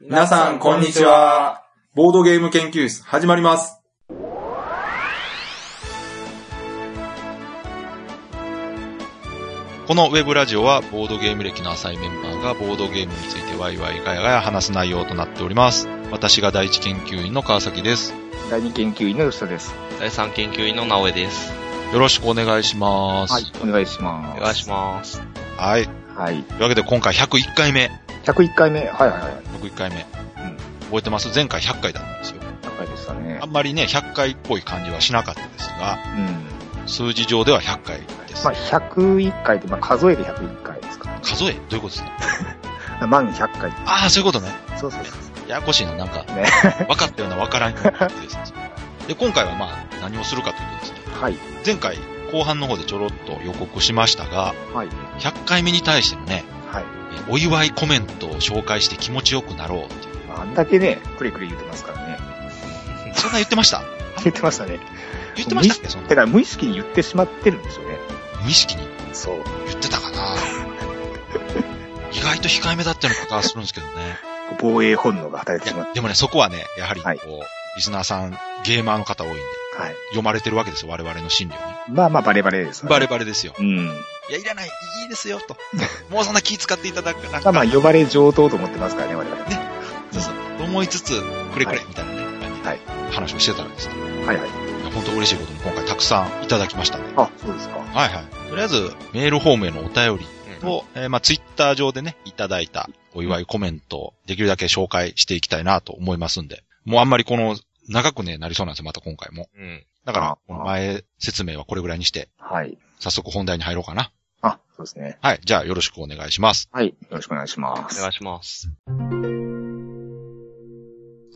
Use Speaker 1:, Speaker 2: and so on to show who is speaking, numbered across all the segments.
Speaker 1: 皆さん、こんにちは。ボードゲーム研究室、始まります。
Speaker 2: このウェブラジオはボードゲーム歴の浅いメンバーがボードゲームについてワイワイガヤガヤ話す内容となっております。私が第一研究員の川崎です。
Speaker 3: 第二研究員の吉田です。
Speaker 4: 第三研究員の直江です。
Speaker 2: よろしくお願いします。はい。。
Speaker 3: お願いします。
Speaker 4: お願いします。
Speaker 2: とい
Speaker 3: はい。
Speaker 2: うわけで今回101回目。
Speaker 3: 101回目。はいはいはい。
Speaker 2: 101回目。
Speaker 3: ん
Speaker 2: 覚えてます前回100回だったんですよ。
Speaker 3: 100回でしたね
Speaker 2: あ。んまりね、100回っぽい感じはしなかったですが
Speaker 3: う、ん。
Speaker 2: 数字上では100回です。
Speaker 3: まあ、101回って、まあ、数えで101回ですか
Speaker 2: 数えどういうことですか
Speaker 3: ら。満100回。
Speaker 2: ああ、そういうことね。
Speaker 3: そうそうそう。
Speaker 2: ややこしいな、なんか。
Speaker 3: ね
Speaker 2: 分かったような分からんような感じですね。で、今回はまあ、何をするかというとですね、
Speaker 3: はい。
Speaker 2: 前回後半の方でちょろっと予告しましたが、
Speaker 3: はい。
Speaker 2: 100回目に対してのね、
Speaker 3: はい。
Speaker 2: えお祝いコメントを紹介して気持ちよくなろうって いう。
Speaker 3: まああんだけね、くれくれ言ってますからね。
Speaker 2: そんな言ってました
Speaker 3: 言ってましたね。
Speaker 2: 言ってましたっけそん
Speaker 3: だ
Speaker 2: な
Speaker 3: か。ら無意識に言ってしまってるんですよね。
Speaker 2: 無意識に
Speaker 3: そう。
Speaker 2: 言ってたか な意外と控えめだったような気がするんですけどね。
Speaker 3: 防衛本能が働い
Speaker 2: い
Speaker 3: てしまっ
Speaker 2: や、でもね、そこはね、やはりこう、
Speaker 3: はい
Speaker 2: リスナーさん、ゲーマーの方多いんで、
Speaker 3: て。はい。
Speaker 2: 読まれてるわけですよ、我々の心理に。
Speaker 3: まあまあ、バレバレです、ね。
Speaker 2: バレバレですよ。
Speaker 3: うん。
Speaker 2: いや、いらない、いいですよ、と。もうそんな気使っていただくか
Speaker 3: まあ
Speaker 2: ら。
Speaker 3: まあ、呼ばれ上等と思ってますからね、我々。
Speaker 2: そうそう。と思いつつ、くれくれ、みたいなね、
Speaker 3: はい
Speaker 2: 話をしてたんですけど
Speaker 3: はいはい。
Speaker 2: いや本当嬉しいことに今回たくさんいただきましたね。
Speaker 3: あ、そうですか。
Speaker 2: はいはい。とりあえず、メールフォームへのお便りと、えーまあ、ツイッター上でね、いただいたお祝いコメントをできるだけ紹介していきたいなと思いますんで。もうあんまりこの、長くね、なりそうなんですよ、また今回も。
Speaker 4: うん。
Speaker 2: だから
Speaker 3: あ、
Speaker 2: この前説明はこれぐらいにして、
Speaker 3: はい。
Speaker 2: 早速本題に入ろうかな。
Speaker 3: あ、そうですね。
Speaker 2: はい。じゃあ、よろしくお願いします。
Speaker 3: はい。よろしくお願いしま
Speaker 4: お
Speaker 3: す
Speaker 4: 願。いします。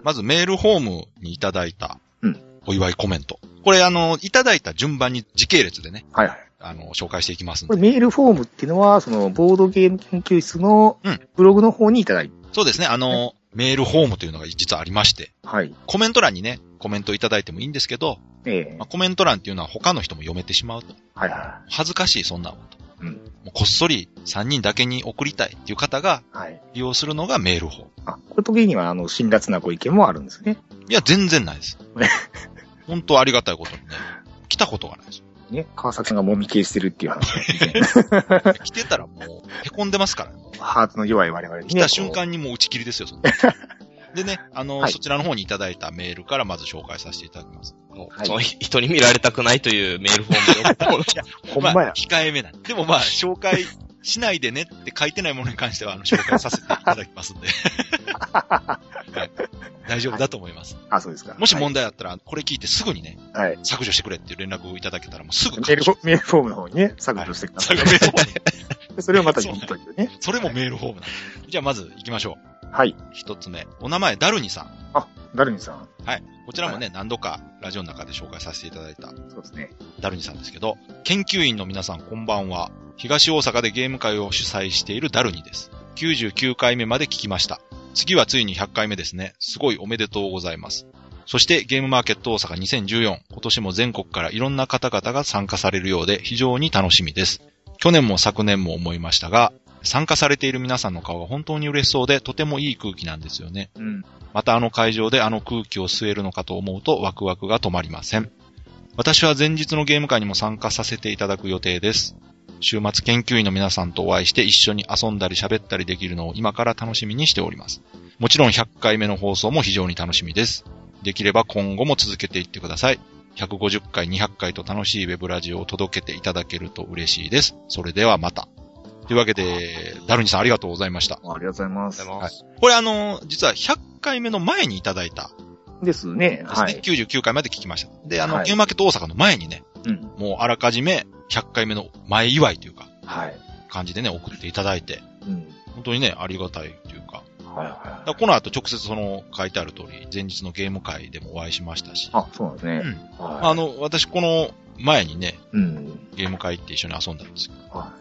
Speaker 2: まず、メールフォームにいただいた
Speaker 3: うん、
Speaker 2: お祝いコメント。これ、あの、いただいた順番に時系列でね、
Speaker 3: はいはい。
Speaker 2: あの、紹介していきますん
Speaker 3: これ
Speaker 2: で。
Speaker 3: メールフォームっていうのは、その、ボードゲーム研究室の
Speaker 2: うん
Speaker 3: ブログの方にいただいて、
Speaker 2: そうですね、あの、メールフォームというのが実はありまして、
Speaker 3: はい。
Speaker 2: コメント欄にね、コメントいただいてもいいんですけど、
Speaker 3: ええ
Speaker 2: まあ、コメント欄っていうのは他の人も読めてしまうと。
Speaker 3: はいは
Speaker 2: 恥ずかしい、そんなのと。
Speaker 3: うん
Speaker 2: もうこっそり3人だけに送りたいっていう方が
Speaker 3: い。はい。
Speaker 2: 利用するのがメールフォーム。
Speaker 3: あ、これ時には、あの、辛辣なご意見もあるんですね。
Speaker 2: いや、全然ない です
Speaker 3: ね。
Speaker 2: 本当ありがたいことにね、来たことがないです。
Speaker 3: ね。川崎さんがもみ消してるっていう 話が聞いて
Speaker 2: 来てたらもう、へこんでますから、ね。
Speaker 3: ハートの弱い我々に、ね。
Speaker 2: 来た瞬
Speaker 3: こ
Speaker 2: 間にもう打ち切りです よ、そんなでね、あの、
Speaker 3: はい
Speaker 2: そちらの方にいただいたメールからまず紹介させていただきます。
Speaker 4: もう
Speaker 3: はい
Speaker 4: その人に見られたくないというメールフォームで。
Speaker 3: う、 ほんま
Speaker 2: あ
Speaker 3: や。
Speaker 2: 控えめなんで。で もまあ、紹介しないでねって書いてないものに関しては、あの、紹介させていただきま すんで。はい大丈夫だと思います。
Speaker 3: あ、そうですか。
Speaker 2: もし問題あったら、これ聞いてすぐにね、
Speaker 3: はい。はい。
Speaker 2: 削除してくれっていう連絡をいただけたら、もうすぐ
Speaker 3: メー
Speaker 2: 削
Speaker 3: ル
Speaker 2: 除
Speaker 3: フォメールフォームの方にね、削除してください。
Speaker 2: 削除して
Speaker 3: それをまた見といてね。
Speaker 2: それもメールフォームなんで。じゃあまず行きましょ
Speaker 3: はい。
Speaker 2: う。一つ目。お名前、ダルニさん。
Speaker 3: あ、ダルミンさん。
Speaker 2: はい。こちらもね、何度かラジオの中で紹介させていただいた
Speaker 3: そうですね。
Speaker 2: ダルニさんですけど、研究員の皆さんこんばんは。東大阪でゲーム会を主催しているダルニです。99回目まで聞きました。次はついに100回目ですね。すごいおめでとうございます。そしてゲームマーケット大阪2014、今年も全国からいろんな方々が参加されるようで非常に楽しみです。去年も昨年も思いましたが、参加されている皆さんの顔が本当に嬉しそうでとてもいい空気なんですよね。
Speaker 3: うん。
Speaker 2: またあの会場であの空気を吸えるのかと思うとワクワクが止まりません。私は前日のゲーム会にも参加させていただく予定です。週末研究員の皆さんとお会いして一緒に遊んだり喋ったりできるのを今から楽しみにしております。もちろん100回目の放送も非常に楽しみです。できれば今後も続けていってください。150回、200回と楽しいウェブラジオを届けていただけると嬉しいです。それではまた。というわけで、ダルニさんありがとうございました
Speaker 3: あ。りがとうございま
Speaker 4: ありがと
Speaker 3: す
Speaker 4: う。ございます。
Speaker 2: これあの、実は100回目の前にいただいた
Speaker 3: ですね。
Speaker 2: ですね。
Speaker 3: はい。
Speaker 2: 99回まで聞きました。で、あの、
Speaker 3: はい
Speaker 2: ゲームマーケット大阪の前にね、
Speaker 3: うん。
Speaker 2: もうあらかじめ100回目の前祝いというか、
Speaker 3: はい。
Speaker 2: 感じでね、送っていただいて、
Speaker 3: うん。
Speaker 2: 本当にね、ありがたいというか、
Speaker 3: はいは
Speaker 2: だ
Speaker 3: い
Speaker 2: から。この後直接その書いてある通り、前日のゲーム会でもお会いしましたし、
Speaker 3: あ、そうなんです
Speaker 2: う
Speaker 3: ね。
Speaker 2: ん。
Speaker 3: は
Speaker 2: あの、私この前にね、
Speaker 3: い。うん。
Speaker 2: ゲーム会行って一緒に遊んだんですけど、
Speaker 3: は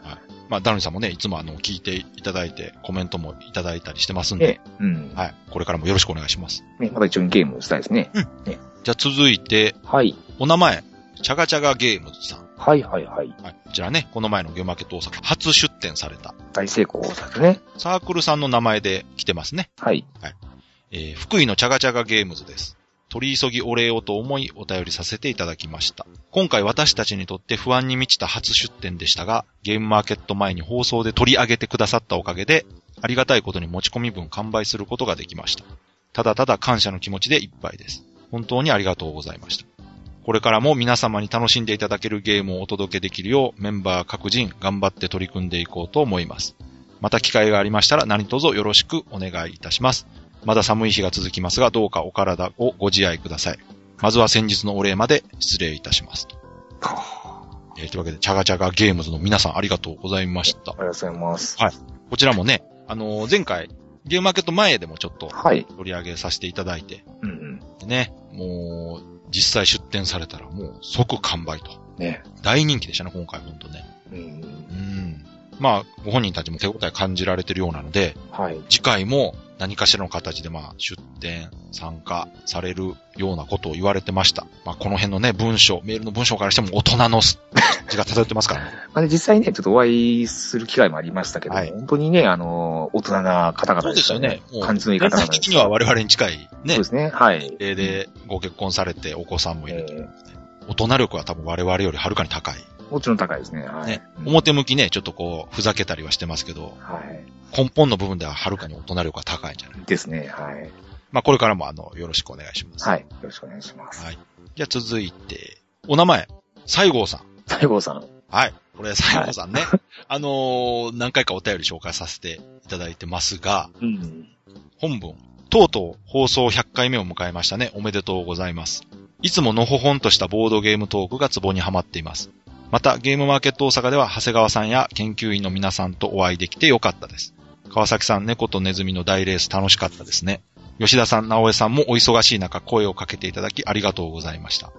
Speaker 2: まあ、ダルニさんもね、いつもあの、聞いていただいて、コメントもいただいたりしてますん
Speaker 3: い。ね
Speaker 2: で、、
Speaker 3: うん。
Speaker 2: はい。これからもよろしくお願いします。
Speaker 3: ね、また一緒にゲームしたいですね。
Speaker 2: じゃあ続いて、
Speaker 3: はい。
Speaker 2: お名前、チャガチャガゲームズさん。
Speaker 3: はいはいはい。
Speaker 2: はい。こちらね、この前のゲームマーケット大阪初出展された
Speaker 3: 大成功ですね。
Speaker 2: サークルさんの名前で来てますね。
Speaker 3: はい。
Speaker 2: えー福井のチャガチャガゲームズです。取り急ぎお礼をと思いお便りさせていただきました。今回私たちにとって不安に満ちた初出展でしたが、ゲームマーケット前に放送で取り上げてくださったおかげで、ありがたいことに持ち込み分完売することができました。ただただ感謝の気持ちでいっぱいです。本当にありがとうございました。これからも皆様に楽しんでいただけるゲームをお届けできるようメンバー各人頑張って取り組んでいこうと思います。また機会がありましたら何卒よろしくお願いいたします。まだ寒い日が続きますがどうかお体をご自愛ください。まずは先日のお礼まで失礼いたします。えーというわけで、チャガチャガゲームズの皆さんありがとうございました
Speaker 3: あり。がとうございます。
Speaker 2: こちらもね、あのー前回、ゲームマーケット前でもちょっと
Speaker 3: はい。
Speaker 2: 取り上げさせていただいて、
Speaker 3: うんうん。
Speaker 2: でね、もう、実際出展されたらもう即完売と。
Speaker 3: ね。
Speaker 2: 大人気でしたね、今回、本当ね。
Speaker 3: うん
Speaker 2: う。ん。まあ、ご本人たちも手応え感じられてるようなので、
Speaker 3: はい。
Speaker 2: 次回も何かしらの形で、まあ、出展、参加されるようなことを言われてました。まあ、この辺のね、文章、メールの文章からしても大人のす字が漂ってますからね。
Speaker 3: まあね、実際ね、ちょっとお会いする機会もありましたけど、
Speaker 2: はい
Speaker 3: 本当にね、あの、大人な方々
Speaker 2: そう
Speaker 3: で
Speaker 2: で
Speaker 3: し
Speaker 2: す
Speaker 3: た
Speaker 2: よ
Speaker 3: ね
Speaker 2: ね。。もう
Speaker 3: 感じの いい
Speaker 2: 年
Speaker 3: 方々
Speaker 2: 代
Speaker 3: で
Speaker 2: 的
Speaker 3: し
Speaker 2: に
Speaker 3: た。
Speaker 2: は我々に近いね
Speaker 3: そうで、すね。はい。
Speaker 2: 例でご結婚されてお子さんもいる。
Speaker 3: え
Speaker 2: 大人力は多分我々よりはるかに高い。
Speaker 3: ーもちろん高いですね。はい。
Speaker 2: ね
Speaker 3: うん
Speaker 2: 表向きね、ちょっとこう、ふざけたりはしてますけど、
Speaker 3: はい。
Speaker 2: 根本の部分でははるかに大人力が高いんじゃない
Speaker 3: ですね。はい。
Speaker 2: まあ、これからもあの、よろしくお願いします。
Speaker 3: はい。よろしくお願いします。
Speaker 2: はい。じゃあ続いて、お名前、西郷さん。
Speaker 3: 西郷さん。
Speaker 2: はい。これ、西郷さんね。あのー何回かお便り紹介させていただいてますが、
Speaker 3: うん。
Speaker 2: 本文、とうとう放送100回目を迎えましたね。おめでとうございます。いつものほほんとしたボードゲームトークがツボにはまっています。また、ゲームマーケット大阪では、長谷川さんや研究員の皆さんとお会いできてよかったです。川崎さん、猫とネズミの大レース楽しかったですね。吉田さん、直江さんもお忙しい中声をかけていただきありがとうございました。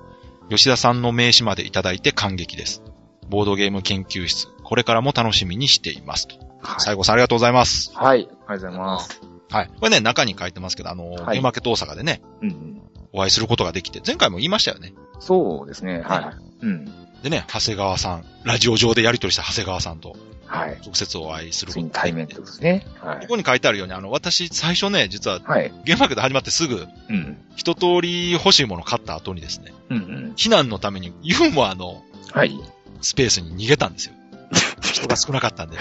Speaker 2: 吉田さんの名刺までいただいて感激です。ボードゲーム研究室、これからも楽しみにしています。と
Speaker 3: は
Speaker 2: 西
Speaker 3: い。
Speaker 2: 郷さんありがとうございます。
Speaker 3: はい。ありがとうございます。
Speaker 2: はい。これね、中に書いてますけど、あの、
Speaker 3: い
Speaker 2: ゲームマーケット大阪でね、
Speaker 3: うんうん。
Speaker 2: お会いすることができて、前回も言いましたよね。
Speaker 3: そうですね。はい。うん。
Speaker 2: でね、長谷川さん、ラジオ上でやりとりした長谷川さんと
Speaker 3: はい。
Speaker 2: 直接お会いするこ
Speaker 3: 次
Speaker 2: と
Speaker 3: に
Speaker 2: がで
Speaker 3: 対
Speaker 2: き
Speaker 3: 面って
Speaker 2: て
Speaker 3: こ。とですね。は
Speaker 2: こ
Speaker 3: い。
Speaker 2: こに書いてあるように、あの、私、最初ね、実は、
Speaker 3: はい。
Speaker 2: ゲームマーケット始まってすぐ、
Speaker 3: うん。
Speaker 2: 一通り欲しいもの買った後にですね、
Speaker 3: うんうん。
Speaker 2: 避難のためにユーモアの
Speaker 3: はい。
Speaker 2: スペースに逃げたんですよ。人が少なかった んで、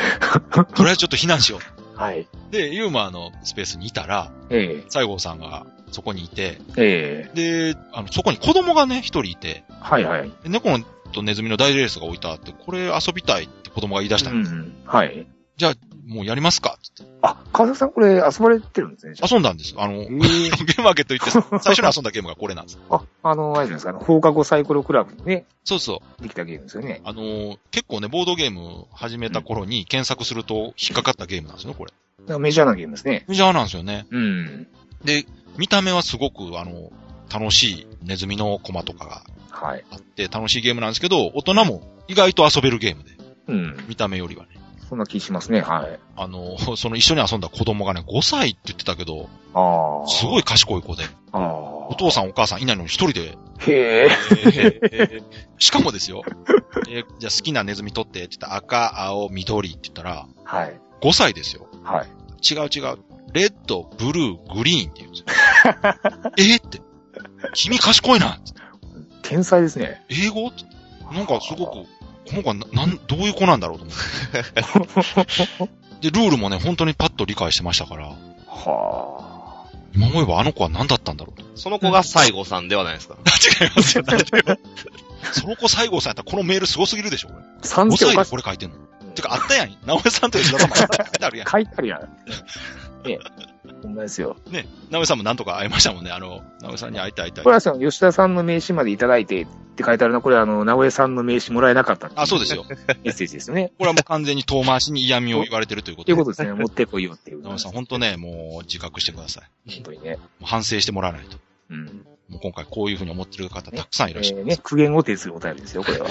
Speaker 2: とりあえずちょっと避難しよう。
Speaker 3: はい。
Speaker 2: で、ユーモアのスペースにいたら、
Speaker 3: え
Speaker 2: 西郷さんがそこにいて、
Speaker 3: え。え
Speaker 2: で、あの、そこに子供がね、一人いて、
Speaker 3: え。はいはい。
Speaker 2: で猫とネズミの大レースが置いてあって、これ遊びたいって子供が言い出した
Speaker 3: う
Speaker 2: の、
Speaker 3: んうん。はい。
Speaker 2: じゃあ、もうやりますかつって
Speaker 3: あ、川崎さんこれ遊ばれてるんですね。じゃ
Speaker 2: 遊んだんです。あの、ゲームマーケット行って、最初に遊んだゲームがこれなんです。
Speaker 3: あ、ああの、あれじゃないですか、あの放課後サイコロクラブにね、
Speaker 2: そうそう。
Speaker 3: できたゲームですよね。
Speaker 2: あのー結構ね、ボードゲーム始めた頃に検索すると引っかかったゲームなんですよね、これ。
Speaker 3: なんかメジャーなゲームですね。
Speaker 2: メジャーなんですよね。
Speaker 3: うん。
Speaker 2: で、見た目はすごく、あの、楽しいネズミのコマとかが
Speaker 3: はい。
Speaker 2: あって、楽しいゲームなんですけど、大人も意外と遊べるゲームで、
Speaker 3: うん。
Speaker 2: 見た目よりはね。
Speaker 3: そんな気しますね、はい。
Speaker 2: あのー、その一緒に遊んだ子供がね、5歳って言ってたけど、
Speaker 3: ああ。
Speaker 2: す
Speaker 3: い。
Speaker 2: ごい賢い子で、
Speaker 3: ああ。
Speaker 2: お父さんお母さんいないのに一人で、
Speaker 3: へえ。
Speaker 2: しかもですよ、えーじゃあ好きなネズミ取ってって言ったら赤、青、緑って言ったら、
Speaker 3: はい。
Speaker 2: 5歳ですよ。
Speaker 3: はい。
Speaker 2: 違う違う。レッド、ブルー、グリーンって言うんですよ。えーって。君賢いな。
Speaker 3: 天才ですね。
Speaker 2: 英語ってなんかすごく、この子はな、なん、どういう子なんだろうと思って。で、ルールもね、本当にパッと理解してましたから、
Speaker 3: は
Speaker 2: 今思えばあの子は何だったんだろうと。
Speaker 4: その子が西郷さんではないですか。
Speaker 2: 違いますよ、違いますその子西郷さんやったらこのメールすごすぎるでしょ、これ。
Speaker 3: あ。三
Speaker 2: 5
Speaker 3: 世お
Speaker 2: 歳
Speaker 3: か
Speaker 2: で
Speaker 3: し
Speaker 2: これ書いてんの
Speaker 3: うん
Speaker 2: てか、あったやん。 直江さんと吉田さんもあったやん 書いてあるやん。
Speaker 3: 書いてあるやん。ねえ。ほんまですよ。
Speaker 2: ね。直江さんもなんとか会えましたもんね。あの、直江さんに会いたい会いたい
Speaker 3: こ。れはその、吉田さんの名刺までいただいてって書いてあるのは、これあの、直江さんの名刺もらえなかったってい
Speaker 2: あ、そうですよ。こ
Speaker 3: メッセージですよね。
Speaker 2: れはもう完全に遠回しに嫌味を言われてるということ
Speaker 3: とい
Speaker 2: で。
Speaker 3: うこと ですね。持ってこいよっていう。
Speaker 2: 直江さん、
Speaker 3: 本
Speaker 2: 本当ね、もう自覚してください。
Speaker 3: 当にね。
Speaker 2: もう反省してもらわないと。
Speaker 3: うん。
Speaker 2: もう今回こういうふうに思ってる方たくさんい
Speaker 3: え
Speaker 2: らっしゃ
Speaker 3: ー、
Speaker 2: る。
Speaker 3: ね、苦言を呈するお便りですよ、これは。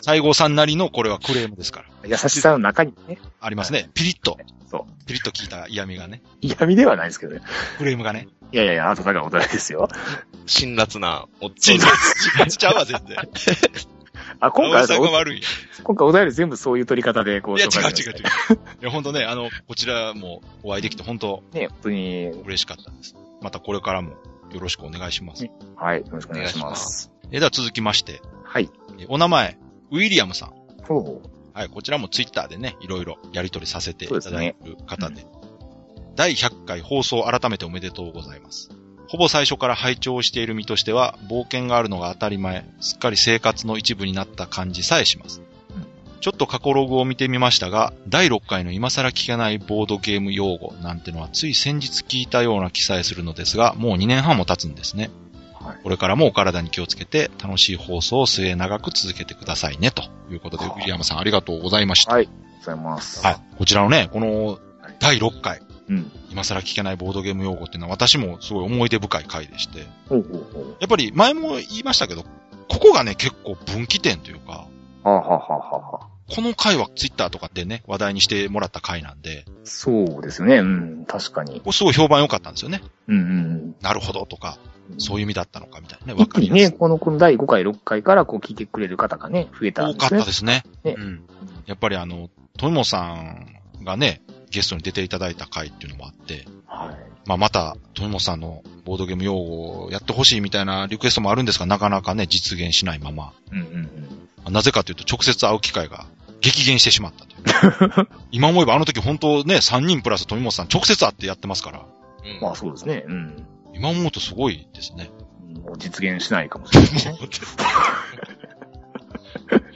Speaker 2: 西郷さんなりのこれはクレームですから。
Speaker 3: 優しさの中にね、
Speaker 2: ありますね。ピリッと、
Speaker 3: そう。
Speaker 2: ピリッと聞いた嫌味がね。
Speaker 3: 嫌味ではないですけどね。
Speaker 2: クレームがね。
Speaker 3: いやいやいや、あなたがお便りですよ。
Speaker 4: 辛辣なおっ
Speaker 2: ち
Speaker 4: ちゃん
Speaker 2: ん。ちんちゃうわ、全然。
Speaker 3: あ、今
Speaker 2: 直
Speaker 3: 回
Speaker 2: 江さんが
Speaker 3: は、
Speaker 2: 悪い。
Speaker 3: 今回お便り全部そういう取り方で、こう、
Speaker 2: いや、違
Speaker 3: 紹介
Speaker 2: う
Speaker 3: し
Speaker 2: 違
Speaker 3: ま
Speaker 2: う
Speaker 3: す
Speaker 2: 違う。 いや、本当ね、あの、こちらもお会いできて本当
Speaker 3: ね、本当に、
Speaker 2: 嬉しかったです。またこれからもよろしくお願いします。
Speaker 3: はい。よろしくお願いします。
Speaker 2: え、では続きまして、
Speaker 3: はい。
Speaker 2: えお名前、ウィリアムさん。
Speaker 3: ほうほう。
Speaker 2: はい、こちらもツイッターでね、いろいろやり取りさせていただいてる方で。
Speaker 3: そ
Speaker 2: 第100回放送改めておめでとうございます。ほぼ最初から拝聴している身としては、冒険があるのが当たり前、すっかり生活の一部になった感じさえします。
Speaker 3: うん
Speaker 2: ちょっと過去ログを見てみましたが、第6回の今更聞けないボードゲーム用語なんてのはつい先日聞いたような記載するのですが、もう2年半も経つんですね。
Speaker 3: はい
Speaker 2: これからもお体に気をつけて、楽しい放送を末長く続けてくださいね、ということで、ウ
Speaker 3: はあ
Speaker 2: ィリアムさんありがとうございました。
Speaker 3: はい。ありがとうございます。
Speaker 2: はい。こちらのね、この
Speaker 3: はい
Speaker 2: 第6回、
Speaker 3: うん。
Speaker 2: 今更聞けないボードゲーム用語っていうのは私もすごい思い出深い回でして、や
Speaker 3: ほうほうほう。
Speaker 2: っぱり前も言いましたけど、ここがね、結構分岐点というか、
Speaker 3: はあ、はあはあはあはあ、
Speaker 2: この回はツイッターとかでね、話題にしてもらった回なんで、
Speaker 3: そうですね。うん。確かに。
Speaker 2: これすごい評判良かったんですよね。
Speaker 3: うんうん
Speaker 2: なるほどとか、
Speaker 3: うん。
Speaker 2: そう
Speaker 3: う
Speaker 2: いう意味だったのかみたいなね、
Speaker 3: 一
Speaker 2: わか
Speaker 3: 気
Speaker 2: り
Speaker 3: に
Speaker 2: やすい
Speaker 3: ね、この、この第5回、6回からこう聞いてくれる方がね、増えたん
Speaker 2: 多
Speaker 3: で
Speaker 2: かっ
Speaker 3: すね。
Speaker 2: たですね。
Speaker 3: ね
Speaker 2: うん。やっぱりあの、富本さんがね、ゲストに出ていただいた回っていうのもあって、
Speaker 3: はい。
Speaker 2: まあ、また、富本さんのボードゲーム用語をやってほしいみたいなリクエストもあるんですが、なかなかね、実現しないまま。
Speaker 3: うんうんうん。
Speaker 2: なぜかというと、直接会う機会が激減してしまったという。 今思えばあの時本当ね、3人プラス富本さん直接会ってやってますから、
Speaker 4: うん
Speaker 3: まあそうですね。うん。
Speaker 2: 今思うとすごいで すね。
Speaker 3: もう実現しないかもしれないですね。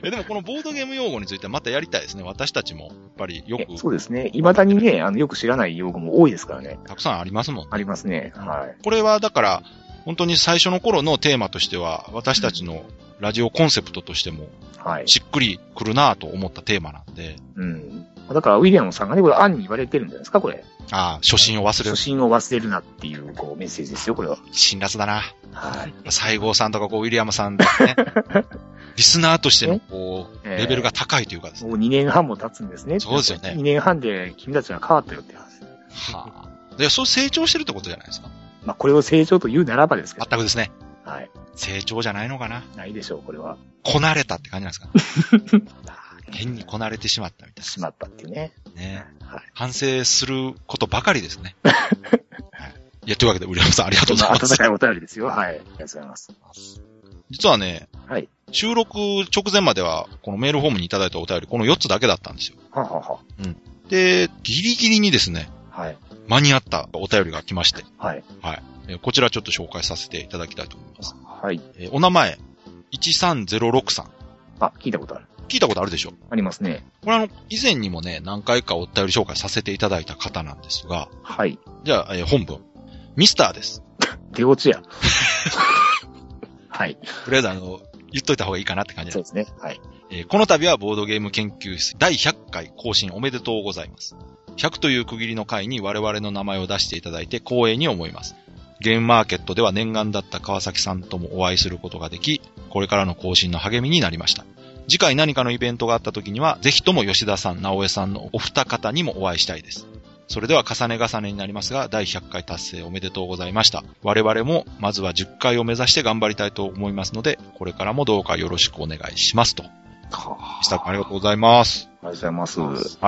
Speaker 2: えでもこのボードゲーム用語についてはまたやりたいですね。私たちも、やっぱりよ
Speaker 3: えそう
Speaker 2: く、
Speaker 3: ですね。未だにね、あの、よく知らない用語も多いですからね。
Speaker 2: たくさんありますもんね
Speaker 3: ありますね。はい。
Speaker 2: これはだから、本当に最初の頃のテーマとしては、私たちのラジオコンセプトとしても、
Speaker 3: はい。
Speaker 2: しっくりくるなぁと思ったテーマなんで、
Speaker 3: うん。だから、ウィリアムさんがね、これ、アンに言われてるんじゃないですか、これ。
Speaker 2: ああ、初心を忘
Speaker 3: 初
Speaker 2: れる。
Speaker 3: 心を忘れるなっていう、こう、メッセージですよ、これは。
Speaker 2: 辛辣だな。
Speaker 3: はい。
Speaker 2: 西郷さんとかこう、ウィリアムさんと かね、リスナーとしてのこう、
Speaker 3: ええ
Speaker 2: レベルが高いというかですね。
Speaker 3: もう2年半も経つんですね。
Speaker 2: そうですよね
Speaker 3: 2年半で君たちは変わったよって話。
Speaker 2: はあ。で、そう成長してるってことじゃないですか。
Speaker 3: まあ、これを成長と言うならばですけど。
Speaker 2: 全くですね。
Speaker 3: はい。
Speaker 2: 成長じゃないのかな。
Speaker 3: ないでしょう、これは。
Speaker 2: こなれたって感じなんですか。 変にこなれてしまったみたい
Speaker 3: しまったっていうね。
Speaker 2: な。ね。
Speaker 3: はい。
Speaker 2: 反省することばかりです ね。はい、いや、というわけで、ウィリアムさんありがとうございま
Speaker 3: 温
Speaker 2: す。
Speaker 3: かいお便りですよ。はい。ありがとうございます。
Speaker 2: 実はね、
Speaker 3: はい。
Speaker 2: 収録直前までは、このメールフォームにいただいたお便り、この4つだけだったんですよ。
Speaker 3: はあはあは
Speaker 2: で、ギリギリにですね、
Speaker 3: あはい。
Speaker 2: 間に合ったお便りが来まして、
Speaker 3: はい。
Speaker 2: えーこちらちょっと紹介させていただきたいと思います。
Speaker 3: はい。
Speaker 2: えーお名前、1306さん。
Speaker 3: あ、聞いたことある。
Speaker 2: 聞いたことあるでしょ
Speaker 3: ありますね。
Speaker 2: これあの、以前にもね、何回かお便り紹介させていただいた方なんですが、
Speaker 3: はい。
Speaker 2: じゃあ、えー本文。ミスターです。
Speaker 3: 出落ちや。はい。
Speaker 2: とりあえずあの、言っといた方がいいかなって感じなんです
Speaker 3: そうですね。はい。
Speaker 2: えーこの度はボードゲーム研究室第100回更新おめでとうございます。100という区切りの回に我々の名前を出していただいて光栄に思います。ゲームマーケットでは念願だった川崎さんともお会いすることができ、これからの更新の励みになりました。次回何かのイベントがあった時には、ぜひとも吉田さん、直江さんのお二方にもお会いしたいです。それでは重ね重ねになりますが、第100回達成おめでとうございました。我々もまずは10回を目指して頑張りたいと思いますので、これからもどうかよろしくお願いしますと。
Speaker 3: は
Speaker 2: ミスター君ありがとうございます。
Speaker 3: ありがとうございます。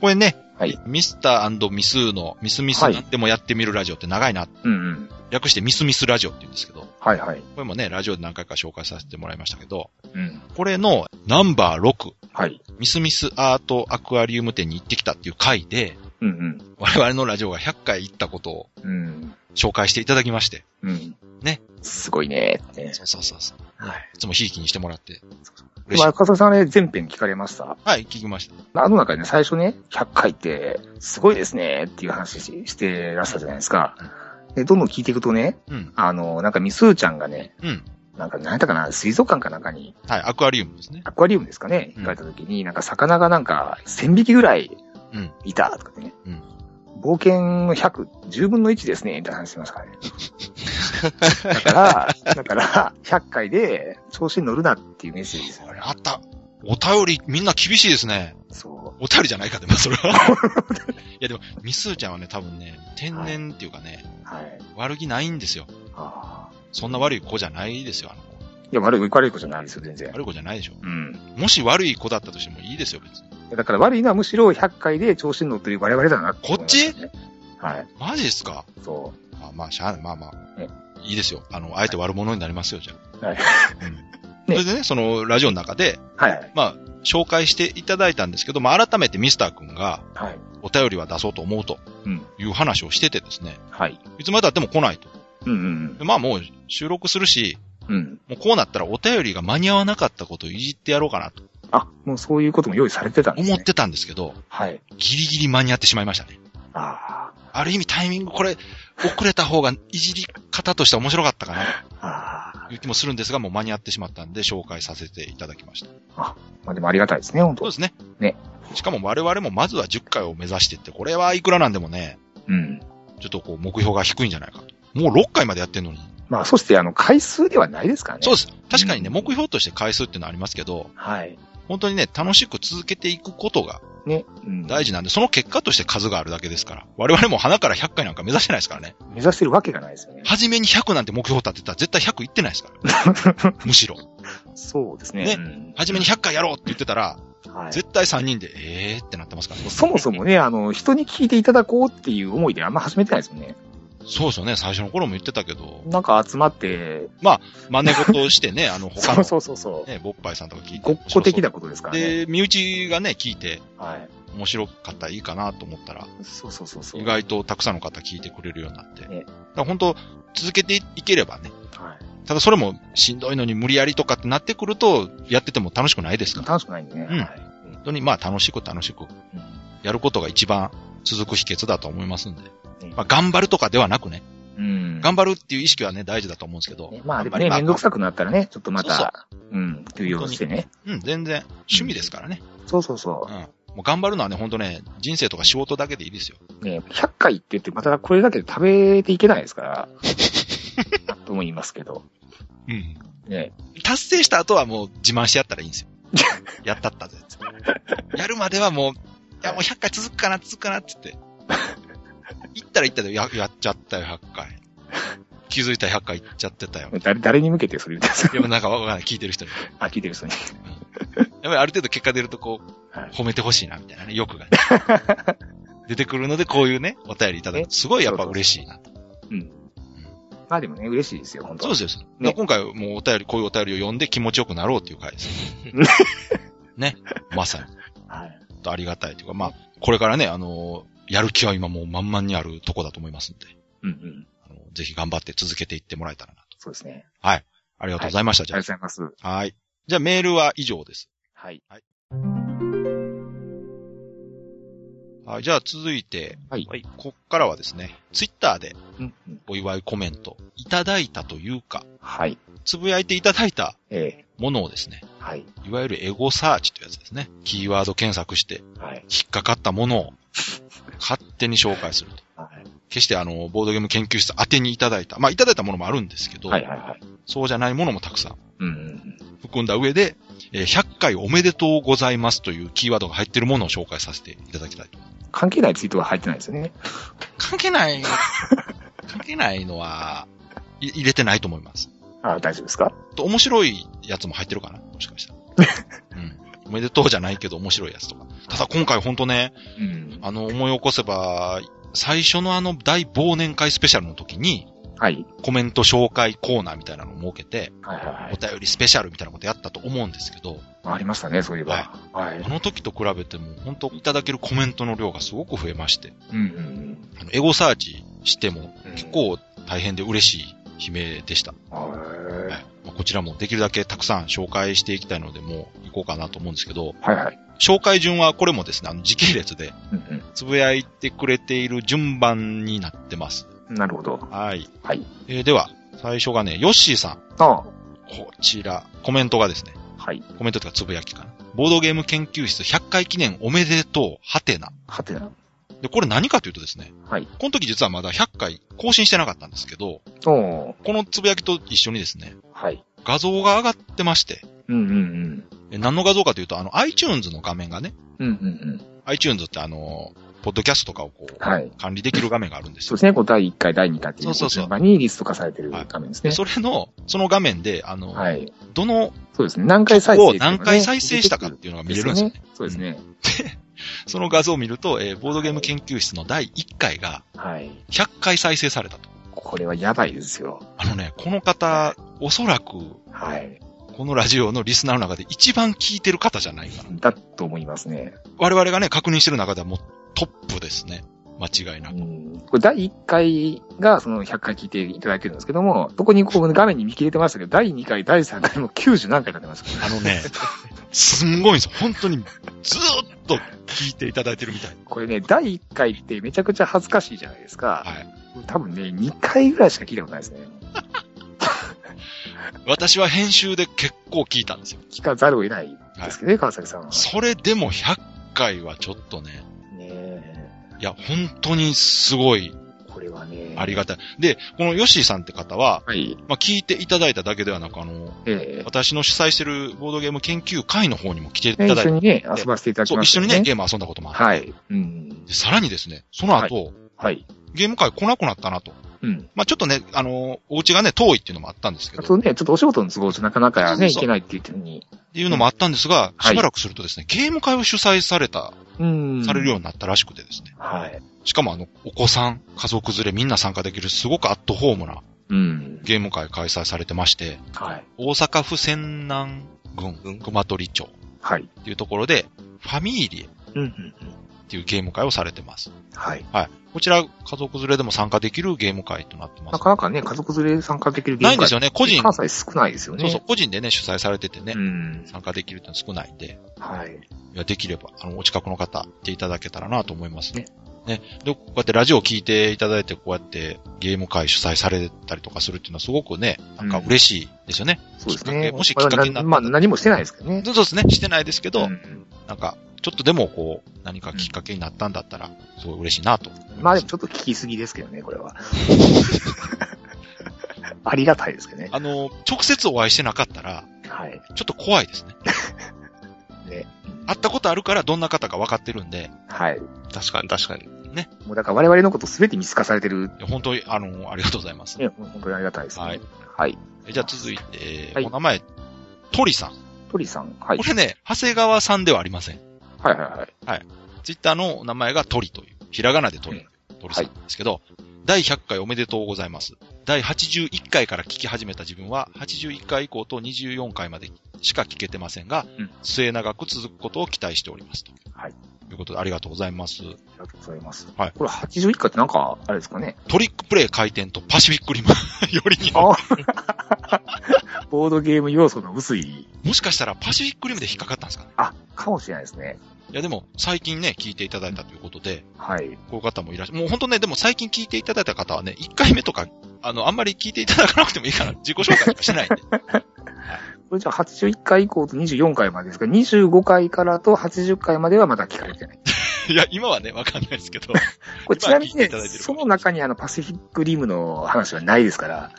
Speaker 2: これね、
Speaker 3: はい
Speaker 2: ミスターミスーのミスミス
Speaker 3: はい
Speaker 2: なんでもやってみるラジオって長いな。
Speaker 3: うんうん。
Speaker 2: 略してミスミスラジオって言うんですけど、こ
Speaker 3: はいはい。
Speaker 2: れもね、ラジオで何回か紹介させてもらいましたけど、
Speaker 3: うん。
Speaker 2: これのナンバー6、
Speaker 3: はい。
Speaker 2: ミスミスアートアクアリウム店に行ってきたっていう回で、
Speaker 3: うん
Speaker 2: 我々のラジオが100回行ったことを
Speaker 3: うん。うん。
Speaker 2: 紹介していただきまして、
Speaker 3: うん。
Speaker 2: ね。
Speaker 3: すごいねーってね。
Speaker 2: そうそうそうそう。
Speaker 3: はい。
Speaker 2: いつもひいきにしてもらって、嬉し
Speaker 3: ま
Speaker 2: い
Speaker 3: あ、。笠さんね、全編聞かれました。
Speaker 2: はい、聞きました。
Speaker 3: あの中でね、最初ね、100回って、すごいですね、っていう話ししてらしたじゃないですか。で、どんどん聞いていくとね、
Speaker 2: うん。
Speaker 3: あの、なんかミスーちゃんがね、
Speaker 2: うん。
Speaker 3: なんか、なんだかな、水族館かなんかに、
Speaker 2: はい、アクアリウムですね。
Speaker 3: アクアリウムですかね、
Speaker 2: うん
Speaker 3: 行かれた時に、なんか魚がなんか、1000匹ぐらい
Speaker 2: うん。
Speaker 3: いた、とかってね。
Speaker 2: うん
Speaker 3: 冒険の100、10分の1ですね、みたいな話してますからね。だから、だから、100回で調子に乗るなっていうメッセージですよ
Speaker 2: これあった。お便り、みんな厳しいですね。
Speaker 3: そ
Speaker 2: お便りじゃないか、でも それは。いやでも、ミスーちゃんはね、多分ね、天然っていうかね、
Speaker 3: う。はい。
Speaker 2: 悪気ないんですよ。
Speaker 3: ああ。
Speaker 2: そんな悪い子じゃないですよ、あの子。
Speaker 3: いや、悪い、悪い子じゃないですよ、全然。
Speaker 2: 悪い子じゃないでしょ。
Speaker 3: うん。
Speaker 2: もし悪い子だったとしてもいいですよ、別に。
Speaker 3: だから悪いのはむしろ100回で調子に乗ってる我々だなて思いますねはい。
Speaker 2: マジですか
Speaker 3: そう。
Speaker 2: まあまあ、しゃあない。まあまあ
Speaker 3: え。
Speaker 2: いいですよ。あの、あえて悪者になりますよ、じゃあ。
Speaker 3: はい
Speaker 2: うんそれでね、そのラジオの中で、
Speaker 3: はい。
Speaker 2: まあ、紹介していただいたんですけど、まあ、改めてミスター君が
Speaker 3: はい。
Speaker 2: お便りは出そうと思うと
Speaker 3: うん。
Speaker 2: いう話をしててですね、
Speaker 3: はい。
Speaker 2: いつまでたっても来ないと。
Speaker 3: うんうん
Speaker 2: でまあもう収録するし、
Speaker 3: うん。うん。
Speaker 2: もうこうなったらお便りが間に合わなかったことをいじってやろうかなと
Speaker 3: あ、もうそういうことも用意されてたんですね。
Speaker 2: 思ってたんですけど、
Speaker 3: はい。
Speaker 2: ギリギリ間に合ってしまいましたね。
Speaker 3: あ
Speaker 2: ある意味タイミングこれ、遅れた方がいじり方としては面白かったかな
Speaker 3: あ。ああ。
Speaker 2: という気もするんですが、もう間に合ってしまったんで紹介させていただきました。
Speaker 3: まあでもありがたいですね、本
Speaker 2: そう
Speaker 3: 当
Speaker 2: ですね。
Speaker 3: ね。
Speaker 2: しかも我々もまずは10回を目指してって、これはいくらなんでもね、
Speaker 3: うん。
Speaker 2: ちょっとこう目標が低いんじゃないかと。もう6回までやってんのに。
Speaker 3: まあ、そして、あの、回数ではないですからね。
Speaker 2: そう
Speaker 3: す。
Speaker 2: です。確かにね、
Speaker 3: うん
Speaker 2: 目標として回数っていうのはありますけど、
Speaker 3: はい。
Speaker 2: 本当にね、楽しく続けていくことが
Speaker 3: ね。うん
Speaker 2: 大事なんで、その結果として数があるだけですから。我々も花から100回なんか目指してないですからね。
Speaker 3: 目指してるわけがないですよね。
Speaker 2: 初めに100なんて目標立てたら絶対100いってないです から。むしろ。
Speaker 3: そうですね。
Speaker 2: ね
Speaker 3: うん
Speaker 2: 初めに100回やろうって言ってたら、
Speaker 3: はい
Speaker 2: 絶対3人で、えーってなってますからね。
Speaker 3: そもそもね、あの、人に聞いていただこうっていう思いであんま始めてないですよね。
Speaker 2: そうですよね。最初の頃も言ってたけど、
Speaker 3: なんか集まって、
Speaker 2: 真似事をしてね、あの、他
Speaker 3: そう
Speaker 2: の
Speaker 3: そうそうそう。
Speaker 2: ね、ボッパイさんとか聞いて。
Speaker 3: ごっこ的
Speaker 2: だ
Speaker 3: なことですからね。
Speaker 2: で、身内がね、聞いて、
Speaker 3: はい。
Speaker 2: 面白かったらいいかなと思ったら、
Speaker 3: そうそうそうそう。
Speaker 2: 意外とたくさんの方聞いてくれるようになって。
Speaker 3: ね
Speaker 2: だから本当続けていければね。
Speaker 3: は
Speaker 2: ただそれもしんどいのに無理やりとかってなってくると、やってても楽しくないです
Speaker 3: い。
Speaker 2: から。
Speaker 3: 楽しくないんでね。
Speaker 2: うん
Speaker 3: はい
Speaker 2: 本当にまあ楽しく楽しく、やることが一番続く秘訣だと思いますんで。
Speaker 3: ね
Speaker 2: まあ頑張るとかではなくね、
Speaker 3: うん。
Speaker 2: 頑張るっていう意識はね、大事だと思うんですけど。
Speaker 3: ねまあ、でも
Speaker 2: 頑張り
Speaker 3: ね、
Speaker 2: まあ
Speaker 3: めんどくさくなったらね、ちょっとま
Speaker 2: そう
Speaker 3: た、うん、休養してね。
Speaker 2: うん、全然、趣味ですからね。
Speaker 3: そうそうそう
Speaker 2: うん。。もう頑張るのはね、本当ね、人生とか仕事だけでいいですよ。
Speaker 3: ね、100回って言って、またこれだけで食べていけないですから、 とも言いますけど。
Speaker 2: うん。
Speaker 3: ね、
Speaker 2: 達成した後はもう自慢し合ったらいいんですよ。 やったったぜっつって。やるまではもう、いやもう100回続くかな、続くかなっつって。行ったら行ったで、や、やっちゃったよ、100回。気づいたら100回行っちゃってたよ。
Speaker 3: 誰、誰に向けてそれ言うんです
Speaker 2: で
Speaker 3: か
Speaker 2: もなんかわかんない、聞いてる人に。
Speaker 3: あ、聞いてる人に。
Speaker 2: やっぱりある程度結果出るとこう
Speaker 3: はい、
Speaker 2: 褒めてほしいな、みたいなね、欲がね。出てくるので、こういうね、お便りいただくと、すごいやっぱ嬉しいなと。
Speaker 3: まあでもね、嬉しいですよ、本当
Speaker 2: そうですよ。
Speaker 3: ね
Speaker 2: 今回もうお便り、こういうお便りを読んで気持ちよくなろうっていう回です。 ね。まさに。
Speaker 3: はい。
Speaker 2: ちょっとありがたいというか、まあ、これからね、あの、やる気は今もう満々にあるとこだと思いますんで、
Speaker 3: うんうん。
Speaker 2: あのぜひ頑張って続けていってもらえたらなと。
Speaker 3: そうですね。
Speaker 2: ありがとうございました、
Speaker 3: ありがとうご
Speaker 2: じ
Speaker 3: ざいます。
Speaker 2: ゃあ。はい。じゃあメールは以上です。
Speaker 3: はい。
Speaker 2: はい、じゃあ続いて、
Speaker 3: はい
Speaker 2: こっからはですね、ツイッターで
Speaker 3: うんうん
Speaker 2: お祝いコメントいただいたというか、
Speaker 3: はい。
Speaker 2: つぶやいていただいた
Speaker 3: え
Speaker 2: ものをですね
Speaker 3: え、はい。
Speaker 2: いわゆるエゴサーチというやつですね。キーワード検索して
Speaker 3: はい。
Speaker 2: 引っかかったものを勝手に紹介すると。
Speaker 3: はい。
Speaker 2: 決してあの、ボードゲーム研究室宛てにいただいた、まあいただいたものもあるんですけど、
Speaker 3: はい。はい。はい。
Speaker 2: そうじゃないものもたくさん
Speaker 3: うんうん
Speaker 2: 含んだ上で、えー100回おめでとうございますというキーワードが入っているものを紹介させていただきたいと。
Speaker 3: うん。関係ないツイートは入ってないですよね。
Speaker 2: 関係 ない、関係ないのは、い入れてないと思います。
Speaker 3: あ大丈夫ですか
Speaker 2: と、面白いやつも入ってるかなもしか したら。うん。おめでとうじゃないけど面白いやつとか。ただ今回ほんとね、
Speaker 3: うん。
Speaker 2: あの、思い起こせば、最初のあの大忘年会スペシャルの時に、
Speaker 3: はい。
Speaker 2: コメント紹介コーナーみたいなのを設けて、
Speaker 3: はい。はい。は
Speaker 2: お
Speaker 3: い。
Speaker 2: 便りスペシャルみたいなことやったと思うんですけど、
Speaker 3: ありましたね、そういえば。はい
Speaker 2: あ。の時と比べても、本当いただけるコメントの量がすごく増えまして、
Speaker 3: うんうん
Speaker 2: あの、エゴサーチしても、
Speaker 3: うん。
Speaker 2: 結構大変で嬉しい悲鳴でした。
Speaker 3: は
Speaker 2: はいまあこちらもできるだけたくさん紹介していきたいので、もう行こうかなと思うんですけど、
Speaker 3: い。はい。はい。
Speaker 2: 紹介順はこれもですね、あの時系列で、
Speaker 3: うん
Speaker 2: つぶやいてくれている順番になってます。
Speaker 3: うん。なるほど。
Speaker 2: はい。
Speaker 3: はい。
Speaker 2: えーでは、最初がね、ヨッシーさん。
Speaker 3: ああ。
Speaker 2: こちら、コメントがですね、
Speaker 3: はい。
Speaker 2: コメントというかつぶやきかな。ボードゲーム研究室100回記念おめでとう、はてな。
Speaker 3: はてな。
Speaker 2: で、これ何かというとですね、
Speaker 3: はい。
Speaker 2: この時実はまだ100回更新してなかったんですけど、
Speaker 3: おお。
Speaker 2: このつぶやきと一緒にですね、
Speaker 3: はい。
Speaker 2: 画像が上がってまして、
Speaker 3: うんうん
Speaker 2: え何の画像かというと、あの、iTunes の画面がね、
Speaker 3: うん。うんうんうん。
Speaker 2: iTunes ってあの、ポッドキャストとかをこう、
Speaker 3: はい。
Speaker 2: 管理できる画面があるんです
Speaker 3: そう
Speaker 2: よ。
Speaker 3: ですね、こう第1回、第2回っていう
Speaker 2: そうそうそう
Speaker 3: 順番にリスト化されてる
Speaker 2: はい
Speaker 3: 画面です
Speaker 2: で
Speaker 3: ね。
Speaker 2: それの、その画面で、あの、
Speaker 3: はい。
Speaker 2: どの
Speaker 3: そうですね。何回再生っていう
Speaker 2: を
Speaker 3: のがね、
Speaker 2: 何回再生したかっていうのが見れるんですよね。。
Speaker 3: そうですね。
Speaker 2: その画像を見ると、えーボードゲーム研究室の第1回が
Speaker 3: はい。
Speaker 2: 100回再生されたと。
Speaker 3: これはやばいですよ。
Speaker 2: あのね、この方、おそらく、
Speaker 3: はい。
Speaker 2: このラジオのリスナーの中で一番聞いてる方じゃないかな。
Speaker 3: だと思いますね。
Speaker 2: 我々がね、確認してる中ではもうトップですね。間違いな
Speaker 3: う
Speaker 2: く。
Speaker 3: ん。これ第1回がその100回聞いていただけるんですけども、そこにこう画面に見切れてましたけど、第2回、第3回も90何回になってますから
Speaker 2: あのね、すんごいんですよ。本当にずーっと聞いていただいてるみたい。
Speaker 3: これね、第1回ってめちゃくちゃ恥ずかしいじゃないですか。
Speaker 2: はい。
Speaker 3: 多分ね、2回ぐらいしか聞いたことないですね。
Speaker 2: 私は編集で結構聞いたんですよ。
Speaker 3: 聞かざるを得ないですけどね、川崎さんは。
Speaker 2: それでも100回はちょっとね、
Speaker 3: ねえ
Speaker 2: いや、本当にすごい
Speaker 3: これはね。
Speaker 2: ありがたい。で、このヨッシーさんって方は、
Speaker 3: はい。
Speaker 2: まあ、聞いていただいただけではなく、あの、
Speaker 3: え
Speaker 2: 私の主催してるボードゲーム研究会の方にも来てい
Speaker 3: え
Speaker 2: ただい
Speaker 3: 一緒
Speaker 2: て、
Speaker 3: にね、遊ばせていただき
Speaker 2: そう、
Speaker 3: ま
Speaker 2: 一
Speaker 3: した
Speaker 2: 緒
Speaker 3: ね。
Speaker 2: にね、ゲーム遊んだこともある。
Speaker 3: はい。うん。
Speaker 2: でさらにですね、その後、
Speaker 3: はい。
Speaker 2: ゲーム会来なくなったなと。
Speaker 3: うん。
Speaker 2: まあ、ちょっとね、あの、お家がね、遠いっていうのもあったんですけ
Speaker 3: あ
Speaker 2: ど、っ
Speaker 3: とね、ちょっとお仕事の都合じゃなかなか
Speaker 2: そう
Speaker 3: ね、い
Speaker 2: そう
Speaker 3: けないって言ってるのに。
Speaker 2: ていうのもあったんですが、
Speaker 3: はい
Speaker 2: しばらくするとですね、ゲーム会を主催された、
Speaker 3: うん。
Speaker 2: されるようになったらしくてですね。
Speaker 3: はい。
Speaker 2: しかもあの、お子さん、家族連れみんな参加できる、すごくアットホームな
Speaker 3: うん。
Speaker 2: ゲーム会開催されてまして、
Speaker 3: はい。
Speaker 2: 大阪府泉南
Speaker 4: うん
Speaker 2: 郡熊取町
Speaker 3: はい。
Speaker 2: っていうところで、ファミーリエっ
Speaker 3: うん。うんうん
Speaker 2: ていうゲーム会をされてます。
Speaker 3: はい。
Speaker 2: こちら、家族連れでも参加できるゲーム会となってま
Speaker 3: な
Speaker 2: す。
Speaker 3: かなかね、家族連れ参加できるゲーム
Speaker 2: ないんですよね、個人、
Speaker 3: 関西少ないですよね。
Speaker 2: そうそう、個人でね、主催されててね、
Speaker 3: うん。
Speaker 2: 参加できるってのは少ないんで、
Speaker 3: はい。
Speaker 2: いや、できれば、あの、お近くの方、来ていただけたらなと思いますね
Speaker 3: ね。
Speaker 2: ね。で、こうやってラジオを聞いていただいて、こうやってゲーム会主催されたりとかするっていうのはすごくね、なんか嬉しいですよね。
Speaker 3: そうです
Speaker 2: きっかけ
Speaker 3: ね。
Speaker 2: もしきっかけになったら
Speaker 3: まあ、なまあ何もしてないですけどね。
Speaker 2: そうですね、してないですけど、
Speaker 3: うん
Speaker 2: なんか、ちょっとでもこう、何かきっかけになったんだったら、すごい嬉しいなと思いす。
Speaker 3: まあでもちょっと聞きすぎですけどね、これは。 ありがたいですけどね。
Speaker 2: あの、直接お会いしてなかったら、
Speaker 3: はい。
Speaker 2: ちょっと怖いですね。
Speaker 3: ね。
Speaker 2: 会ったことあるからどんな方か分かってるんで、
Speaker 3: はい。
Speaker 4: 確かに確かに。
Speaker 3: もうだから我々のこと全て見透かされてる。
Speaker 2: いや本当に、あの、ありがとうございます。
Speaker 3: ね、本当にありがたいです、ね。
Speaker 2: はい。
Speaker 3: はい。
Speaker 2: えじゃあ続いて、
Speaker 3: はい
Speaker 2: お名前、鳥さん。
Speaker 3: 鳥さん。はい
Speaker 2: こ。れね、長谷川さんではありません。
Speaker 3: はいはいはい。
Speaker 2: ツイッターのお名前が鳥という、ひらがなで鳥、鳥さんですけど、第100回おめでとうございます。第81回から聞き始めた自分は、81回以降と24回までしか聞けてませんが、
Speaker 3: うん
Speaker 2: 末長く続くことを期待しておりますと。
Speaker 3: はい。
Speaker 2: いうことで、ありがとうございます。
Speaker 3: ありがとうございます。
Speaker 2: はい
Speaker 3: これ81回ってなんか、あれですかね。
Speaker 2: トリックプレイ回転とパシフィックリム よりによ
Speaker 3: あボードゲーム要素の薄い。
Speaker 2: り、もしかしたらパシフィックリムで引っかかったんですかね
Speaker 3: あ、かもしれないですね。
Speaker 2: いやでも、最近ね、聞いていただいたということで、
Speaker 3: はい。
Speaker 2: こういう方もいらっしゃもう本当ね、でも最近聞いていただいた方はね、1回目とか、あの、あんまり聞いていただかなくてもい いから、自己紹介してないんで。
Speaker 3: これじゃあ81回以降と24回までですか ?25 回からと80回まではまだ聞かれてない。
Speaker 2: いや、今はね、わかんないですけど。
Speaker 3: これちなみにね
Speaker 2: 今聞いていただいて、る
Speaker 3: その中にあのパシフィックリムの話はないですから、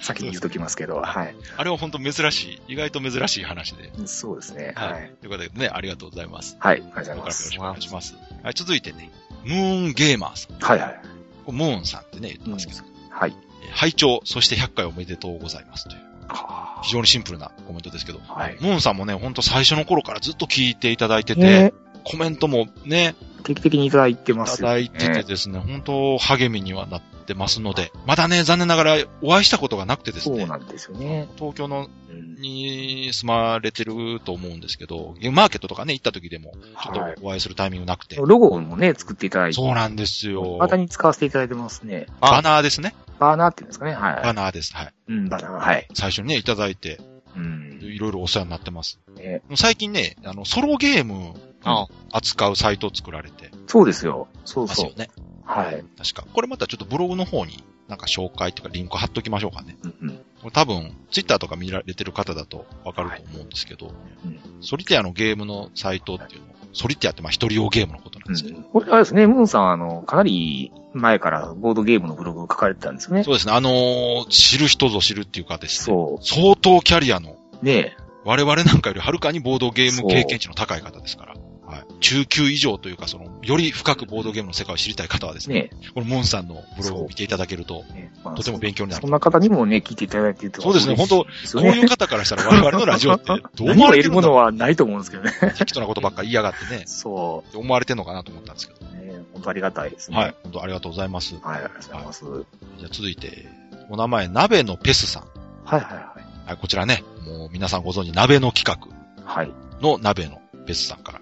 Speaker 3: 先に言っときますけど、はい。
Speaker 2: あれは本当珍しい、意外と珍しい話で。
Speaker 3: そうですね。はい。
Speaker 2: ということでね、ありがとうございます。
Speaker 3: はい、ありがとうござい
Speaker 2: これから
Speaker 3: ま
Speaker 2: よろ
Speaker 3: す
Speaker 2: し。くお願いします。はい、続いてね、ムーンゲーマーさん。
Speaker 3: はいはい。
Speaker 2: これムーンさんってね、言ってますけど。
Speaker 3: はい。
Speaker 2: えー拝聴、そして100回おめでとうございますという、
Speaker 3: は
Speaker 2: 非常にシンプルなコメントですけど、
Speaker 3: あはい。
Speaker 2: ムーンさんもね、ほんと最初の頃からずっと聞いていただいてて、
Speaker 3: ね
Speaker 2: コメントもね、
Speaker 3: 定期的にいただいて
Speaker 2: い
Speaker 3: ま
Speaker 2: た
Speaker 3: すよ、
Speaker 2: だ
Speaker 3: ね。
Speaker 2: いててですね、本当励みにはなってますので、まだね、残念ながらお会いしたことがなくてです
Speaker 3: そう
Speaker 2: ね
Speaker 3: な、んですよね。
Speaker 2: 東京の
Speaker 3: うん
Speaker 2: に住まれてると思うんですけど、ゲームマーケットとかね、行った時でも、ちょっ
Speaker 3: はい。
Speaker 2: とお会いするタイミングなくて。
Speaker 3: ロゴもね、作っていただいて。
Speaker 2: そうなんですよ。
Speaker 3: またに使わせていただいてますね。
Speaker 2: バナーですね。
Speaker 3: バーナーっていうんですかね。は
Speaker 2: バナーです。はい。
Speaker 3: い。うん、バナー。はい。
Speaker 2: 最初にね、いただいて、
Speaker 3: うん。
Speaker 2: いろいろお世話になってます。
Speaker 3: ね
Speaker 2: 最近ね、あの、ソロゲーム
Speaker 4: あ
Speaker 2: 扱うサイトを作られて
Speaker 3: そうですよ。そう
Speaker 2: ます
Speaker 3: そ
Speaker 2: よ
Speaker 3: う。
Speaker 2: ね。
Speaker 3: はい。
Speaker 2: 確か。これまたちょっとブログの方に、なんか紹介とかリンク貼っときましょうかね。
Speaker 3: うんうん。
Speaker 2: これ多分、ツイッターとか見られてる方だとわかると思うんですけど、
Speaker 3: うん
Speaker 2: ソリティアのゲームのサイトっていうの、ソリティアってまあ一人用ゲームのことなん
Speaker 3: う
Speaker 2: ですけど、
Speaker 3: んこれあれですね、ムーンさんは、あの、かなり前からボードゲームのブログを書かれてたんですよね。
Speaker 2: そうですね。あのー知る人ぞ知るっていうかですね。
Speaker 3: そ
Speaker 2: 相当キャリアの、
Speaker 3: う。ね
Speaker 2: 我々なんかよりはるかにボードゲーム経験値の高い方ですから。はい。中級以上というか、その、より深くボードゲームの世界を知りたい方はです
Speaker 3: え、
Speaker 2: ね、
Speaker 3: ね
Speaker 2: このモンさんのブログを見ていただけると、
Speaker 3: え。ねえまあ
Speaker 2: とても勉強にな
Speaker 3: そ
Speaker 2: る。
Speaker 3: んな方にもね、聞いていただいてると
Speaker 2: そうですね、本当こ
Speaker 3: 当
Speaker 2: ういう方からしたら我々のラジオってどう
Speaker 3: 何
Speaker 2: 思
Speaker 3: を
Speaker 2: わ
Speaker 3: 得
Speaker 2: れて
Speaker 3: る
Speaker 2: るん
Speaker 3: も
Speaker 2: だ
Speaker 3: の
Speaker 2: ろ
Speaker 3: はないと思うんですけどね。
Speaker 2: う適当なことばっかり言いやがってね、
Speaker 3: そ
Speaker 2: って思われてるのかなと思ったんですけど
Speaker 3: う。。ねえ本当ありがたいですね。
Speaker 2: はい。。本当ありがとうございます。
Speaker 3: はい、ありがとうございます。はい
Speaker 2: じゃあ続いて、お名前、鍋のペスさん。
Speaker 3: はいはい。
Speaker 2: はい、こちらね、もう皆さんご存知、鍋の企画。
Speaker 3: はい。
Speaker 2: の鍋のベスさんから。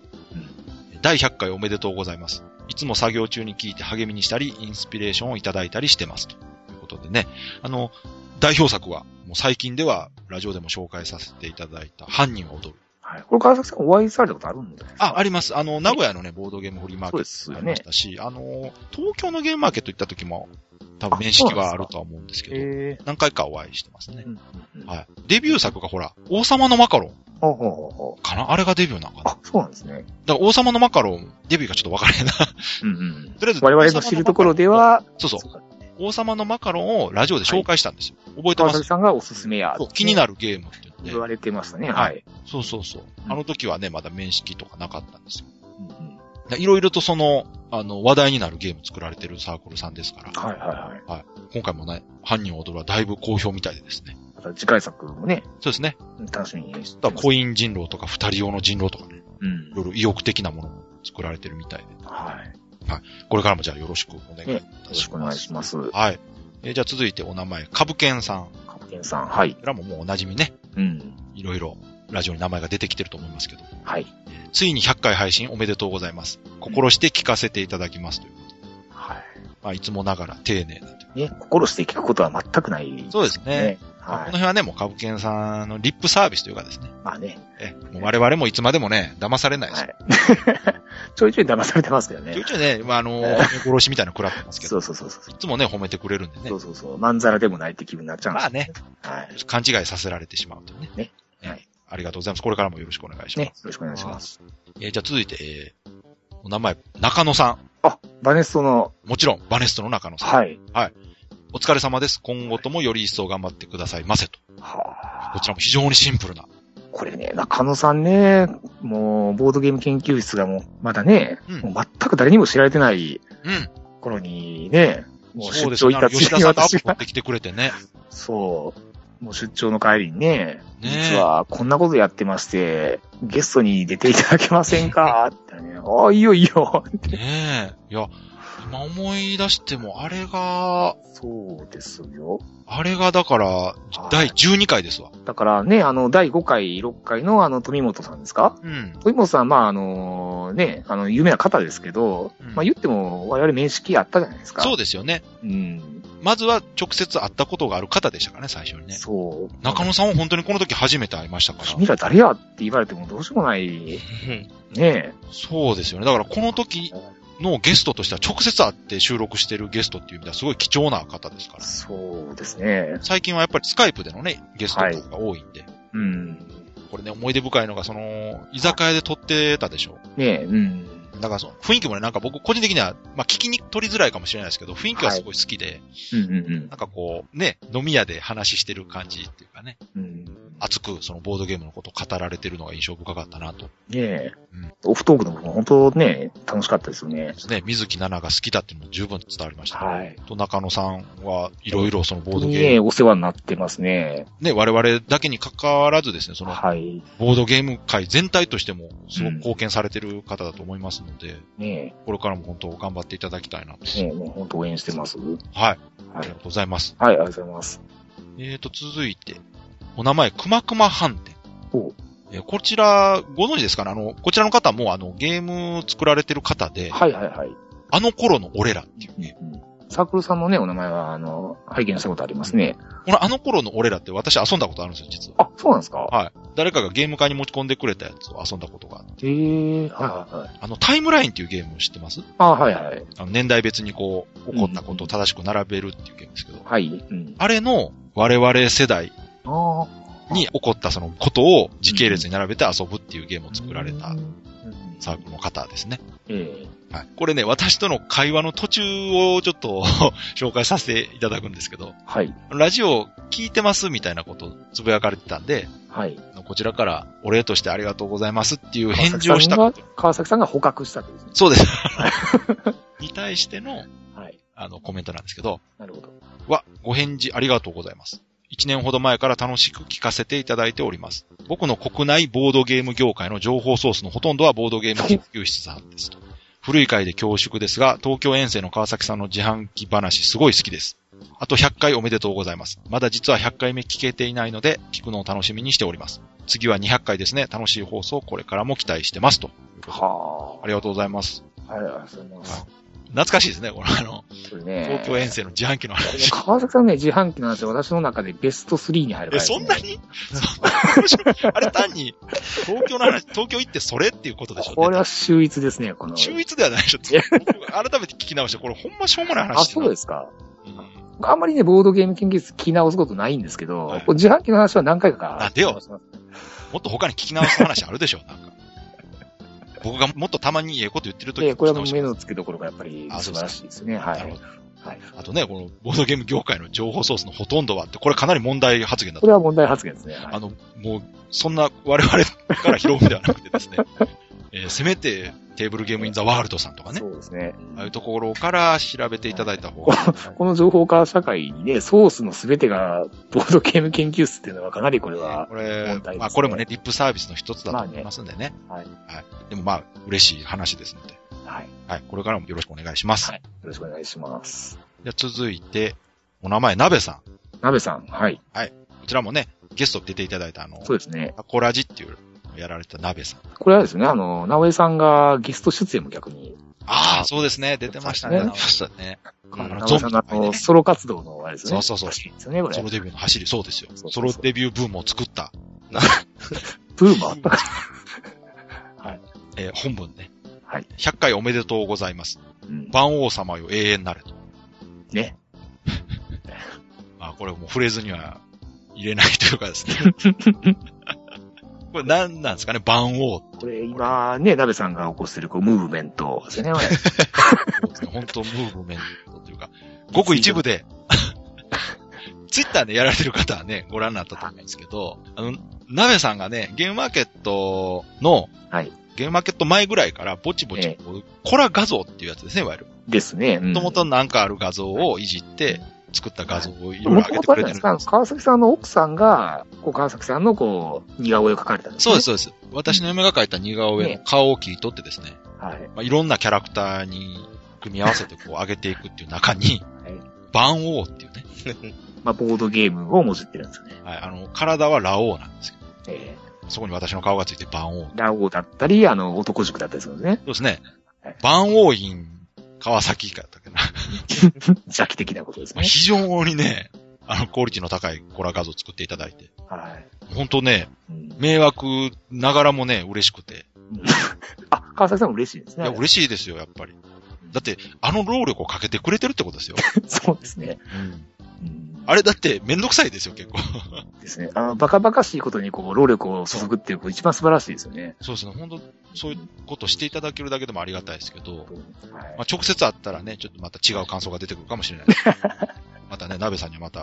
Speaker 2: 第100回おめでとうございます。いつも作業中に聞いて励みにしたり、インスピレーションをいただいたりしてます。ということでね、あの、代表作は、もう最近では、ラジオでも紹介させていただいた、犯人は踊る。
Speaker 3: はい。これ川崎さんお会いされたことあるんですか
Speaker 2: あ、あります。あの、名古屋のね、ボードゲームフリーマー
Speaker 3: そう
Speaker 2: ケット
Speaker 3: です
Speaker 2: あ
Speaker 3: よ
Speaker 2: り
Speaker 3: ね
Speaker 2: ましたし、あの、東京のゲームマーケット行った時も、多分面識はあるとは思うんですけど、
Speaker 3: え
Speaker 2: 何回かお会いしてますね
Speaker 3: え。。うんうんうん。
Speaker 2: はい。デビュー作がほら、王様のマカロン
Speaker 3: ほうほうほうほう。
Speaker 2: かなあれがデビューなんかな
Speaker 3: あ、そうなんですね。
Speaker 2: だから王様のマカロン、デビューがちょっと分からへんな。 と
Speaker 3: うんうん。
Speaker 2: りあえず、
Speaker 3: 我々の知るところでは、
Speaker 2: そうそう。
Speaker 3: う。
Speaker 2: 王様のマカロンをラジオで紹介したんですよ。覚えて
Speaker 3: 川
Speaker 2: ます
Speaker 3: 崎さんがおすすめや
Speaker 2: そう。気にな
Speaker 3: る。
Speaker 2: るゲームって言
Speaker 3: 言
Speaker 2: っ
Speaker 3: わ
Speaker 2: て。
Speaker 3: れてましたね。はい。
Speaker 2: そうそうそう。
Speaker 3: うん
Speaker 2: あの時はね、まだ面識とかなかったんですよ。
Speaker 3: うんうん
Speaker 2: だいろいろとその、あの、話題になるゲーム作られてるサークルさんですから、
Speaker 3: はいはいはい。
Speaker 2: 今回もね、犯人を踊るはだいぶ好評みたいでですね。
Speaker 3: また次回作もね、
Speaker 2: そうですね。
Speaker 3: 楽しみにしてま
Speaker 2: だから
Speaker 3: す。
Speaker 2: コイン人狼とか二人用の人狼とかね、
Speaker 3: うん
Speaker 2: い。ろいろ意欲的なものも作られてるみたいで、
Speaker 3: はい。よ
Speaker 2: これからもじゃあよろしくお願いいたします。
Speaker 3: ろしくお願いします。
Speaker 2: はい。えーじゃあ続いてお名前、カブケンさん。こ
Speaker 3: カプテンさん、はい。
Speaker 2: ちらももうお馴染みね、
Speaker 3: うん。
Speaker 2: いろいろラジオに名前が出てきてると思いますけど。
Speaker 3: はい。
Speaker 2: ついに100回配信おめでとうございます。心して聞かせていただきますという。
Speaker 3: は
Speaker 2: まあ、いつもながら丁寧なという。
Speaker 3: い。ね、心して聞くことは全くない、
Speaker 2: そうですね。。まあこ
Speaker 3: は
Speaker 2: の辺はね、もう株券さんのリップサービスというかですね。
Speaker 3: い。まあね。
Speaker 2: えもう我々もいつまでもね、騙されないで
Speaker 3: は
Speaker 2: す。
Speaker 3: い。ちょいちょい騙されてますけど
Speaker 2: ちょ
Speaker 3: ね
Speaker 2: い。ちょいね、まあ、あの、
Speaker 3: ええ
Speaker 2: 褒め殺しみたいなの食らってますけど、
Speaker 3: そ
Speaker 2: いう
Speaker 3: そうそうそう。
Speaker 2: つもね、褒めてくれるんでね
Speaker 3: そ、うそうそう。まんざらでもないって気分になっちゃうん
Speaker 2: まあ
Speaker 3: です
Speaker 2: ね、
Speaker 3: よ。はい。
Speaker 2: 勘違いさせられてしまうというね。
Speaker 3: ね
Speaker 2: ええ
Speaker 3: はい
Speaker 2: ありがとうございます。これからもよろしくお願いし
Speaker 3: ね、
Speaker 2: ま
Speaker 3: よ
Speaker 2: す。
Speaker 3: ろしくお願いします。
Speaker 2: えーじゃあ続いて、えーお名前、中野さ
Speaker 3: あ、バネストの、
Speaker 2: ん。もちろん、バネストの中野さん。
Speaker 3: はい。
Speaker 2: お疲れ様です。今後ともより一層頑張ってくださいませと。
Speaker 3: はあ
Speaker 2: こちらも非常にシンプルな。
Speaker 3: これね、中野さんね、もう、ボードゲーム研究室がもう、まだね、
Speaker 2: うん
Speaker 3: もう全く誰にも知られてない
Speaker 2: うん。
Speaker 3: 頃にね、もう
Speaker 2: そう
Speaker 3: 出
Speaker 2: です
Speaker 3: 張行
Speaker 2: ね。あ
Speaker 3: った
Speaker 2: の
Speaker 3: つい
Speaker 2: 吉田
Speaker 3: に
Speaker 2: さんとアップ
Speaker 3: 私
Speaker 2: 持っ
Speaker 3: が、
Speaker 2: てきてくれてね。
Speaker 3: そう、もう出張の帰りにね、
Speaker 2: ねえ
Speaker 3: 実はこんなことやってまして、ゲストに出ていただけませんかってね、ああ、いいよいいよ。
Speaker 2: ねえ。いや、今思い出しても、あれが、
Speaker 3: そうですよ。
Speaker 2: あれがだから、第12回ですわ。
Speaker 3: だからね、あの、第5回、6回のあの、富本さんですか
Speaker 2: うん。
Speaker 3: 富本さん、まあ、あの、ね、あの、有名な方ですけど、
Speaker 2: うん
Speaker 3: まあ、言っても我々面識あったじゃないですか。
Speaker 2: そうですよね。
Speaker 3: うん。
Speaker 2: まずは直接会ったことがある方でしたからね、最初にね。
Speaker 3: そう。
Speaker 2: 中野さんは本当にこの時初めて会いましたから。
Speaker 3: 君ら誰やって言われてもどうしようもない。ね
Speaker 2: そうですよね。だからこの時のゲストとしては直接会って収録してるゲストっていう意味ではすごい貴重な方ですか
Speaker 3: え。
Speaker 2: ら。
Speaker 3: そうですね。
Speaker 2: 最近はやっぱりスカイプでのね、ゲストとかが多いんで。
Speaker 3: うん。
Speaker 2: これね、思い出深いのが、その、居酒屋で撮ってたでしょ。
Speaker 3: ねえ、うん。
Speaker 2: だからその雰囲気もね、なんか僕個人的には、まあ聞きに取りづらいかもしれないですけど、雰囲気はすごい好きで、
Speaker 3: うんうん
Speaker 2: なんかこう、ね、飲み屋で話してる感じっていうかね、
Speaker 3: うん。うん、
Speaker 2: 熱くそのボードゲームのことを語られてるのが印象深かったなと。
Speaker 3: ねえ
Speaker 2: うん。
Speaker 3: オフトークの部分、本当ね、楽しかったですよね。
Speaker 2: ね、水木奈々が好きだっていうのも十分伝わりましたね、
Speaker 3: はい
Speaker 2: と中野さんはいろいろそのボー
Speaker 3: 本当
Speaker 2: ド
Speaker 3: に
Speaker 2: ゲー
Speaker 3: ね、
Speaker 2: ム、
Speaker 3: お世話になってますね。
Speaker 2: ね、我々だけに関わらずですね、その
Speaker 3: はい。
Speaker 2: ボードゲーム界全体としてもすごく貢献されてる方だと思いますので、
Speaker 3: ね
Speaker 2: これからも本当頑張っていただきたいなと。
Speaker 3: え、ねえ、もう本当応援してます。はい。
Speaker 2: はい。あ
Speaker 3: は
Speaker 2: り
Speaker 3: い
Speaker 2: が、とうございます。
Speaker 3: ありがとうございます。
Speaker 2: えーと、続いて、お名前、くまくま飯店。
Speaker 3: おう
Speaker 2: えーこちら、ご存知ですかねあの、こちらの方も、あの、ゲーム作られてる方で、
Speaker 3: はいはいはい。
Speaker 2: あの頃の俺らっていう
Speaker 3: う
Speaker 2: ね。
Speaker 3: んサークルさんのね、お名前は、あの、拝見したことありますね。
Speaker 2: このあの頃の俺らって私遊んだことあるんですよ、実は。
Speaker 3: あ、そうなんですか
Speaker 2: はい。誰かがゲーム会に持ち込んでくれたやつを遊んだことがあって
Speaker 3: へえ、はいはいはい。
Speaker 2: あの、タイムラインっていうゲーム知ってます
Speaker 3: あ、はいはい。
Speaker 2: あの、年代別にこう、起こったことを正しく並べるっていうゲームですけど、
Speaker 3: はい。うん。
Speaker 2: あれの我々世代
Speaker 3: ああ。
Speaker 2: に起こったそのことを時系列に並べて遊ぶっていうゲームを作られ
Speaker 3: う
Speaker 2: た
Speaker 3: ん。
Speaker 2: サークルの方ですね。
Speaker 3: え
Speaker 2: はい。これね、私との会話の途中をちょっと 紹介させていただくんですけど
Speaker 3: え、はい。
Speaker 2: ラジオ聞いてますみたいなことをつぶやかれてたんで、
Speaker 3: はい。
Speaker 2: こちらからお礼としてありがとうございますっていう返事をした。
Speaker 3: 川崎さんが川崎さんが捕獲したわけですね。
Speaker 2: そうです。 に対しての、
Speaker 3: はい。
Speaker 2: あの、コメントなんですけど、
Speaker 3: なるほど。
Speaker 2: は、ご返事ありがとうございます。一年ほど前から楽しく聞かせていただいております。僕の国内ボードゲーム業界の情報ソースのほとんどはボードゲーム研究室さんですと。古い回で恐縮ですが、東京遠征の川崎さんの自販機話すごい好きです。あと100回おめでとうございます。まだ実は100回目聞けていないので、聞くのを楽しみにしております。次は200回ですね。楽しい放送、これからも期待してます。と。
Speaker 3: は
Speaker 2: ありがとうございます。
Speaker 3: あ。ありがとうございます。
Speaker 2: 懐かしいですね、このあの、
Speaker 3: これね。
Speaker 2: 東京遠征の自販機の話。
Speaker 3: 川崎さんね、自販機の話、私の中でベスト3に入る回
Speaker 2: え、
Speaker 3: ですね
Speaker 2: そんなにそんなに面白いあれ単に、東京の話、東京行ってそれっていうことでしょうね
Speaker 3: これは秀逸ですね、この。
Speaker 2: 中一ではないでしょ。ちょっと僕改めて聞き直して、これほんましょうもない話だな
Speaker 3: あ、そうですか。
Speaker 2: うん
Speaker 3: あんまりね、ボードゲーム研究室聞き直すことないんですけど、
Speaker 2: はい
Speaker 3: これ自販機の話は何回か。
Speaker 2: なんでよ。もっと他に聞き直す話あるでしょ、なんか。僕がもっとたまにええこと言ってるとき
Speaker 3: で、これはもう
Speaker 2: し
Speaker 3: 目
Speaker 2: ま
Speaker 3: の
Speaker 2: す
Speaker 3: 付けどころがやっぱり
Speaker 2: あそ
Speaker 3: 素
Speaker 2: う
Speaker 3: 晴
Speaker 2: ですから
Speaker 3: しいですね。は
Speaker 2: なるほ
Speaker 3: い。
Speaker 2: ど
Speaker 3: はい。
Speaker 2: あとね、このボードゲーム業界の情報ソースのほとんどはって、これかなり問題発言だ
Speaker 3: ことれ。は問題発言ですね。はい
Speaker 2: あの、もう、そんな我々から拾うんではなくてですね、えーせめてテーブルゲームインザワールドさんとかね、
Speaker 3: そうですね。
Speaker 2: ああいうところから調べていただいた方が、
Speaker 3: この情報化社会にね、ソースの全てがボードゲーム研究室っていうのはかなりこれは、
Speaker 2: これ
Speaker 3: 問題です、ね
Speaker 2: まあこれもね、リップサービスの一つだと思いますんでね。
Speaker 3: まあね
Speaker 2: はい。でもまあ、嬉しい話ですので。
Speaker 3: はい。よ
Speaker 2: はい。これからもよろしくお願いします。
Speaker 3: はいろしくお願いします。
Speaker 2: じゃあ続いて、お名前、なべさん。
Speaker 3: 鍋さん、はい。
Speaker 2: こちらもね、ゲスト出ていただいたあの、
Speaker 3: そうですね。
Speaker 2: タコラジっていうのをやられたなべさん。
Speaker 3: これはですね、あの、直江さんがゲスト出演も逆に、
Speaker 2: ああ、そうですね。出てましたね。
Speaker 3: 出て
Speaker 2: ましたね。
Speaker 4: うん
Speaker 2: あの
Speaker 3: 直江さんのあ
Speaker 2: ゾンビ
Speaker 3: の、
Speaker 2: の
Speaker 3: ソロ活動のあれですね。
Speaker 2: そうそうそう
Speaker 3: 走りですよね、こ
Speaker 2: ソ
Speaker 3: れ
Speaker 2: ロ。デビューの走り、そうですよ。
Speaker 3: そうそう
Speaker 2: ソ
Speaker 3: そう
Speaker 2: ロデビューブームを作った、
Speaker 3: ブーマー。
Speaker 2: えー本文ね。
Speaker 3: はい。
Speaker 2: 100回おめでとうございます。
Speaker 3: うん
Speaker 2: 万王様よ永遠なれと。
Speaker 3: ね。
Speaker 2: まあ、これもうフレーズには入れないというかですね。 これ何なんですかね万王って
Speaker 3: これ今ね、鍋さんが起こしてるこうムーブメントですね。これ
Speaker 2: ことですね。本当ムーブメントというか、ごく一 部で、ツイッターでやられてる方はね、ご覧になったと思うんですけど、あの、なべさんがね、ゲームマーケットの、
Speaker 3: はい
Speaker 2: ゲームマーケット前ぐらいから、ぼちぼち
Speaker 3: ええ、
Speaker 2: コラ画像っていうやつですね、いわゆる。
Speaker 3: ですね。
Speaker 2: もとも
Speaker 3: も
Speaker 2: となんかある画像をいじって、作った画像をいろいろ上
Speaker 3: も
Speaker 2: げて
Speaker 3: とあ
Speaker 2: く
Speaker 3: れ
Speaker 2: れ
Speaker 3: じ
Speaker 2: て
Speaker 3: ゃない
Speaker 2: る
Speaker 3: ですか。川崎さんの奥さんが、こう川崎さんのこう、似顔絵を描かれたんです
Speaker 2: そう
Speaker 3: ね。
Speaker 2: です、そうです。私の嫁が描いた似顔絵の顔を切り取ってですね、
Speaker 3: はい。
Speaker 2: まあ、いろんなキャラクターに組み合わせてこう上げていくっていう中に
Speaker 3: はい、
Speaker 2: 万王っていうね、
Speaker 3: まあ、ボードゲームをもじってるんですよね。
Speaker 2: はい、あの、体はラオウなんですけ
Speaker 3: え
Speaker 2: ど、そこに私の顔がついて万王。そ
Speaker 3: ー、ラオウだったり、あの、男塾だったりするんですね。
Speaker 2: うですね
Speaker 3: はい。
Speaker 2: 万王院川崎かだったっけな。
Speaker 3: 邪気的なことです
Speaker 2: まあ
Speaker 3: ね。
Speaker 2: 非常にね、あの、クオリティの高いコラ画像を作っていただいて、
Speaker 3: はい。
Speaker 2: 本当ね、
Speaker 3: うん、
Speaker 2: 迷惑ながらもね、嬉しくて。
Speaker 3: あ、川崎さんも嬉しいです
Speaker 2: い
Speaker 3: ね。
Speaker 2: や、嬉しいですよ、やっぱり。だって、あの労力をかけてくれてるってことですよ。
Speaker 3: そうですね。うん、
Speaker 2: あれだって、めんどくさいですよ、結構。
Speaker 3: ですね。あの、バカバカしいことにこう、労力を注ぐっていう、こう一番素晴らしいですよね。
Speaker 2: そうですね、本当そういうことしていただけるだけでもありがたいですけ
Speaker 3: は
Speaker 2: ど、
Speaker 3: い
Speaker 2: まあ、直接会ったらね、ちょっとまた違う感想が出てくるかもしれ ないです。またね、鍋さんにはまた、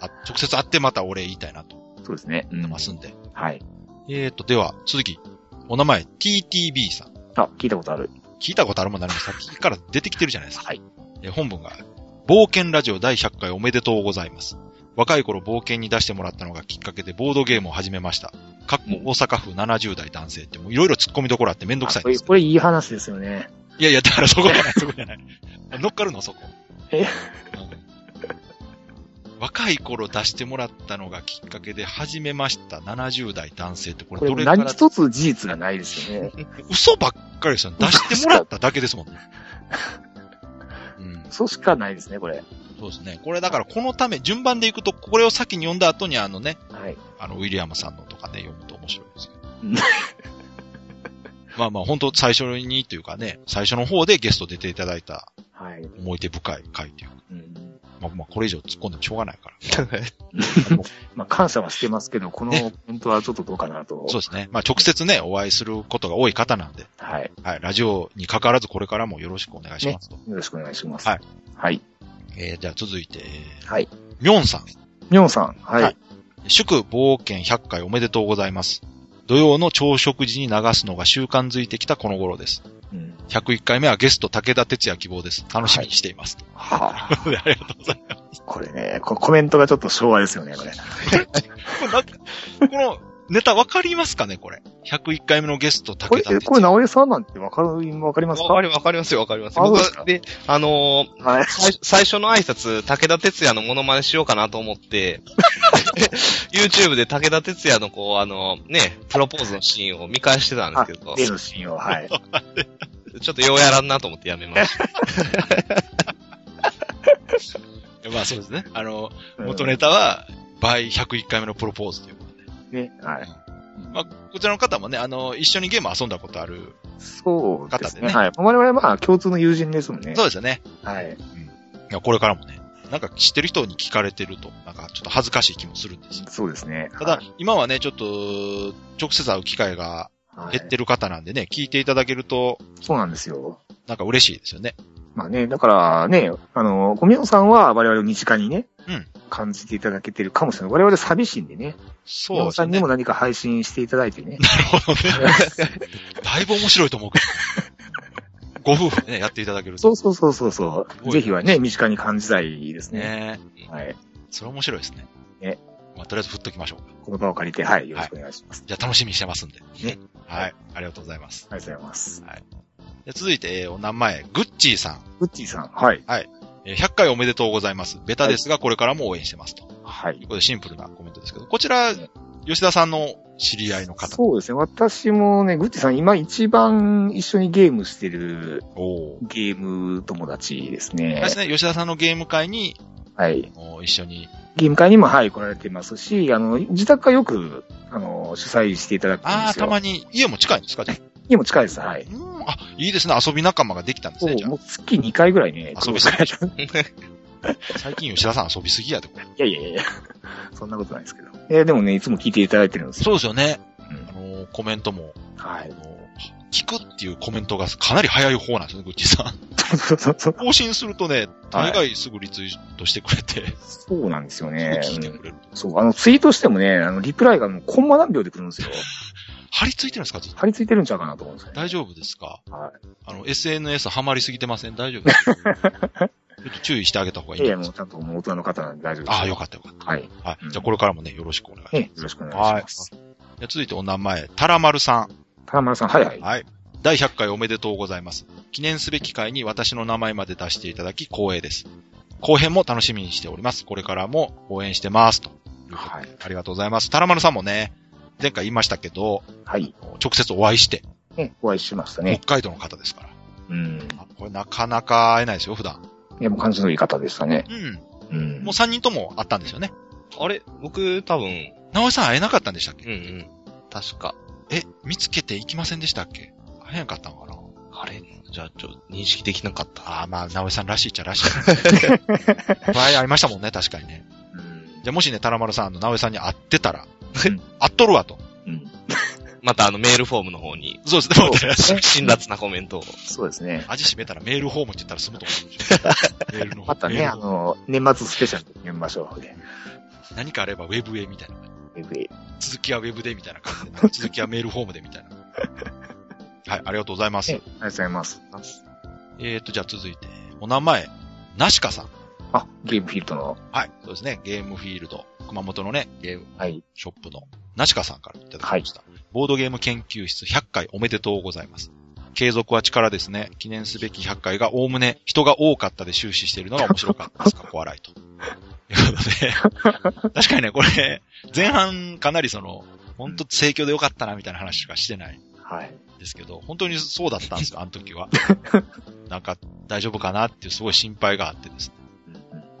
Speaker 2: あ直接会ってまたお礼言いたいなと思
Speaker 3: そうですね。う
Speaker 2: って
Speaker 3: ん
Speaker 2: ますんで。
Speaker 3: はい。
Speaker 2: えーと、では、続き、お名前、TTB さん。
Speaker 3: あ、聞いたことある。
Speaker 2: 聞いたことあるもんなりもさっきから出てきてるじゃないですか。
Speaker 3: はい。
Speaker 2: えー本文が、冒険ラジオ第100回おめでとうございます。若い頃冒険に出してもらったのがきっかけでボードゲームを始めました。かっこ大阪府70代男性ってもういろいろ突っ込みどころあってめんどくさいん
Speaker 3: こ
Speaker 2: で
Speaker 3: れ、
Speaker 2: すけど
Speaker 3: これいい話ですよね。
Speaker 2: いやいや、だからそこじゃない、そこじゃない。乗っかるの、そこ。
Speaker 3: え
Speaker 2: うん若い頃出してもらったのがきっかけで始めました70代男性ってこ
Speaker 3: こ
Speaker 2: れど
Speaker 3: れ
Speaker 2: れから
Speaker 3: 何一つ事実がないですよね。
Speaker 2: 嘘ばっかりですよね。出してもらっただけ ですもんね。うん、
Speaker 3: そうしかないですね、これ。
Speaker 2: そうですね。これだからこのため、順番でいくと、これを先に読んだ後にあのね、
Speaker 3: はい。
Speaker 2: あの、ウィリアムさんのとかね、読むと面白いですけど
Speaker 3: うん。
Speaker 2: まあまあ、本当最初にというかね、最初の方でゲスト出ていただいた
Speaker 3: はい。
Speaker 2: 思い出深い回というか、
Speaker 3: うん
Speaker 2: まあまあ、これ以上突っ込んでもしょうがないから。
Speaker 3: まあ、感謝はしてますけど、この
Speaker 2: ね
Speaker 3: 本当はちょっとどうかなと。
Speaker 2: そうですね。まあ、直接ね、お会いすることが多い方なんで、
Speaker 3: はい。
Speaker 2: はい、ラジオに関わらずこれからもよろしくお願いしますと。
Speaker 3: よろしくお願いします。
Speaker 2: はい。
Speaker 3: はい。
Speaker 2: えー、じゃあ続いて、えー
Speaker 3: はい。
Speaker 2: ミョンさん。
Speaker 3: みょんさん。はい。
Speaker 2: はい祝冒険100回おめでとうございます。土曜の朝食時に流すのが習慣づいてきたこの頃です。
Speaker 3: うん、
Speaker 2: 101回目はゲスト武田鉄矢希望です。楽しみにしています。
Speaker 3: はあ、
Speaker 2: ということで ありがとうござい
Speaker 3: これね、こコメントがちょっと昭和ですよね、これ。
Speaker 2: ます。これなんかこの、ネタわかりますかね、これ。101回目のゲスト、
Speaker 3: こ
Speaker 2: 武
Speaker 3: れ、
Speaker 2: 田
Speaker 3: え
Speaker 2: 鉄
Speaker 3: これ、直江さんなんてわかる、わかります
Speaker 4: わか
Speaker 3: か
Speaker 4: りわかりますよ、わかります。
Speaker 3: あ
Speaker 4: 僕
Speaker 3: そうです
Speaker 4: は、
Speaker 3: か
Speaker 4: で、あのー
Speaker 3: はい。
Speaker 4: 最最初の挨拶、武田鉄矢のモノマネしようかなと思って、YouTube で武田鉄矢のこう、あの、ね、プロポーズのシーンを見返してたん
Speaker 3: あ
Speaker 4: ですけど、
Speaker 3: 例のシーンを、はい。
Speaker 4: ちょっとようやらんなと思ってやめました。
Speaker 2: まあそうですね。あの、
Speaker 3: うん
Speaker 2: 元ネタは、倍101回目のプロポーズということで。
Speaker 3: ね、はい。
Speaker 2: まあ、こちらの方もね、あの、一緒にゲーム遊んだことある。
Speaker 3: そうです
Speaker 2: 方で
Speaker 3: ね。
Speaker 2: ね
Speaker 3: はい。我々はまあ共通の友人ですもんね。
Speaker 2: そうですよね。
Speaker 3: はい。
Speaker 2: いや、これからもね、なんか知ってる人に聞かれてると、なんかちょっと恥ずかしい気もするんですよ。
Speaker 3: そうですね。
Speaker 2: ただ、今はね、ちょっと、直接会う機会が
Speaker 3: はい、
Speaker 2: 減ってる方なんでね、聞いていただけると、
Speaker 3: そうなんですよ。
Speaker 2: なんか嬉しいですよね。
Speaker 3: まあね、だからね、あの、小宮山さんは我々を身近にね、
Speaker 2: うん
Speaker 3: 感じていただけてるかもしれない。我々寂しいんでね、小
Speaker 2: そ
Speaker 3: 宮
Speaker 2: う
Speaker 3: 山
Speaker 2: で
Speaker 3: さ
Speaker 2: す
Speaker 3: んに
Speaker 2: ね。
Speaker 3: も何か配信していただいて ね。
Speaker 2: なるほどね。だいぶ面白いと思うけど。ご夫婦でね、やっていただける
Speaker 3: そ
Speaker 2: と。
Speaker 3: うそうそうそうそ
Speaker 2: す
Speaker 3: う。
Speaker 2: ごい
Speaker 3: ぜひはね、身近に感じたいですね。
Speaker 2: ね
Speaker 3: はい。
Speaker 2: それ面白いですね。
Speaker 3: ね
Speaker 2: まあ、とりあえず振っときましょうか。
Speaker 3: この場を借りて、はい、よろしくお願いします。
Speaker 2: じゃあ楽しみにしてますんで。
Speaker 3: ね
Speaker 2: はい。ありがとうございます。
Speaker 3: ありがとうございます。
Speaker 2: で続いて、えーお名前、グッチーさん。
Speaker 3: ウッチーさん、はい。
Speaker 2: えー100回おめでとうございます。ベタですが、これからも応援してますと。
Speaker 3: は
Speaker 2: とい。
Speaker 3: いう
Speaker 2: ことで、シンプルなコメントですけど、こちら、吉田さんの知り合いの方。
Speaker 3: そうですね。私もね、グッチーさん、今一番一緒にゲームしてる
Speaker 2: おー
Speaker 3: ゲーム友達ですね。
Speaker 2: ですね、吉田さんのゲーム会に、
Speaker 3: はい。
Speaker 2: お一緒に。
Speaker 3: ゲーム会にも、はい、来られてますし、あの、自宅がよく、あの、主催していただくん
Speaker 2: あ
Speaker 3: で
Speaker 2: あ、
Speaker 3: すよ。
Speaker 2: たまに、家も近いんですかじゃあ
Speaker 3: にも近いです、はい。
Speaker 2: うん、あ、いいですね。遊び仲間ができたんです
Speaker 3: そ
Speaker 2: ね、
Speaker 3: う
Speaker 2: じゃ
Speaker 3: もう月2回ぐらいね、
Speaker 2: 遊びすぎ
Speaker 3: 来るい
Speaker 2: あ。 最近吉田さん遊びすぎやで、これ。
Speaker 3: やいやいや、 そんなことないですけど。えーでもね、いつも聞いていただいてるんですよ。
Speaker 2: そうですよね。
Speaker 3: うん
Speaker 2: あのーコメントも、
Speaker 3: は
Speaker 2: あ
Speaker 3: い
Speaker 2: の。ー聞くっていうコメントがかなり早い方なんですよね、グッチさん。
Speaker 3: そうそうそう。
Speaker 2: 更新するとね、大概すぐリツイートしてくれて、
Speaker 3: そうなんですよね。
Speaker 2: すぐ聞いうて
Speaker 3: ん
Speaker 2: くれる。
Speaker 3: そう、あの、ツイートしてもね、あの、リプライがもうコンマ何秒で来るんですよ。
Speaker 2: 張り付いてるんですかずっと
Speaker 3: 張り付いてるんちゃうかなと思うんですよね。
Speaker 2: 大丈夫ですか
Speaker 3: は
Speaker 2: あの、SNS ハマりすぎてません大丈夫ですか ちょっと注意してあげた方がいい
Speaker 3: い。い
Speaker 2: ん
Speaker 3: やい
Speaker 2: じ
Speaker 3: や、もう
Speaker 2: ゃないですか
Speaker 3: ちゃんともう大人の方なんで大丈夫です。
Speaker 2: ああ、よ
Speaker 3: っ。
Speaker 2: かったよかった
Speaker 3: はい。
Speaker 2: た。は
Speaker 3: うん
Speaker 2: い。じゃあこれからもね、よろしくお願いします。
Speaker 3: ね、よろしくお願いします。
Speaker 2: じゃあ続いてお名前、タラマルさん。
Speaker 3: 田村さん、はいはい。
Speaker 2: はい。第100回おめでとうございます。記念すべき回に私の名前まで出していただき光栄です。後編も楽しみにしております。これからも応援してます。ということで
Speaker 3: はい。
Speaker 2: ありがとうございます。タラマルさんもね、前回言いましたけど、
Speaker 3: はい。
Speaker 2: 直接お会いして、
Speaker 3: ね、お会いしましたね。
Speaker 2: 北海道の方ですから。
Speaker 3: うん。
Speaker 2: あこれなかなか会えないですよ、普段。
Speaker 3: いや、もう感じのいい方でしたね。
Speaker 2: うん。
Speaker 3: うん。
Speaker 2: もう3人とも会ったんですよね。
Speaker 4: あれ僕、多分、
Speaker 2: 直江さん会えなかったんでしたっ
Speaker 4: うんう
Speaker 2: け
Speaker 4: ん。確か。
Speaker 2: え、見つけて行きませんでしたっけ会えなかったのかな
Speaker 4: あれじゃあ、ちょ、認識できなかった。
Speaker 2: ああ、まあ、直江さんらしいっち ゃらしい。会会いましたもんね、確かにね。
Speaker 3: うん
Speaker 2: じゃあもしね、タラマルさん、あの、直江さんに会ってたら、
Speaker 3: ん
Speaker 2: 会っとるわと。
Speaker 3: うん。
Speaker 4: またあの、メールフォームの方に、
Speaker 2: そうですね。
Speaker 4: 辛辣なコメントを。
Speaker 3: そうですね。
Speaker 2: 味しめたらメールホームって言ったら済むと思うんで しょ。メールの方
Speaker 3: またね、
Speaker 2: メー
Speaker 3: あ
Speaker 2: ルホーム
Speaker 3: の、年末スペシャルで見ましょう。で
Speaker 2: 何かあればウェブへみたいな。
Speaker 3: ウェブへ
Speaker 2: 続きはウェブでみたいな感じで。 続きはメールホームでみたいな。はい、ありがとうござい
Speaker 3: ね
Speaker 2: ま
Speaker 3: あ
Speaker 2: す
Speaker 3: り。がとうございます。
Speaker 2: えーと、じゃあ続いて、お名前、ナシカさん。
Speaker 3: あ、ゲームフィールドの、
Speaker 2: はい、そうですね。ゲームフィールド、熊本のね、ゲーム
Speaker 3: はい。
Speaker 2: ショップのナシカさんからいただきました。ボードゲーム研究室100回おめでとうございます。継続は力ですね。記念すべき100回がおおむね人が多かったで終始しているのが面白かったです。かっこ笑いと。ということで、確かにね、これ、前半かなりその、ほんと盛況でよかったなみたいな話しかしてないん
Speaker 3: はい。
Speaker 2: ですけど、本当にそうだったんですよ、あの時は。なんか大丈夫かなっていうすごい心配があってですね。
Speaker 3: うんうん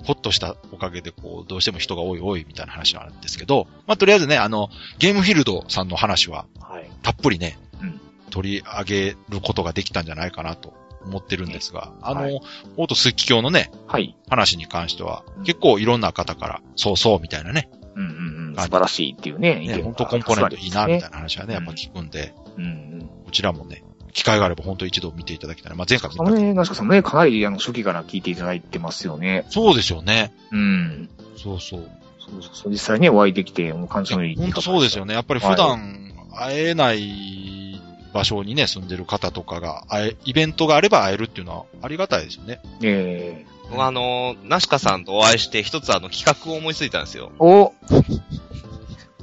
Speaker 2: ほっとしたおかげで、こう、どうしても人が多い多いみたいな話はあるんですけど、まあ、とりあえずね、あの、ゲームフィールドさんの話は、
Speaker 3: はい。
Speaker 2: たっぷりね、
Speaker 3: うん
Speaker 2: 取り上げることができたんじゃないかなと思ってるんですが、あの、
Speaker 3: は
Speaker 2: オートスイッチ教のね、
Speaker 3: はい。
Speaker 2: 話に関しては
Speaker 3: う、ん
Speaker 2: 結構いろんな方から、そうそうみたいなね、
Speaker 3: うんうんうん。素晴らしいっていうね、
Speaker 2: ね本当コンポーネントいいな、みたい
Speaker 3: な。
Speaker 2: な話はね、やっぱ聞くんで、
Speaker 3: うんうん。
Speaker 2: こちらもね、機会があれば本当一度見ていただきたい。まあ、前回見
Speaker 3: あ
Speaker 2: た
Speaker 3: のね、なしかさんもね、かなりあの初期から聞いていただいてますよね。
Speaker 2: そうですよね。
Speaker 3: うん。
Speaker 2: そうそう。
Speaker 3: そうそうそう、実際ね、お会いできて、もう感謝のいい。
Speaker 2: 本当そうですよ
Speaker 3: ね。
Speaker 2: ね。やっぱり普段会えない場所にね、住んでる方とかが会え、イベントがあれば会えるっていうのはありがたいですよね。
Speaker 3: ええ
Speaker 4: 僕はあの、ナシカさんとお会いして、一つあの、企画を思いついたんですよ。
Speaker 3: お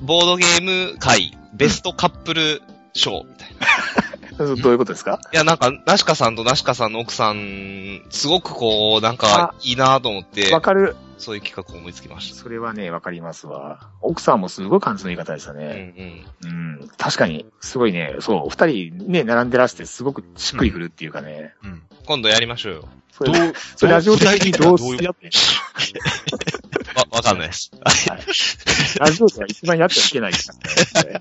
Speaker 4: ボードゲーム界ベストカップル賞みたいな。い
Speaker 3: どういうことですか
Speaker 4: や、なんか、ナシカさんとナシカさんの奥さん、すごくこう、なんか、いいなと思って、
Speaker 3: わかる。
Speaker 4: そういう企画を思いつきました。
Speaker 3: それはね、わかりますわ。奥さんもすごい感じの言い方でした
Speaker 4: うんう
Speaker 3: ね。
Speaker 4: ん。
Speaker 3: うん。確かに、すごいね、そう、二人ね、並んでらして、すごくしっくりくるっていうかね。
Speaker 2: うん。
Speaker 4: 今度やりましょうよ。
Speaker 3: そ
Speaker 2: ど
Speaker 3: れ
Speaker 2: う、
Speaker 3: それラジオ的にどう
Speaker 2: どう
Speaker 3: やって、
Speaker 4: わ、わかんないです。
Speaker 3: ラジオでは一番やってはいけないです からね。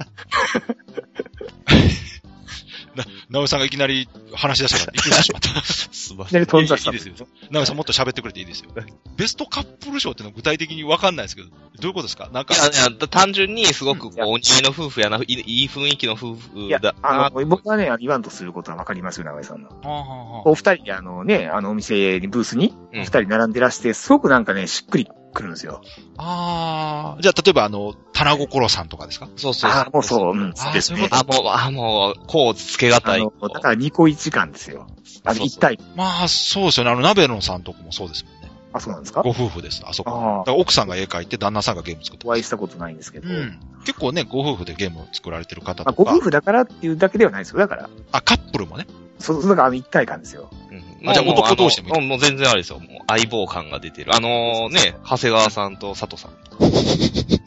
Speaker 2: ナオさんがいきなり話し出したから、びっくりしてしまった。
Speaker 4: すば
Speaker 3: いきなり飛んじゃっ
Speaker 2: い
Speaker 3: た
Speaker 2: い。ですよ。ナオさんもっと喋ってくれていいですよ。ベストカップル賞ってのは具体的にわかんないですけど、どういうことですかなんか
Speaker 4: い、や、いや、単純にすごくこ、
Speaker 3: いうや
Speaker 4: お似合いの夫婦やな、いいいい雰囲気の夫婦
Speaker 3: いや
Speaker 4: だ、な
Speaker 3: あの、僕はね、言わんとすることはわかりますよ、長井さんの。
Speaker 2: はあはあは
Speaker 3: お二人、あのね、あのお店に、ブースに、
Speaker 4: う
Speaker 3: お
Speaker 4: ん
Speaker 3: 二人並んでらして、すごくなんかね、しっくりくるんですよ。
Speaker 2: ああーじゃあ、例えばあの、棚心さんとかですか
Speaker 4: そうそう
Speaker 3: あ
Speaker 4: そ
Speaker 3: あ、もうそう、うん、
Speaker 2: あー
Speaker 3: です
Speaker 2: そういう
Speaker 3: ね
Speaker 2: こ。
Speaker 4: あ、もう、あ、もう、こう、つけがた
Speaker 3: あ
Speaker 4: い。
Speaker 3: の、だから2個1間ですよ。あの、
Speaker 4: そうそ
Speaker 3: 1
Speaker 4: う
Speaker 3: 対、
Speaker 2: まあ、そうですよね。あの、鍋のさんとこもそうですもんね。
Speaker 3: あ、そうなんですか
Speaker 2: ご夫婦です、あそこ。だ
Speaker 3: ああ
Speaker 2: から奥さんが絵描いて、旦那さんがゲーム作って
Speaker 3: お
Speaker 2: ま
Speaker 3: 会い
Speaker 2: す。
Speaker 3: したことないんですけど。
Speaker 2: うん。結構ね、ご夫婦でゲームを作られてる方
Speaker 3: まあ、
Speaker 2: と
Speaker 3: ご
Speaker 2: か
Speaker 3: 夫、婦だからっていうだけではないですよ。だから、
Speaker 2: あ、カップルもね。
Speaker 3: そ、そだからあの一体感ですよ。
Speaker 4: うん
Speaker 2: あじゃあ
Speaker 4: もう
Speaker 2: 男同士でもいい
Speaker 4: あのうんもう全然あれですよ。もう相棒感が出てる。あのね、長谷川さんと佐藤さん。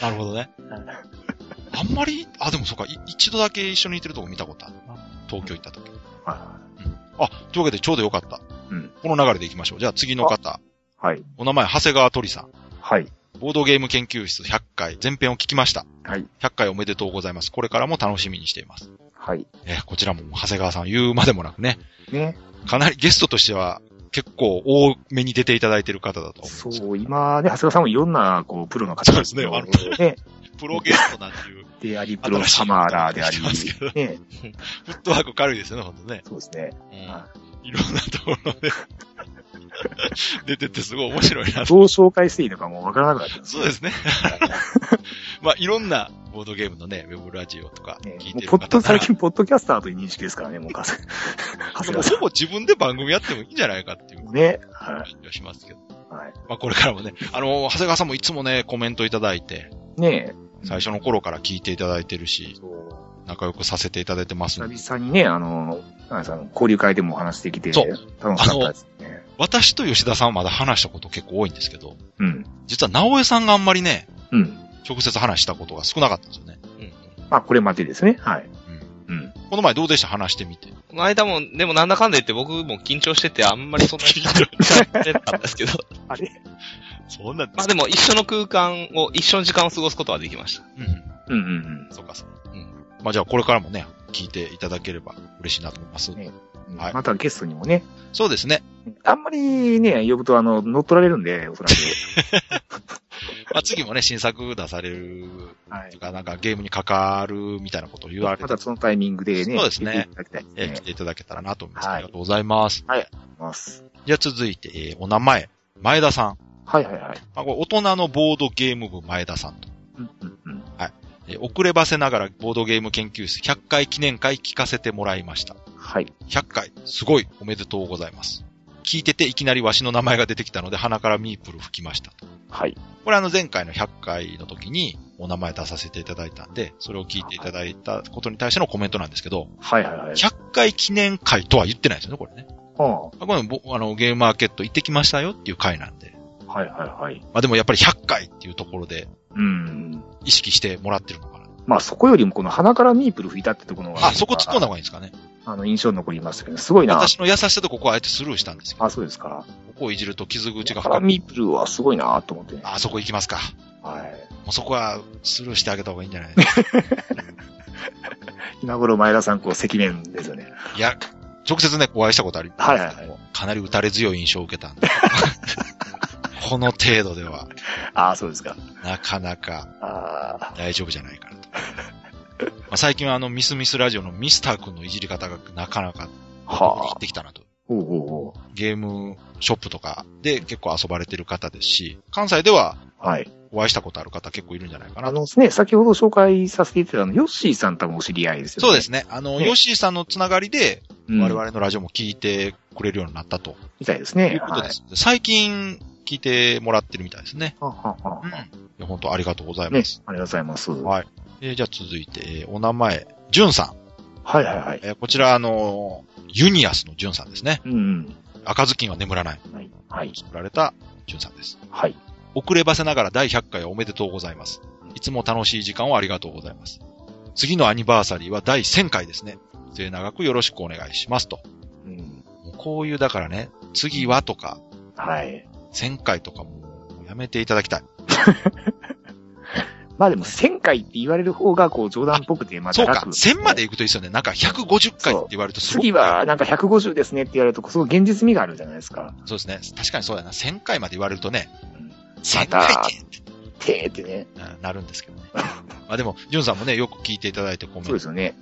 Speaker 2: なるほどね。 あんまり、あ、でもそうか、い一度だけ一緒にいてるとこ見たことあるな。東京行った時。
Speaker 3: は
Speaker 2: あ、というわけでちょうどよかった。
Speaker 3: い。うん。
Speaker 2: この流れで行きましょう。じゃあ次の方。
Speaker 3: はい。
Speaker 2: お名前、長谷川鳥さん。
Speaker 3: はい。
Speaker 2: ボードゲーム研究室100回、前編を聞きました。
Speaker 3: はい。
Speaker 2: 100回おめでとうございます。これからも楽しみにしています。
Speaker 3: はい。
Speaker 2: えーこちらも長谷川さん言うまでもなくね、
Speaker 3: ね。
Speaker 2: かなりゲストとしては結構多めに出ていただいてる方だと。
Speaker 3: そう、今ね、長谷川さんもいろんな、こう、プロの方
Speaker 2: そうですね
Speaker 3: を
Speaker 2: あの
Speaker 3: ね。
Speaker 2: プロゲストなんていう、
Speaker 3: であり、プロサマーラーであり
Speaker 2: 新しいこと、
Speaker 3: ね。
Speaker 2: フットワーク軽いですよね、ほんとね。
Speaker 3: そうですね。は
Speaker 2: うん。いろんなところで 出てってすごい面白いなと。
Speaker 3: どう紹介していいのかもうわからなくなった。
Speaker 2: そうですね。まあ、いろんなボードゲームのね、ウェブラジオとか
Speaker 3: ね
Speaker 2: 聞い
Speaker 3: も
Speaker 2: て
Speaker 3: う
Speaker 2: る
Speaker 3: ポッド、
Speaker 2: 方な
Speaker 3: 最
Speaker 2: ら
Speaker 3: 近、ポッドキャスターという認識ですからね、もう、長 谷長谷
Speaker 2: もう
Speaker 3: 川さ。
Speaker 2: ほぼ自分で番組やってもいいんじゃないかっていうん
Speaker 3: ね。は
Speaker 2: 気がしますけど。
Speaker 3: い。は
Speaker 2: まあ、これか らもね、あの、長谷川さんもいつもね、コメントいただいて、
Speaker 3: い。ね
Speaker 2: 最初の頃から聞いていただいてるし、
Speaker 3: そう。
Speaker 2: 仲良くさせていただいてますので、
Speaker 3: 久々にね、あの、なんかあの交流会でもお話できて、
Speaker 2: そう
Speaker 3: 楽しかったですね。
Speaker 2: 私と吉田さんはまだ話したこと結構多いんですけど、
Speaker 3: うん。
Speaker 2: 実は直江さんがあんまりね、
Speaker 3: うん。
Speaker 2: 直接話したことが少なかったんですよね。
Speaker 4: うん
Speaker 3: まあ、これまでですね。はい。うん。
Speaker 2: この前どうでした話してみて。
Speaker 4: この間も、でもなんだかんだ言って僕も緊張してて、あんまりそんなに
Speaker 2: 緊張
Speaker 4: 喋れなかったですけ ど。
Speaker 3: あれ
Speaker 2: そんな、
Speaker 4: まあでも一緒の空間を、一緒の時間を過ごすことはできました。
Speaker 2: うんうん、
Speaker 3: うんうん
Speaker 2: そうかそうか。
Speaker 4: う
Speaker 2: うんん。まあじゃあこれからもね、聞いていただければ嬉しいなと思います。
Speaker 3: ねうん。
Speaker 2: はい
Speaker 3: またゲストにもね。
Speaker 2: そうですね。
Speaker 3: あんまりね、呼ぶと、あの、乗っ取られるんで、おそら く。
Speaker 2: まあ次もね、新作出される、
Speaker 3: は
Speaker 2: と
Speaker 3: い。
Speaker 2: か、なんかゲームに関わるみたいなことを言わ
Speaker 3: ま
Speaker 2: れて
Speaker 3: た、そのタイミングでね、
Speaker 2: そうですね
Speaker 3: 出ていただきたい
Speaker 2: え
Speaker 3: で
Speaker 2: ー
Speaker 3: す
Speaker 2: 来
Speaker 3: ね。
Speaker 2: ていただけたらなと思います。
Speaker 3: はい
Speaker 2: ありがとうございます。
Speaker 3: ます。
Speaker 2: じゃあ続いて、えーお名前、前田さん。
Speaker 3: はいはいはい。
Speaker 2: まあ、これ大人のボードゲーム部前田さんと。
Speaker 3: うんうんうん。
Speaker 2: えー遅ればせながらボードゲーム研究室100回記念会聞かせてもらいました。
Speaker 3: はい。
Speaker 2: 100回、すごい、おめでとうございます。聞いてていきなりわしの名前が出てきたので鼻からミープル吹きました。
Speaker 3: はい。
Speaker 2: これあの前回の100回の時にお名前出させていただいたんで、それを聞いていただいたことに対してのコメントなんですけど、
Speaker 3: はいはいはい。
Speaker 2: 100回記念会とは言ってないですよね、これね。
Speaker 3: は
Speaker 2: あこれぼあのゲームマーケット行ってきましたよっていう回なんで。
Speaker 3: あはいはいはい。
Speaker 2: まあでもやっぱり100回っていうところで
Speaker 3: うん。
Speaker 2: 意識してもらってるのかな。
Speaker 3: まあ、そこよりも、この鼻からミープル吹いたってところが。
Speaker 2: あ、そこ突っ込んだ方がいいんですかね。
Speaker 3: あの、印象に残りましたけど、すごいな。
Speaker 2: 私の優しさとここはあえてスルーしたんですけど、
Speaker 3: あ、そうですか。
Speaker 2: ここをいじると傷口が
Speaker 3: カラ
Speaker 2: 深く、
Speaker 3: ミープルはすごいなと思ってね。
Speaker 2: あそこ行きますか。
Speaker 3: はい。
Speaker 2: もうそこはスルーしてあげた方がいいんじ ゃないですか。
Speaker 3: 今頃前田さん、こう、赤面ですよね。
Speaker 2: いや、直接ね、お会いしたことありますけ
Speaker 3: はい
Speaker 2: ども、
Speaker 3: はいはい
Speaker 2: かなり打たれ強い印象を受けたんで。 この程度では、
Speaker 3: ああ、そうですか。
Speaker 2: なかなか
Speaker 3: あ
Speaker 2: 大丈夫じゃないかな と。まあ最近はあの、ミスミスラジオのミスター君のいじり方がなかなか、
Speaker 3: あ。は
Speaker 2: 行
Speaker 3: あ
Speaker 2: っ。てきたなと。
Speaker 3: おうおうお
Speaker 2: ゲームショップとかで結構遊ばれてる方ですし、関西では
Speaker 3: う。はい。
Speaker 2: お会いしたことある方結構いるんじゃないかな
Speaker 3: あのね、先ほど紹介させていただいたの、ヨッシーさん多分お知り合いですよね。
Speaker 2: そうですね。あの、
Speaker 3: ね
Speaker 2: ヨッシーさんのつながりで、
Speaker 3: うん。
Speaker 2: 我々のラジオも聞いてくれるようになったと
Speaker 3: みたいです
Speaker 2: い
Speaker 3: ね。。
Speaker 2: うことですす。最近、聞いてもらってるみたいですね。
Speaker 3: はあはあはあ
Speaker 2: うん。や本当ありがとうござい
Speaker 3: ね
Speaker 2: ます。、
Speaker 3: ありがとうございます。
Speaker 2: はいえーじゃあ続いて、えーお名前、ジュンさん。
Speaker 3: はいはいはい。
Speaker 2: えーこちら、あのーユニアスのジュンさんですね。
Speaker 3: うん
Speaker 2: 赤ずきんは眠らない。
Speaker 3: うん。はい。はい。
Speaker 2: 作られたジュンさんです。
Speaker 3: はい。
Speaker 2: 遅ればせながら第100回おめでとうございます。いつも楽しい時間をありがとうございます。次のアニバーサリーは第1000回ですね。末永くよろしくお願いしますと。
Speaker 3: うん。
Speaker 2: もうこういう、だからね、次はとか、
Speaker 3: はい。
Speaker 2: 1000回とかもうやめていただきたい。
Speaker 3: まあでも、1000回って言われる方が、こう、冗談っぽくて、ま
Speaker 2: そ
Speaker 3: た
Speaker 2: う
Speaker 3: 楽
Speaker 2: か、1000まで行くといいですよね。なんか150回って言われるとすごい。
Speaker 3: 次は、なんか150ですねって言われると、すごい現実味があるじゃないですか。
Speaker 2: そうですね。確かにそうだな。1000回まで言われるとね、
Speaker 3: ま
Speaker 2: 1000
Speaker 3: た
Speaker 2: 回って
Speaker 3: てーってね。
Speaker 2: うんなるんですけどね。まあでも、ジュンさんもね、よく聞いていただいてコメン
Speaker 3: そう
Speaker 2: ト
Speaker 3: ですよね。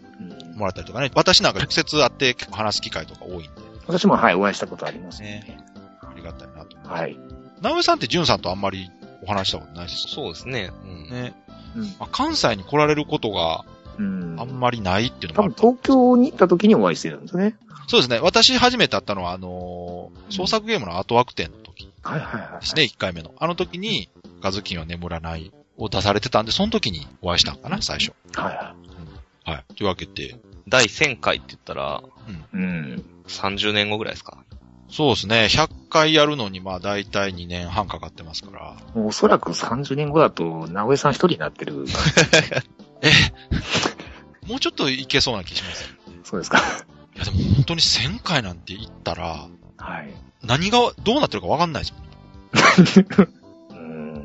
Speaker 3: うん
Speaker 2: もらったりとかね。私なんか直接会って結構話す機会とか多いんで、
Speaker 3: 私も、はい、お会いしたことありますね。
Speaker 2: ありがたいなと。
Speaker 3: はい。
Speaker 2: 直江さんってジュンさんとあんまりお話したことないですよ
Speaker 4: そうですね。うん。
Speaker 2: ね。
Speaker 3: うん
Speaker 2: まあ、関西に来られることが
Speaker 3: うん。
Speaker 2: あんまりないっていうの
Speaker 3: 多
Speaker 2: もあ
Speaker 3: 分
Speaker 2: る
Speaker 3: 東京に行った時にお会いしてるんですね。
Speaker 2: そうですね。私初めて会ったのは、あのー創作ゲームのアートワーク展の時で
Speaker 3: はいはいはいはい。
Speaker 2: すね、1回目の。あの時に、ガズキンは眠らないを出されてたんで、その時にお会いしたのかな、最初。
Speaker 3: はいは
Speaker 2: はい。というわけで、
Speaker 4: 第1000回って言ったら、
Speaker 3: い。うん。
Speaker 4: 30年後ぐらいですか。
Speaker 2: そうですね。100回やるのに、まあ、だいたい2年半かかってますから。
Speaker 3: もうおそらく30年後だと、直江さん一人になって る。
Speaker 2: えもうちょっといけそうな気します。
Speaker 3: そうですか。
Speaker 2: いや、でも本当に1000回なんて言ったら、
Speaker 3: はい。
Speaker 2: 何がどうなってるかわかんないですもん。
Speaker 3: うん。
Speaker 2: だっ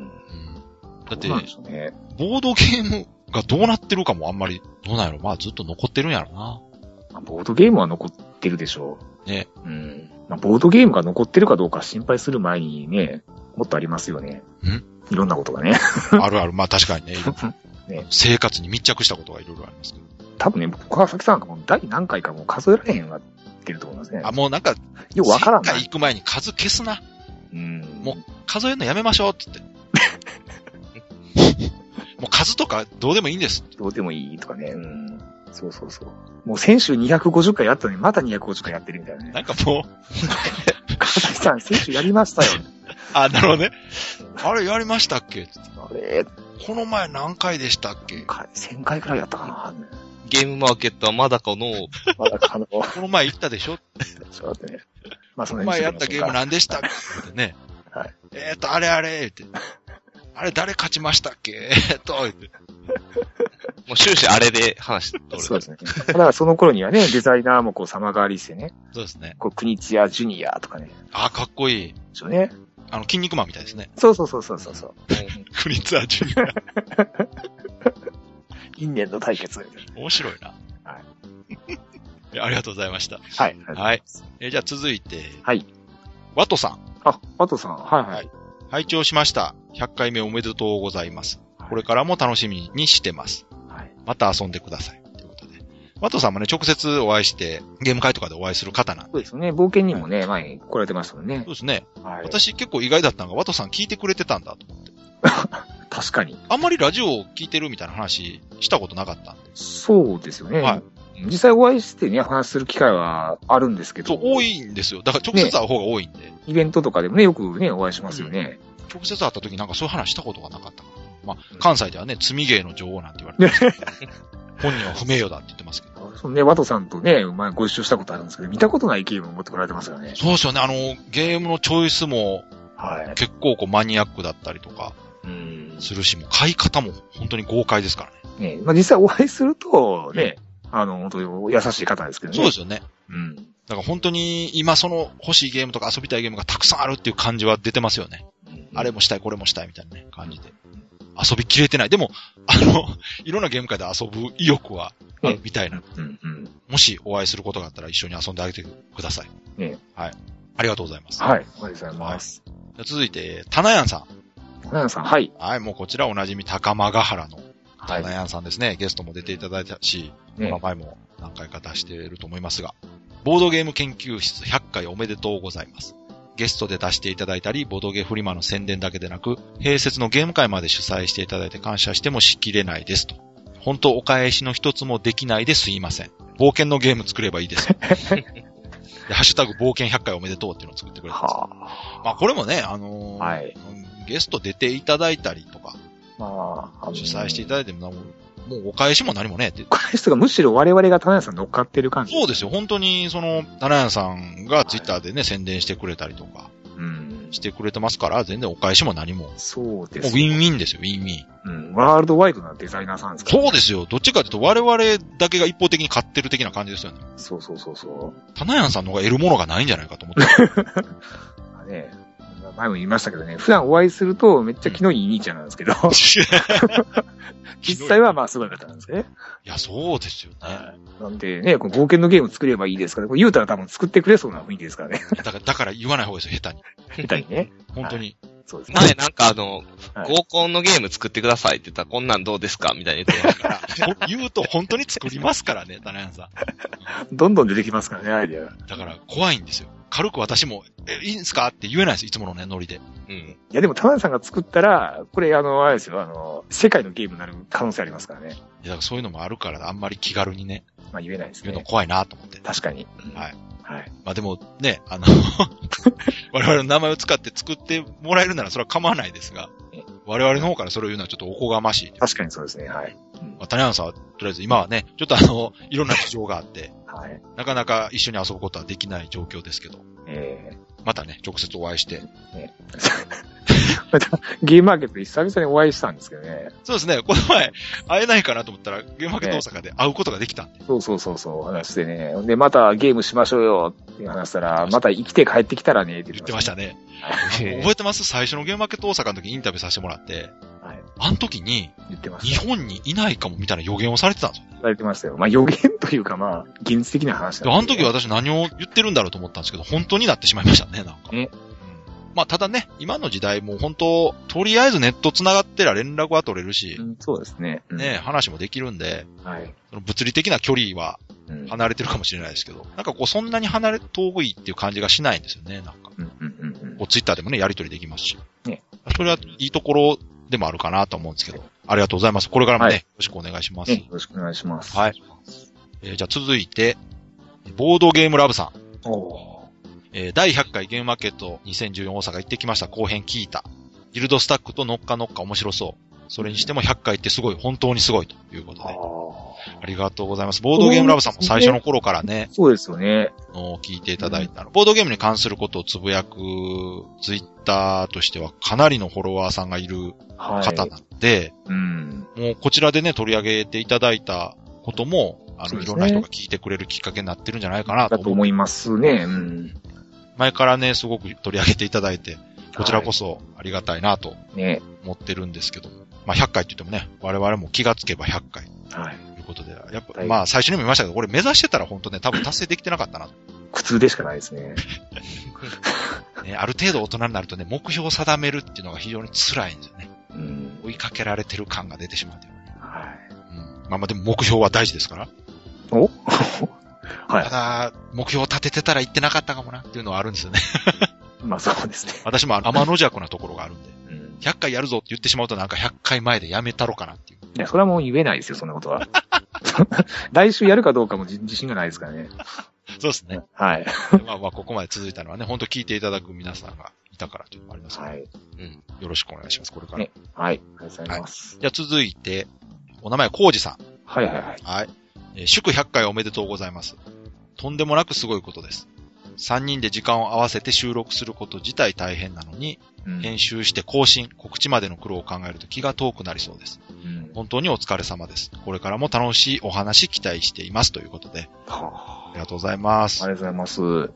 Speaker 3: ど
Speaker 2: て
Speaker 3: う、なんでしょうね。
Speaker 2: ボードゲームがどうなってるかもあんまり、どうなんやろまあずっと残ってるんやろ な。
Speaker 3: まあボードゲームは残ってるでしょう。
Speaker 2: ね。
Speaker 3: うん。まあ、ボードゲームが残ってるかどうか心配する前にね、もっとありますよね。
Speaker 2: ん
Speaker 3: いろんなことがね。
Speaker 2: あるある。まあ確かにね。いろいろ
Speaker 3: ね
Speaker 2: 生活に密着したことがいろいろありますけど。
Speaker 3: 多分ね、僕川崎さんなんかもう第何回かもう数えられへんようになってると思いますね
Speaker 2: あ、。もうなんか、
Speaker 3: ようわからんな
Speaker 2: 世界。行く前に数消すな。
Speaker 3: うん。
Speaker 2: もう数えるのやめましょうって 言って。もう数とかどうでもいいんです。
Speaker 3: どうでもいいとかね。うん。そうそうそう。もう先週250回やったのにまた250回やってるみたいなね。
Speaker 2: なんかもう、
Speaker 3: 川崎さん先週やりましたよ。
Speaker 2: あ、なるほどね。あれやりましたっけ
Speaker 3: あれ、
Speaker 2: この前何回でしたっけ
Speaker 3: か1000回くらいやったかな。
Speaker 4: ゲームマーケットはまだかの、
Speaker 3: まだ 可能。ちょ
Speaker 2: この前行ったでしょ
Speaker 3: っと待ってね。まあ、そ
Speaker 2: こ
Speaker 3: の辺
Speaker 2: の前
Speaker 3: にし
Speaker 2: やっ
Speaker 3: と
Speaker 2: た
Speaker 3: き
Speaker 2: ゲ
Speaker 3: ましょ
Speaker 2: ー
Speaker 3: う
Speaker 2: ム
Speaker 3: か
Speaker 2: 何でしたっけってね。
Speaker 3: はい
Speaker 2: えっと、あれあれって。あれ誰勝ちましたっけえっと、って
Speaker 4: もう終始あれで話しておる。
Speaker 3: そうですね。 だからその頃にはね、デザイナーもこう様変わりしてね、
Speaker 2: そうですね。
Speaker 3: こう、国津屋ジュニアとかね。
Speaker 2: あ、かっこいい。
Speaker 3: でしょうね。
Speaker 2: あの、筋肉マンみたいですね。
Speaker 3: そうそうそうそうそうそう。
Speaker 2: クリッツアージュニ
Speaker 3: 因縁の対決みたいな。
Speaker 2: ア。面白いな。。
Speaker 3: はい
Speaker 2: ありがとうご ざいました。
Speaker 3: はい。
Speaker 2: はい。えーじゃあ続いて。
Speaker 3: はい。
Speaker 2: ワトさん。
Speaker 3: あ、ワトさん。はいはい。
Speaker 2: 拝聴しました。100回目おめでとうございます。これからも楽しみにしてます。
Speaker 3: はい。
Speaker 2: また遊んでください。ということで。ワトさんもね、直接お会いして、ゲーム会とかでお会いする方なんで。
Speaker 3: そうですよね。冒険にもね、前に来られてましたもんね
Speaker 2: そう。ですね。
Speaker 3: はい。
Speaker 2: 私結構意外だったのが、ワトさん聞いてくれてたんだと思って。
Speaker 3: 確かに。
Speaker 2: あんまりラジオを聞いてるみたいな話したことなかったんで。
Speaker 3: そうですよね。
Speaker 2: はい
Speaker 3: 実際お会いしてね、話する機会はあるんですけど。
Speaker 2: そう、多いんですよ。だから直接会う方が多いんで。
Speaker 3: イベントとかでもね、よくね、お会いしますよね。
Speaker 2: 直接会った時なんかそういう話したことがなかったかな。まあ、関西ではね、積み芸の女王なんて言われてますけど本人は不名誉だって言ってますけど。
Speaker 3: そのね、ワトさんとね、前ご一緒したことあるんですけど、見たことないゲームを持ってこられてますからね。
Speaker 2: そうですよね。あの、ゲームのチョイスも
Speaker 3: はい。
Speaker 2: 結構こうマニアックだったりとか
Speaker 3: うん。
Speaker 2: するし、もう買い方も本当に豪快ですからね。
Speaker 3: ね、まあ、実際お会いすると、ね、あの、本当に優しい方ですけどね。
Speaker 2: そうです
Speaker 3: す。
Speaker 2: よね。
Speaker 3: うん。
Speaker 2: だから本当に今その欲しいゲームとか遊びたいゲームがたくさんあるっていう感じは出てますよね。あれ
Speaker 3: も。
Speaker 2: もしたい、これもしたいみたいなね、感じで。遊びきれてない。でも、あの、いろんなゲーム会で遊ぶ意欲はあるみたいな。
Speaker 3: うんうん。
Speaker 2: もしお会いすることがあったら一緒に遊んであげてください。
Speaker 3: ね
Speaker 2: はい。ありがとうございます。
Speaker 3: はい。おはようございます。
Speaker 2: じゃあ続いて、タナヤンさん。
Speaker 3: 花屋さん、はい。
Speaker 2: はい、もうこちらおなじみ高間ヶ原の
Speaker 3: は
Speaker 2: タ
Speaker 3: い。
Speaker 2: ナヤンさんですね。ゲストも出ていただいたし、
Speaker 3: ね
Speaker 2: まあ、前も何回か出していると思いますが、ボードゲーム研究室100回おめでとうございます。ゲストで出していただいたり、ボードゲフリマの宣伝だけでなく、併設のゲーム会まで主催していただいて感謝してもしきれないですと。本当お返しの一つもできないですいません。冒険のゲーム作ればいいです。でハッシュタグ冒険100回おめでとうっていうのを作ってくれてます。
Speaker 3: は
Speaker 2: まあこれもね、あのー
Speaker 3: はい
Speaker 2: ゲスト出ていただいたりとか、
Speaker 3: まあ、あの
Speaker 2: 主催していただいても、もうもうお返しも何もねえって。
Speaker 3: この人がむしろ我々が棚屋さん乗っかってる感じ。
Speaker 2: そうですよ。本当に、その、奈良屋さんがツイッターでね、宣伝してくれたりとか
Speaker 3: うん。
Speaker 2: してくれてますから、全然お返しも何も。も
Speaker 3: そう
Speaker 2: うウ
Speaker 3: です。
Speaker 2: ィンウィンですよ、ウィンウィン。
Speaker 3: うん。ワールドワイドなデザイナーさんですから。
Speaker 2: そうですよ。どっちかというと、我々だけが一方的に買ってる的な感じですよね。
Speaker 3: そうそうそうそう。
Speaker 2: タナヤンさんの方が得るものがないんじゃないかと 思って。
Speaker 3: まあね、前も言いましたけどね、普段お会いするとめっちゃ気のいい兄ちゃんなんですけど、 実際はまあすごい方なんですね。
Speaker 2: いや、そうですよね。
Speaker 3: なんでね、この冒険のゲーム作ればいいですから、これ言うたら多分作ってくれそうな雰囲気ですからね。
Speaker 2: だから、だから言わない方がいいですよ、下手に。
Speaker 3: みたいにね。
Speaker 2: 本当に。
Speaker 3: そうですね。
Speaker 4: 前なんかあの、
Speaker 3: はい
Speaker 4: 合コンのゲーム作ってくださいって言ったら、こんなんどうですかみたいに言ってましたから。
Speaker 2: ほ言うと本当に作りますからね、タナヤンさん。
Speaker 3: どんどん出てきますからね、アイデアが。い
Speaker 2: だから、怖いんですよ。軽く私も、え、いいんすかって言えないです、いつものね、ノリで。
Speaker 4: うん。
Speaker 3: や、でも、田辺さんが作ったら、これ、あの、あれですよ、あの、世界のゲームになる可能性ありますからね。
Speaker 2: いやだからそういうのもあるから、あんまり気軽にね、
Speaker 3: まあ、言えないです
Speaker 2: 言うの
Speaker 3: ね。
Speaker 2: 怖いなと思って。
Speaker 3: 確かに。
Speaker 2: はい。
Speaker 3: はい。
Speaker 2: まあでも、ね、あの、 我々の名前を使って作ってもらえるならそれは構わないですが
Speaker 3: え、
Speaker 2: 我々の方からそれを言うのはちょっとおこがましい。
Speaker 3: 確かにそうですね、はい。
Speaker 2: まあ、谷原さんはとりあえず今はね、ちょっとあの、いろんな事情があって、
Speaker 3: はい。
Speaker 2: なかなか一緒に遊ぶことはできない状況ですけど、
Speaker 3: え
Speaker 2: またね、直接お会いして。
Speaker 3: ーまたゲームマーケットで久々にお会いしたんですけどね。
Speaker 2: そうですね、この前、会えないかなと思ったら、ゲームマーケット大阪で会うことができたんで。
Speaker 3: そうそうそうそう、話してね。で、またゲームしましょうよっていう話したら、また生きて帰ってきたらね、って
Speaker 2: 言ってました
Speaker 3: ね。
Speaker 2: ね。
Speaker 3: はい
Speaker 2: 覚えてます最初のゲームマーケット大阪の時にインタビューさせてもらって、
Speaker 3: はい
Speaker 2: あの時に、
Speaker 3: 言ってまし
Speaker 2: 日
Speaker 3: た。
Speaker 2: 本にいないかもみたいな予言をされてたんですよ。
Speaker 3: 言われてましたよ。まあ予言というかまあ、現実的な話
Speaker 2: で、
Speaker 3: なん
Speaker 2: あの
Speaker 3: で
Speaker 2: 時私何を言ってるんだろうと思ったんですけど、本当になってしまいましたね、なんか。
Speaker 3: え
Speaker 2: うんまあ、ただね、今の時代もう本当、とりあえずネット繋がってら連絡は取れるし
Speaker 3: う、んそうですね。うん
Speaker 2: ね、話もできるんで、
Speaker 3: はい。
Speaker 2: その物理的な距離は
Speaker 3: うん
Speaker 2: 離れてるかもしれないですけど、なんかこうそんなに離れ、遠いっていう感じがしないんですよね、なんか。
Speaker 3: うんうんうんうん
Speaker 2: こうツイッターでもね、やり取りできますし。
Speaker 3: ね
Speaker 2: それはいいところでもあるかなと思うんですけど、ありがとうございます。これからもね、
Speaker 3: はい
Speaker 2: よろしくお願いします。
Speaker 3: ねよろしくお願いします。
Speaker 2: はい。えーじゃあ続いて、ボードゲームラブさん。
Speaker 3: おー
Speaker 2: えー第100回ゲームマーケット2014大阪行ってきました後編聞いた。ギルドスタックとノッカノッカ面白そう。それにしても100回ってすごい、本当にすごいということで。ありがとうございます。ボードゲームラブさんも最初の頃からね、
Speaker 3: そうですよね。
Speaker 2: あの聞いていただいたの。ボードゲームに関することをつぶやく、ツイッターとしてはかなりのフォロワーさんがいる
Speaker 3: はい。
Speaker 2: 方なんで、
Speaker 3: うん。
Speaker 2: もうこちらでね、取り上げていただいたことも、あ
Speaker 3: そう
Speaker 2: の、
Speaker 3: で
Speaker 2: い
Speaker 3: すね
Speaker 2: ろんな人が聞いてくれるきっかけになってるんじゃないかなと
Speaker 3: だと
Speaker 2: 思う。
Speaker 3: 思いますね。うん。
Speaker 2: 前からね、すごく取り上げていただいて、こちらこそありがたいなと
Speaker 3: そ。ね。
Speaker 2: 思ってるんですけども。まあ100回って言ってもね、我々も気がつけば100回
Speaker 3: はい。
Speaker 2: ということで、やっぱ、
Speaker 3: はい
Speaker 2: まあ最初にも言いましたけど、これ目指してたら本当ね、多分達成できてなかったな。
Speaker 3: 苦痛でしかないですね。
Speaker 2: ね、ある程度大人になるとね、目標を定めるっていうのが非常に辛いんですよね。
Speaker 3: うん。
Speaker 2: 追いかけられてる感が出てしまうというかね。
Speaker 3: はい。
Speaker 2: うん。まあまあでも目標は大事ですから。
Speaker 3: お
Speaker 2: た
Speaker 3: は
Speaker 2: だ、目標を立ててたら行ってなかったかもなっていうのはあるんですよね。
Speaker 3: い。まあそうですね。
Speaker 2: 私も天の弱なところがあるんで。
Speaker 3: うん。
Speaker 2: 100回やるぞって言ってしまうとなんか100回前でやめたろかなっていう。
Speaker 3: いや、それはもう言えないですよ、そんなことは。 来週やるかどうかも自自信がないですからね。
Speaker 2: そうで すね。
Speaker 3: はい。
Speaker 2: まあまあここまで続いたのはね、本当聞いていただく皆さんがいたからというのもありますから、
Speaker 3: はい。
Speaker 4: うん。
Speaker 2: よろしくお願いします、これから。
Speaker 3: ねはい。ありがとうございます。
Speaker 2: じゃあ続いて、お名前、コウジさん。
Speaker 3: はいはいはい。
Speaker 2: はい。えー祝100回おめでとうございます。とんでもなくすごいことです。3人で時間を合わせて収録すること自体大変なのに、
Speaker 3: うん
Speaker 2: 編集して更新、告知までの苦労を考えると気が遠くなりそうです。
Speaker 3: うん
Speaker 2: 本当にお疲れ様です。これからも楽しいお話期待しています。ということで、
Speaker 3: はあ
Speaker 2: ありがとうございま
Speaker 3: あ
Speaker 2: す。
Speaker 3: りがとうございます。は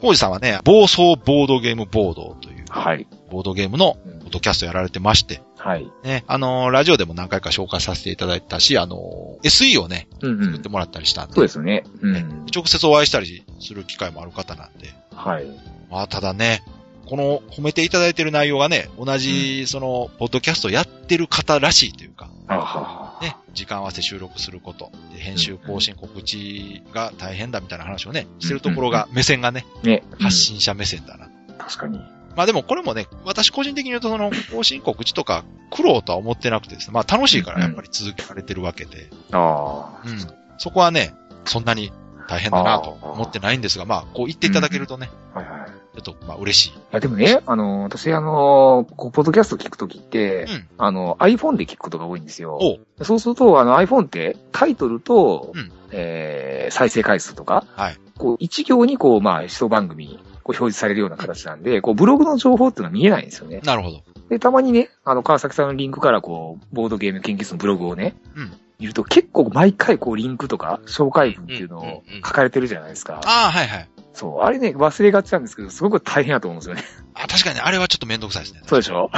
Speaker 2: コウジさんはね、暴走ボードゲームボードという、
Speaker 3: い。
Speaker 2: ボードゲームの
Speaker 3: うん
Speaker 2: ポッドキャストやられてまして、
Speaker 3: はい。
Speaker 2: ね、あのーラジオでも何回か紹介させていただいたし、あのー SE をね、
Speaker 3: うんう
Speaker 2: 作っ
Speaker 3: ん
Speaker 2: て。もらったりしたんで
Speaker 3: そう、ですよね。う
Speaker 2: ね
Speaker 3: ん。
Speaker 2: 直接お会いしたりする機会もある方なんで。
Speaker 3: はい。
Speaker 2: まあ、ただね、この褒めていただいてる内容がね、同じ、その、ポッドキャストやってる方らしいというか、
Speaker 3: あはは。
Speaker 2: ね、時間合わせ収録すること、で編集更新告知が大変だみたいな話をね、してるところが、目線がね、
Speaker 3: ね。
Speaker 2: 発信者目線だ
Speaker 3: う
Speaker 2: な。
Speaker 3: ん。確かに。
Speaker 2: まあでもこれもね、私個人的に言うとその、更新告知とか苦労とは思ってなくてですね、まあ楽しいからやっぱり続けられてるわけで、
Speaker 3: ああ。
Speaker 2: うん。そこはね、そんなに大変だなと思ってないんですが、まあ、こう言っていただけるとね、
Speaker 3: はいはい。
Speaker 2: ょっと、まあ、嬉しい。
Speaker 3: や、でもね、あの、私、あの、こう、ポッドキャスト聞くときって、
Speaker 2: うん
Speaker 3: あの、iPhone で聞くことが多いんですよ。
Speaker 2: おう
Speaker 3: そうすると、あの、iPhone って、タイトルと、
Speaker 2: うん
Speaker 3: えー再生回数とか、
Speaker 2: はい
Speaker 3: こう、一行に、こう、まあ、一番組に、こう、表示されるような形なんで、こう、ブログの情報っていうのは見えないんですよね。
Speaker 2: なるほど。
Speaker 3: で、たまにね、あの、川崎さんのリンクから、こう、ボードゲーム研究室のブログをね、
Speaker 2: うん
Speaker 3: 見ると結構毎回、こう、リンクとか、紹介文っていうの
Speaker 4: うん
Speaker 3: を
Speaker 4: うんうん
Speaker 3: 書かれてるじゃないですか。
Speaker 2: ああ、はいはい。
Speaker 3: そう、あれね、忘れがちなんですけど、すごく大変だと思うん ですよね。
Speaker 2: あ、確かに、あれはちょっとめんどくさいですね。
Speaker 3: そうでしょ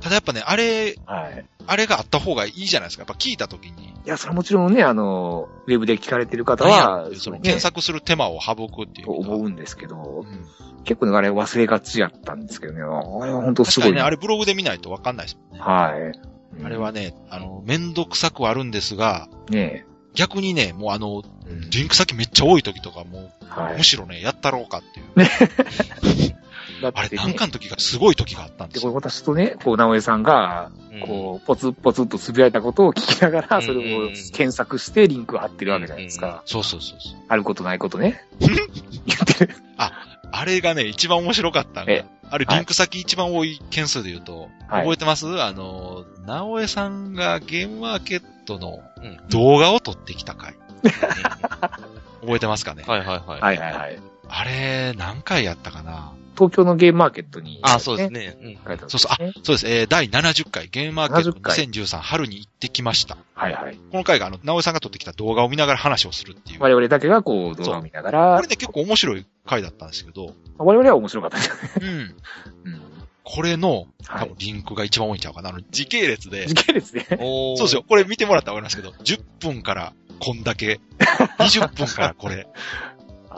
Speaker 2: ただやっぱね、あれ、
Speaker 3: はい。
Speaker 2: あれがあった方がいいじゃないですか。やっぱ聞いた時に、
Speaker 3: いや、それはもちろんね、あの、ウェブで聞かれてる方
Speaker 2: 何や
Speaker 3: は
Speaker 2: ろってい、うその
Speaker 3: ね
Speaker 2: 検、索する手間を省くっていう
Speaker 3: と
Speaker 2: か。
Speaker 3: 思
Speaker 2: うん
Speaker 3: うんですけど、結構ね、あれ忘れがちやったんですけどね、あれは本当す
Speaker 2: 確か
Speaker 3: ごい
Speaker 2: にね、あれブログで見ないとわかんないですもんね。
Speaker 3: はい。
Speaker 2: あれはね、あの、めんどくさくはあるんですが、
Speaker 3: ね、
Speaker 2: 逆にね、もうあの、
Speaker 3: うん
Speaker 2: リンク先めっちゃ多い時とかも
Speaker 3: は
Speaker 2: う、
Speaker 3: い
Speaker 2: む。しろね、やったろうかっていう。
Speaker 3: だっ
Speaker 2: あれ、
Speaker 3: て
Speaker 2: 短
Speaker 3: ね
Speaker 2: 歌、の時がすごい時があったんで
Speaker 3: ですこれ
Speaker 2: よ。
Speaker 3: 私とね、こう、直江さんが、
Speaker 4: うん
Speaker 3: こう、ポツポツと呟いたことを聞きながら、
Speaker 4: うん
Speaker 3: それを検索してリンクを貼ってるわけじゃないですか。
Speaker 2: そうそうそうそう。
Speaker 3: あることないことね。言ってる。
Speaker 2: あれがね、一番面白かったの
Speaker 3: え
Speaker 2: が、あれ、リンク先一番多い件数で言うと、
Speaker 3: はい
Speaker 2: 覚えてますあの、直江さんがゲームマーケットの
Speaker 4: うん
Speaker 2: 動画を撮ってきた回。覚えてますかね、
Speaker 4: はいはいは い。
Speaker 3: はいはいはい。
Speaker 2: あれ、何回やったかな
Speaker 3: 東京のゲームマーケットに、
Speaker 4: あ、そうです。ね。う
Speaker 3: 書
Speaker 4: ん
Speaker 3: いてあるん
Speaker 2: そ
Speaker 3: で
Speaker 2: う
Speaker 3: す
Speaker 2: そう、あ
Speaker 3: ね。、
Speaker 2: そうです。えー第70回、ゲームマーケット
Speaker 3: 70回
Speaker 2: 2013春に行ってきました。
Speaker 3: はいはい。
Speaker 2: この回が、あの、直江さんが撮ってきた動画を見ながら話をするっていう。こ
Speaker 3: 我々だけがこう動画を見ながら
Speaker 2: れ、ね、結構面白い回だったんです けど、
Speaker 3: 我々は面白かったですよね。
Speaker 2: うん。
Speaker 3: うん。
Speaker 2: これの、
Speaker 3: は
Speaker 2: 多
Speaker 3: い
Speaker 2: 分。リンクが一番多いんちゃうかな。あの、時系列で
Speaker 3: 時、系列で。
Speaker 4: お ー
Speaker 2: そうですよ。。これ見てもらったらわかりますけど、10分からこん だけ、20分からこれ、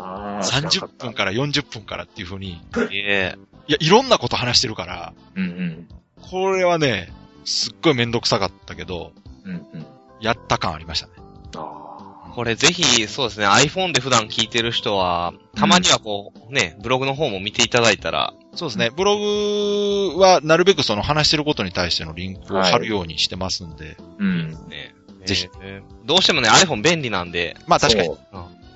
Speaker 3: あ
Speaker 2: 30分。から40分からっていう風に、
Speaker 4: え
Speaker 2: いや、いろんなこと話してるから、
Speaker 3: うんうん。
Speaker 2: これはね、すっごいめんどくさかったけど、
Speaker 3: うんうん。
Speaker 2: やった感ありましたね。
Speaker 3: あ
Speaker 4: えこれぜひ、そうですね、iPhone で普段聞いてる人は、たまにはこう、ね、ブログの方も見ていただいたら、
Speaker 2: そうですね。ブログは、なるべくその話してることに対してのリンクを貼るようにしてますんで、
Speaker 3: あ。うん。
Speaker 4: ね。
Speaker 2: ぜひ
Speaker 4: えー。どうしてもね、iPhone 便利なんで、
Speaker 2: まあ確かに、
Speaker 3: そう。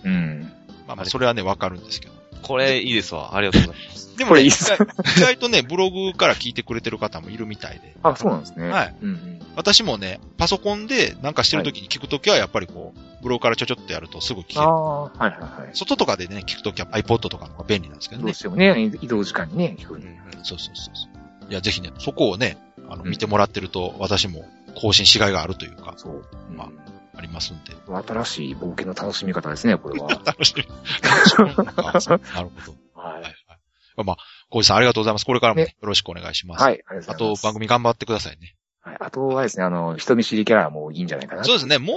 Speaker 3: うん。
Speaker 2: まあまあそれはね、わかるんですけど。
Speaker 4: これいいですわ。ありがとうございます。
Speaker 2: で
Speaker 3: こ
Speaker 2: も
Speaker 3: れい
Speaker 2: ね、
Speaker 3: い
Speaker 2: 意
Speaker 3: っす
Speaker 2: 外意外とね、ブログから聞いてくれてる方もいるみたいで。
Speaker 3: あ、そうなんですね。
Speaker 2: はい。
Speaker 3: うんうん。
Speaker 2: 私もね、パソコンでなんかしてる時に聞くときは、やっぱりこう、ブログからちょちょっとやるとすぐ聞け
Speaker 3: あ
Speaker 2: る。
Speaker 3: あ、はいはいはい。
Speaker 2: 外とかでね、聞くときは iPod とかの方が便利なんですけど
Speaker 3: どう
Speaker 2: ね。
Speaker 3: してもね、移動時間にね、聞くんで
Speaker 2: そうそうそうそう。いや、ぜひね、そこをね、あの、
Speaker 3: うん
Speaker 2: 見てもらってると、私も更新しがいがあるというか、
Speaker 3: そう。うん
Speaker 2: まありますんで。
Speaker 3: 新しい冒険の楽しみ方ですね、これは。
Speaker 2: 楽しみ。楽しみ あなるほど。
Speaker 3: は
Speaker 2: はい
Speaker 3: い。
Speaker 2: はい。まあ、小石さんありがとうございます。これからもね
Speaker 3: ね
Speaker 2: よろしくお願いします。。
Speaker 3: はいい、ありがと
Speaker 2: あ
Speaker 3: うご、ざ
Speaker 2: と
Speaker 3: い
Speaker 2: 番
Speaker 3: ます。
Speaker 2: 組頑張ってくださいね。
Speaker 3: はい、あとはですね、あの、人見知りキャラはもういいんじゃないかな。
Speaker 2: そうですね、もう、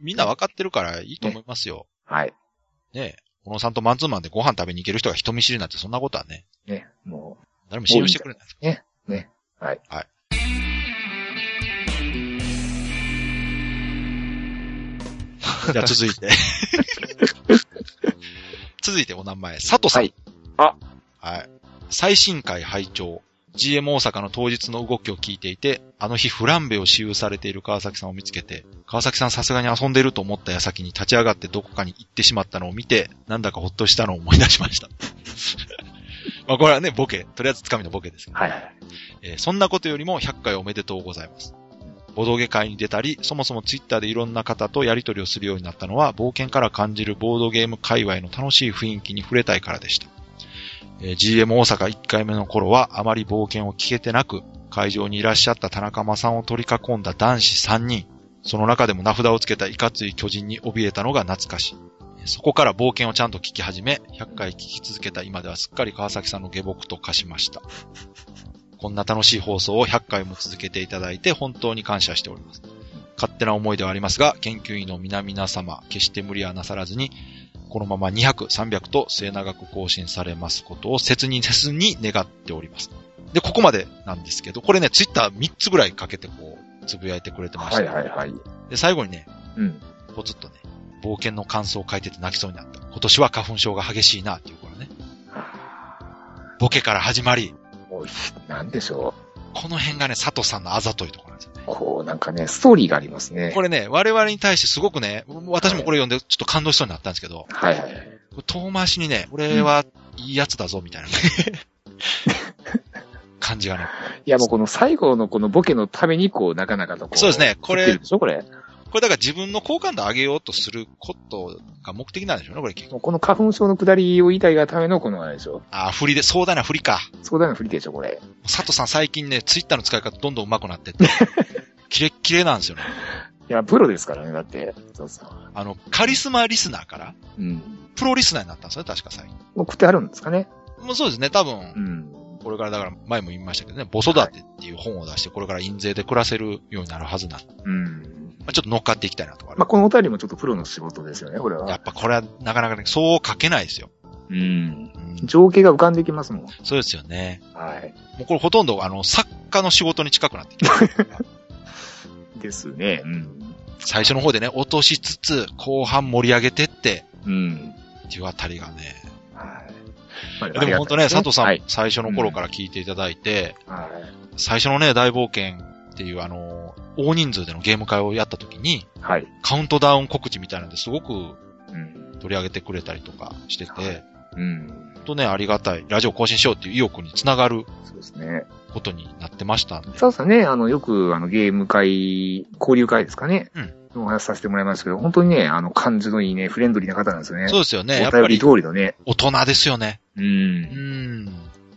Speaker 2: みんな分かってるからいいと思いますよ。
Speaker 3: はい。
Speaker 2: ね小野さんとマンツーマンでご飯食べに行ける人が人見知りなんてそんなことはね、
Speaker 3: ね、も
Speaker 2: 誰も信用してくれない。
Speaker 3: う、ね。はい。
Speaker 2: はい。 じゃあ続 いて。続いてお名前、佐藤さん。
Speaker 3: はいあ。
Speaker 2: はい。最新回拝聴 GM 大阪の当日の動きを聞いていて、あの日フランベを使用されている川崎さんを見つけて、川崎さんさすがに遊んでると思った矢先に立ち上がってどこかに行ってしまったのを見て、なんだかほっとしたのを思い出しました。 まあこれはね、ボケ。とりあえずつかみのボケですけど。
Speaker 3: はいはい。
Speaker 2: えーそんなことよりも100回おめでとうございます。ボドゲ会に出たり、そもそもツイッターでいろんな方とやり取りをするようになったのは、冒険から感じるボードゲーム界隈の楽しい雰囲気に触れたいからでした。えー GM 大阪1回目の頃はあまり冒険を聞けてなく、会場にいらっしゃった田中間さんを取り囲んだ男子3人、その中でも名札をつけたいかつい巨人に怯えたのが懐かしい。そこから冒険をちゃんと聞き始め、100回聞き続けた今ではすっかり川崎さんの下僕と化しました。こんな楽しい放送を100回も続けていただいて本当に感謝しております。勝手な思いではありますが、研究員の皆々様、決して無理はなさらずに、このまま200、300と末永く更新されますことを切に切に願っております。で、ここまでなんですけど、これね、ツイッター3つぐらいかけてこう、つぶやいてくれてました。
Speaker 3: はいはいはい。
Speaker 2: で、最後にね、
Speaker 3: うん。
Speaker 2: ポツッとね、冒険の感想を書いてて泣きそうになった。今年は花粉症が激しいな、っていうからね。ボケから始まり、
Speaker 3: もうひ、なんでしょ
Speaker 2: この辺がね、佐藤さんのあざといところなんですよね
Speaker 3: う。。こう、なんかね、ストーリーがありますね
Speaker 2: こ。れね、我々に対してすごくね、私もこれ読んでちょっと感動しそうになったんですけど、
Speaker 3: はいはいはい。
Speaker 2: 遠回しにね、俺はいいやつだぞ、みたいなね感じがね。
Speaker 3: いや、もうこの最後のこのボケのために、こう、なかなかとこう。
Speaker 2: そうですねこれ
Speaker 3: 作ってるでしょこれ。
Speaker 2: これだから自分の好感度上げようとすることが目的なんでしょうね、これ結局。
Speaker 3: もうこの花粉症の下りを言いたいがための、このあれでしょ。
Speaker 2: ああ、振りで、壮大な振りか。
Speaker 3: 壮大な振りでしょ、これ。
Speaker 2: 佐藤さん最近ね、ツイッターの使い方どんどん上手くなってって。キレッキレなんですよね。
Speaker 3: いや、プロですからね、だって。そうそう。
Speaker 2: あの、カリスマリスナーから、
Speaker 3: うん。
Speaker 2: プロリスナーになったんですよね、確か最近。
Speaker 3: もう食ってあるんですかね。
Speaker 2: もうそうですね、多分、
Speaker 3: うん。
Speaker 2: これからだから前も言いましたけどね、ボソダテっていう本を出して、これから印税で暮らせるようになるはずなんで、
Speaker 3: うん。
Speaker 2: まあ、ちょっと乗っかっていきたいなとかある
Speaker 3: まあ、このお便りもちょっとプロの仕事ですよね、これ
Speaker 2: や
Speaker 3: は。
Speaker 2: っぱこれはなかなかね、そう書けないですよ。
Speaker 3: うん。
Speaker 2: うん、
Speaker 3: 情景が浮かんできますもん。
Speaker 2: そうですよね。
Speaker 3: はい。
Speaker 2: もうこれほとんどあの、作家の仕事に近くなってきてる。
Speaker 3: ですね。うん。
Speaker 2: 最初の方でね、落としつつ、後半盛り上げてって、
Speaker 3: うん。
Speaker 2: っていうあたりがね。
Speaker 3: はい。まあ
Speaker 2: でも本当ね、佐藤さん、
Speaker 3: はい。
Speaker 2: 最初の頃から聞いていただいて、
Speaker 3: はい
Speaker 2: 最初のね、大冒険っていうあの、大人数でのゲーム会をやった時に、
Speaker 3: はい。
Speaker 2: カウントダウン告知みたいなんですごく
Speaker 3: うん。
Speaker 2: 取り上げてくれたりとかしてて、
Speaker 3: は
Speaker 2: 本
Speaker 3: いうん。
Speaker 2: 当ね、ありがたい、ラジオ更新しようっていう意欲につながる
Speaker 3: そうですね。
Speaker 2: ことになってましたんで。
Speaker 3: 佐藤さんね、あの、よく、あの、ゲーム会、交流会ですかね。
Speaker 2: うん。
Speaker 3: お話しさせてもらいましたけど、本当にね、あの、感じのいいね、フレンドリーな方なんですよね。
Speaker 2: そう
Speaker 3: う
Speaker 2: ですよね。やっ
Speaker 3: お便
Speaker 2: ぱ
Speaker 3: り
Speaker 2: り
Speaker 3: 通りのね。
Speaker 2: 大人ですよね。
Speaker 3: う。
Speaker 2: うんん。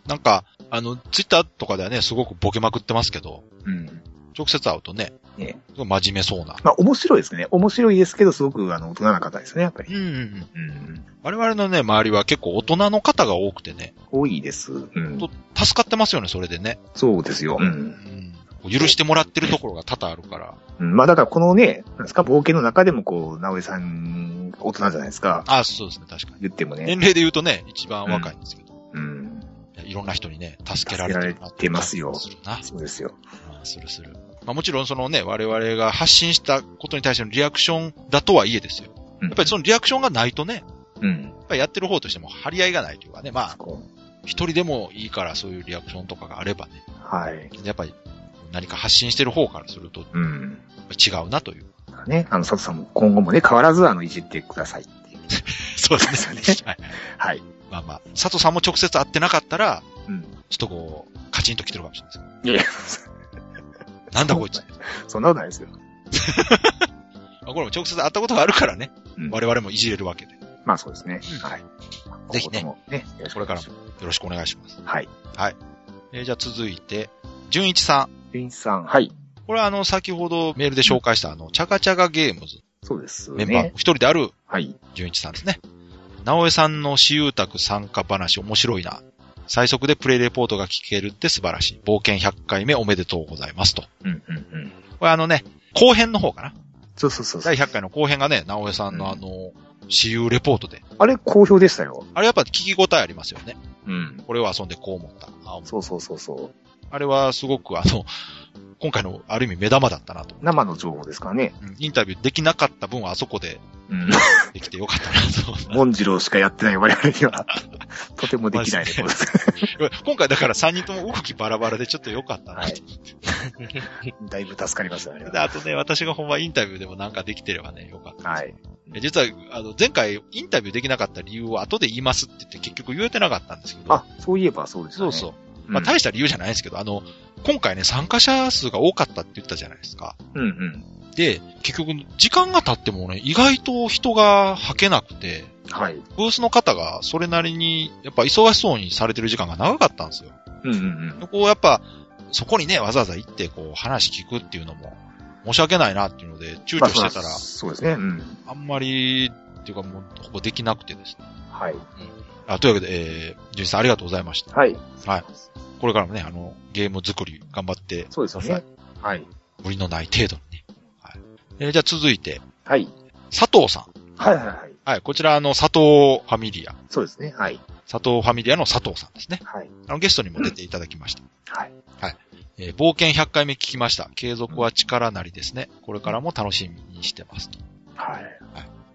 Speaker 2: なんか、あの、ツイッターとかではね、すごくボケまくってますけど、
Speaker 3: うん。
Speaker 2: 直接会うとね、
Speaker 3: ね
Speaker 2: すごい真面目そうな。
Speaker 3: まあ、面白いですね。面白いですけど、すごく、あの、大人な方ですね、やっぱ
Speaker 2: う
Speaker 3: り。
Speaker 2: んうんうん。
Speaker 3: うん。
Speaker 2: 我々のね、周りは結構大人の方が多くてね、
Speaker 3: 多いです。うん
Speaker 2: と。助かってますよね、それでね。
Speaker 3: そうですよ。う。
Speaker 2: うんん。許してもらってるところが多々あるから。
Speaker 3: うんまあ、だから、このね、なんですか、冒険の中でも、こう、直江さん、大人じゃないですか。
Speaker 2: あそうですね、確かに。
Speaker 3: 言ってもね
Speaker 2: 年。齢で言うとね、一番若いんですけど。
Speaker 3: うん。
Speaker 2: いろんな人にね、助けられてるな
Speaker 3: 助けられてますよ
Speaker 2: するな。
Speaker 3: そうですよ。
Speaker 2: うんするする。まあもちろんそのね、我々が発信したことに対してのリアクションだとはいえですよ。
Speaker 3: や
Speaker 2: やっぱりそのリアクションがないとね、
Speaker 3: うん。
Speaker 2: やっぱりやってる方としても張り合いがないというかね、まあ
Speaker 3: そ、こ
Speaker 2: 一人でもいいからそういうリアクションとかがあればね、
Speaker 3: はい。
Speaker 2: やっぱり何か発信してる方からすると
Speaker 3: うん。
Speaker 2: 違うなという。
Speaker 3: ね、あの、佐藤さんも今後もね、変わらず、あの、いじってくださいっていう。
Speaker 2: そうですね。 はい
Speaker 3: はい。
Speaker 2: まあまあ、佐藤さんも直接会ってなかったら、
Speaker 3: うん。
Speaker 2: ちょっとこう、カチンと来てるかもしれないですけ
Speaker 3: いやいや、
Speaker 2: どなんだこい つ。
Speaker 3: そんなことないですよ。
Speaker 2: まあこれも直接会ったことがあるからね、
Speaker 3: うん
Speaker 2: 我々もいじれるわけで。よ
Speaker 3: まあそうですね。はい。
Speaker 2: ぜひね
Speaker 3: 今後ともね、よろしくお願いします
Speaker 2: ろしくお願いします。
Speaker 3: はい。
Speaker 2: えーじゃあ続いて、純一さん。
Speaker 3: ユンイチさん、はい。
Speaker 2: これはあの、先ほどメールで紹介したあの、チャカチャカゲームズ
Speaker 3: そうです、
Speaker 2: メ
Speaker 3: ね。
Speaker 2: ンバーの一人である
Speaker 3: はい。
Speaker 2: 純一さんですね。直江さんの私有宅参加話面白いな。最速でプレイレポートが聞けるって素晴らしい。冒険100回目おめでとうございますと。
Speaker 3: うんうんうん。
Speaker 2: これあのね、後編の方かな。
Speaker 3: そうそうそうそう
Speaker 2: 第100回の後編がね、直江さんのあの、私有レポートで。
Speaker 3: あれ、好評でしたよ。
Speaker 2: あれやっぱ聞き応えありますよね。
Speaker 3: うん。
Speaker 2: これを遊んでこう思った。あ
Speaker 3: そうそうそうそ
Speaker 2: あれはすごくあの、今回のある意味目玉だったなと。
Speaker 3: う。生の情報ですからね。
Speaker 2: うんインタビューできなかった分はあそこで
Speaker 3: うん。
Speaker 2: できてよかったなと。
Speaker 3: モンジローしかやってない我々には、とてもできないレポートです。
Speaker 2: 今回だから3人とも動きバラバラでちょっとよかったな
Speaker 3: は
Speaker 2: と
Speaker 3: い。だいぶ助かりましたね、あれ
Speaker 2: で、
Speaker 3: は。
Speaker 2: あとね、私がほんまインタビューでもなんかできてればね、よかった。
Speaker 3: はい。
Speaker 2: え実は、あの、前回インタビューできなかった理由を後で言いますって言って結局言えてなかったんですけど。
Speaker 3: あ、そういえばそうです
Speaker 2: そ
Speaker 3: ね。
Speaker 2: うそう。
Speaker 3: うん。
Speaker 2: まあ、大した理由じゃないですけど、あの、今回ね、参加者数が多かったって言ったじゃないですか。
Speaker 3: うんうん。
Speaker 2: で、結局、時間が経ってもね、意外と人が吐けなくて、
Speaker 3: はい。
Speaker 2: ブースの方がそれなりに、やっぱ忙しそうにされてる時間が長かったんですよ。
Speaker 3: うんうんうん。
Speaker 2: こうやっぱ、そこにね、わざわざ行って、こう、話聞くっていうのも、申し訳ないなっていうので、躊躇してたら
Speaker 3: まあ、そうですね。うん。
Speaker 2: あんまり、っていうかもう、ほぼできなくてですね。
Speaker 3: はい。
Speaker 2: あ、というわけで、えー、純一さんありがとうございました。
Speaker 3: はい。
Speaker 2: はい。これからもね、あの、ゲーム作り頑張って、
Speaker 3: そうですよね。はい。
Speaker 2: 無理のない程度にね。はい。えーじゃあ続いて、
Speaker 3: はい。
Speaker 2: 佐藤さん。
Speaker 3: はいはいはい。
Speaker 2: はい、こちらあの、佐藤ファミリア。
Speaker 3: そうですね。はい。
Speaker 2: 佐藤ファミリアの佐藤さんですね。
Speaker 3: はい。
Speaker 2: あの、ゲストにも出ていただきました。
Speaker 3: はい。
Speaker 2: えー冒険100回目聞きました。継続は力なりですね。これからも楽しみにしてます。
Speaker 3: はい。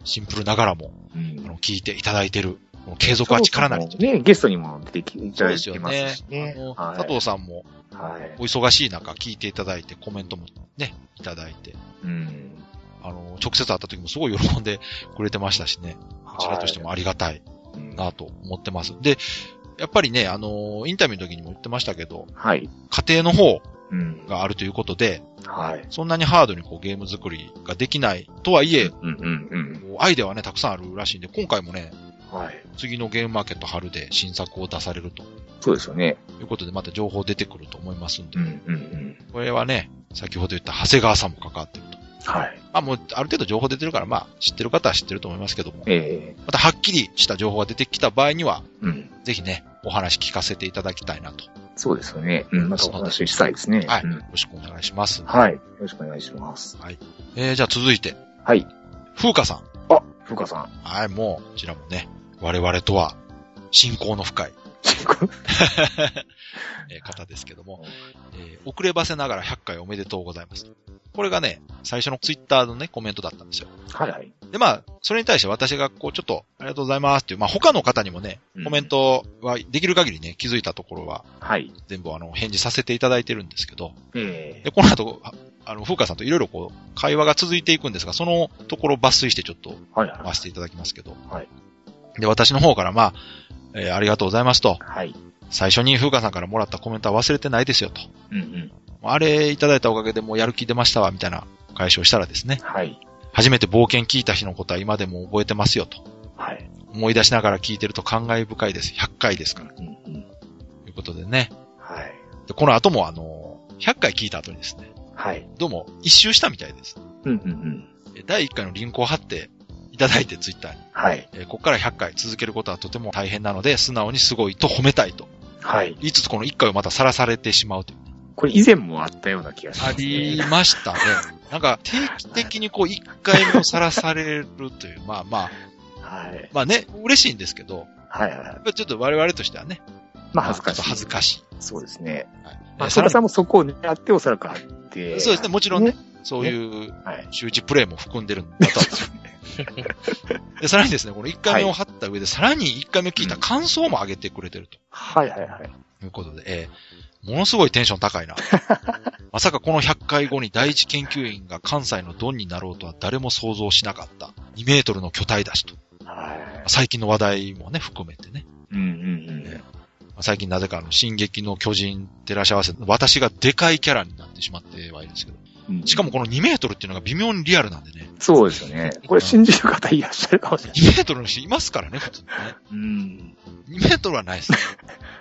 Speaker 2: シンプルながらも、
Speaker 3: う
Speaker 2: あ
Speaker 3: ん。
Speaker 2: の、聞いていただいてる。この継続は力なり。
Speaker 3: ね、ゲストにも出てきていた
Speaker 2: そう
Speaker 3: だ
Speaker 2: で
Speaker 3: い
Speaker 2: すよ
Speaker 3: てま
Speaker 2: ね
Speaker 3: すし。ね。
Speaker 2: あの
Speaker 3: はい
Speaker 2: 佐藤さんも
Speaker 3: はい
Speaker 2: お。忙しい中聞いていただいて、コメントもね、いただいて、
Speaker 3: うん。
Speaker 2: あの、直接会った時もすごい喜んでくれてましたしね。こちらとしてもありがたい。
Speaker 3: うん
Speaker 2: なと思ってます。で、やっぱりね、あのーインタビューの時にも言ってましたけど、
Speaker 3: はい。
Speaker 2: 家庭の方
Speaker 3: うん。
Speaker 2: があるということで、
Speaker 3: はい。
Speaker 2: そんなにハードにこうゲーム作りができないとはいえ、
Speaker 3: うんうんうん。
Speaker 2: こうアイデアはね、たくさんあるらしいんで、今回もね、
Speaker 3: はい。
Speaker 2: 次のゲームマーケット春で新作を出されると
Speaker 3: そうですよね。
Speaker 2: いうことで、また情報出てくると思いますんで
Speaker 3: う、んうんうん。
Speaker 2: これはね、先ほど言った長谷川さんも関わってると。
Speaker 3: はい。
Speaker 2: まあもう、ある程度情報出てるから、まあ、知ってる方は知ってると思いますけども、
Speaker 3: え
Speaker 2: またはっきりした情報が出てきた場合には、
Speaker 3: えうん。
Speaker 2: ぜひね、お話聞かせていただきたいなと。よ
Speaker 3: そうですよね。うん。またお話ししたいですね。
Speaker 2: はい
Speaker 3: うん
Speaker 2: ろしくお願いします。
Speaker 3: はい。よろしくお願いします。
Speaker 2: えー、じゃあ続いて、
Speaker 3: はい。
Speaker 2: 風花さん。
Speaker 3: あ、ふうかさん。
Speaker 2: はい、もう、こちらもね、我々とは、信仰の深い、えー方ですけども、えー遅ればせながら100回おめでとうございます。これがね、最初のツイッターのね、コメントだったんですよ。
Speaker 3: はいはい。
Speaker 2: で、まあ、それに対して私が、こう、ちょっと、ありがとうございますっていう、まあ、他の方にもね、コメントは、できる限りね、気づいたところは、
Speaker 3: はい。
Speaker 2: 全部、あの、返事させていただいてるんですけど、
Speaker 3: ええ
Speaker 2: で、この後、ああの、風花さんといろいろこう、会話が続いていくんですが、そのところ抜粋してちょっと
Speaker 3: はいは
Speaker 2: 回
Speaker 3: い。
Speaker 2: していただきますけど。
Speaker 3: はい
Speaker 2: で、私の方から、まあ、えーありがとうございますと、
Speaker 3: はい。
Speaker 2: 最初に風花さんからもらったコメントは忘れてないですよと。
Speaker 3: うんうん。
Speaker 2: あれいただいたおかげでもうやる気出ましたわ、みたいな解消したらですね、
Speaker 3: はい。
Speaker 2: 初めて冒険聞いた日のことは今でも覚えてますよと。
Speaker 3: はい。
Speaker 2: 思い出しながら聞いてると感慨深いです。100回ですから。
Speaker 3: うんうん。
Speaker 2: ということでね。
Speaker 3: はい。
Speaker 2: で、この後もあのー、100回聞いた後にですね、
Speaker 3: はい。
Speaker 2: どうも一周したみたいです。
Speaker 3: うんうんうん。
Speaker 2: え第1回のリンクを貼っていただいてツイッターに。
Speaker 3: はい。
Speaker 2: えーここから100回続けることはとても大変なので、素直にすごいと褒めたいと。
Speaker 3: はい。
Speaker 2: 言いつつこの1回をまたさらされてしまうという。
Speaker 3: これ以前もあったような気がしま
Speaker 2: あ
Speaker 3: す、
Speaker 2: りましたね。なんか定期的にこう1回もさらされるという、まあまあ、
Speaker 3: はい。
Speaker 2: まあね、嬉しいんですけど、
Speaker 3: はいはいはい。
Speaker 2: ちょっと我々としてはね、
Speaker 3: まあ恥ずかしい。
Speaker 2: まあちょっと恥ずかしい。
Speaker 3: そうですね。
Speaker 2: はい
Speaker 3: ま
Speaker 2: え
Speaker 3: あ、
Speaker 2: ー
Speaker 3: そ
Speaker 2: さ
Speaker 3: ら
Speaker 2: ら
Speaker 3: さん
Speaker 2: に
Speaker 3: もそこを狙っておそらくあって。
Speaker 2: そうですねもちろんね。そういう
Speaker 3: はい。
Speaker 2: 周知プレイも含んでるん だとは思うで、さらにですね、この1回目を貼った上で、さらに1回目聞いた感想も上げてくれてると。
Speaker 3: はいはいはい。
Speaker 2: ということで、えーものすごいテンション高 いな。まさかこの100回後に第一研究員が関西のドンになろうとは誰も想像しなかった。2メートルの巨体だしと。
Speaker 3: は
Speaker 2: 最近の話題もね、含めてね。
Speaker 3: い。うんうん
Speaker 2: ね最近なぜかあの、進撃の巨人照らし合わせ、私がでかいキャラになってしまってはいるんですけど。
Speaker 3: うん。
Speaker 2: しかもこの2メートルっていうのが微妙にリアルなんでね。
Speaker 3: そうですよね。これ信じる方いらっしゃるかもしれない。
Speaker 2: 2メートルの人いますからね、普通にね。
Speaker 3: うん。
Speaker 2: 2メートルはないですね。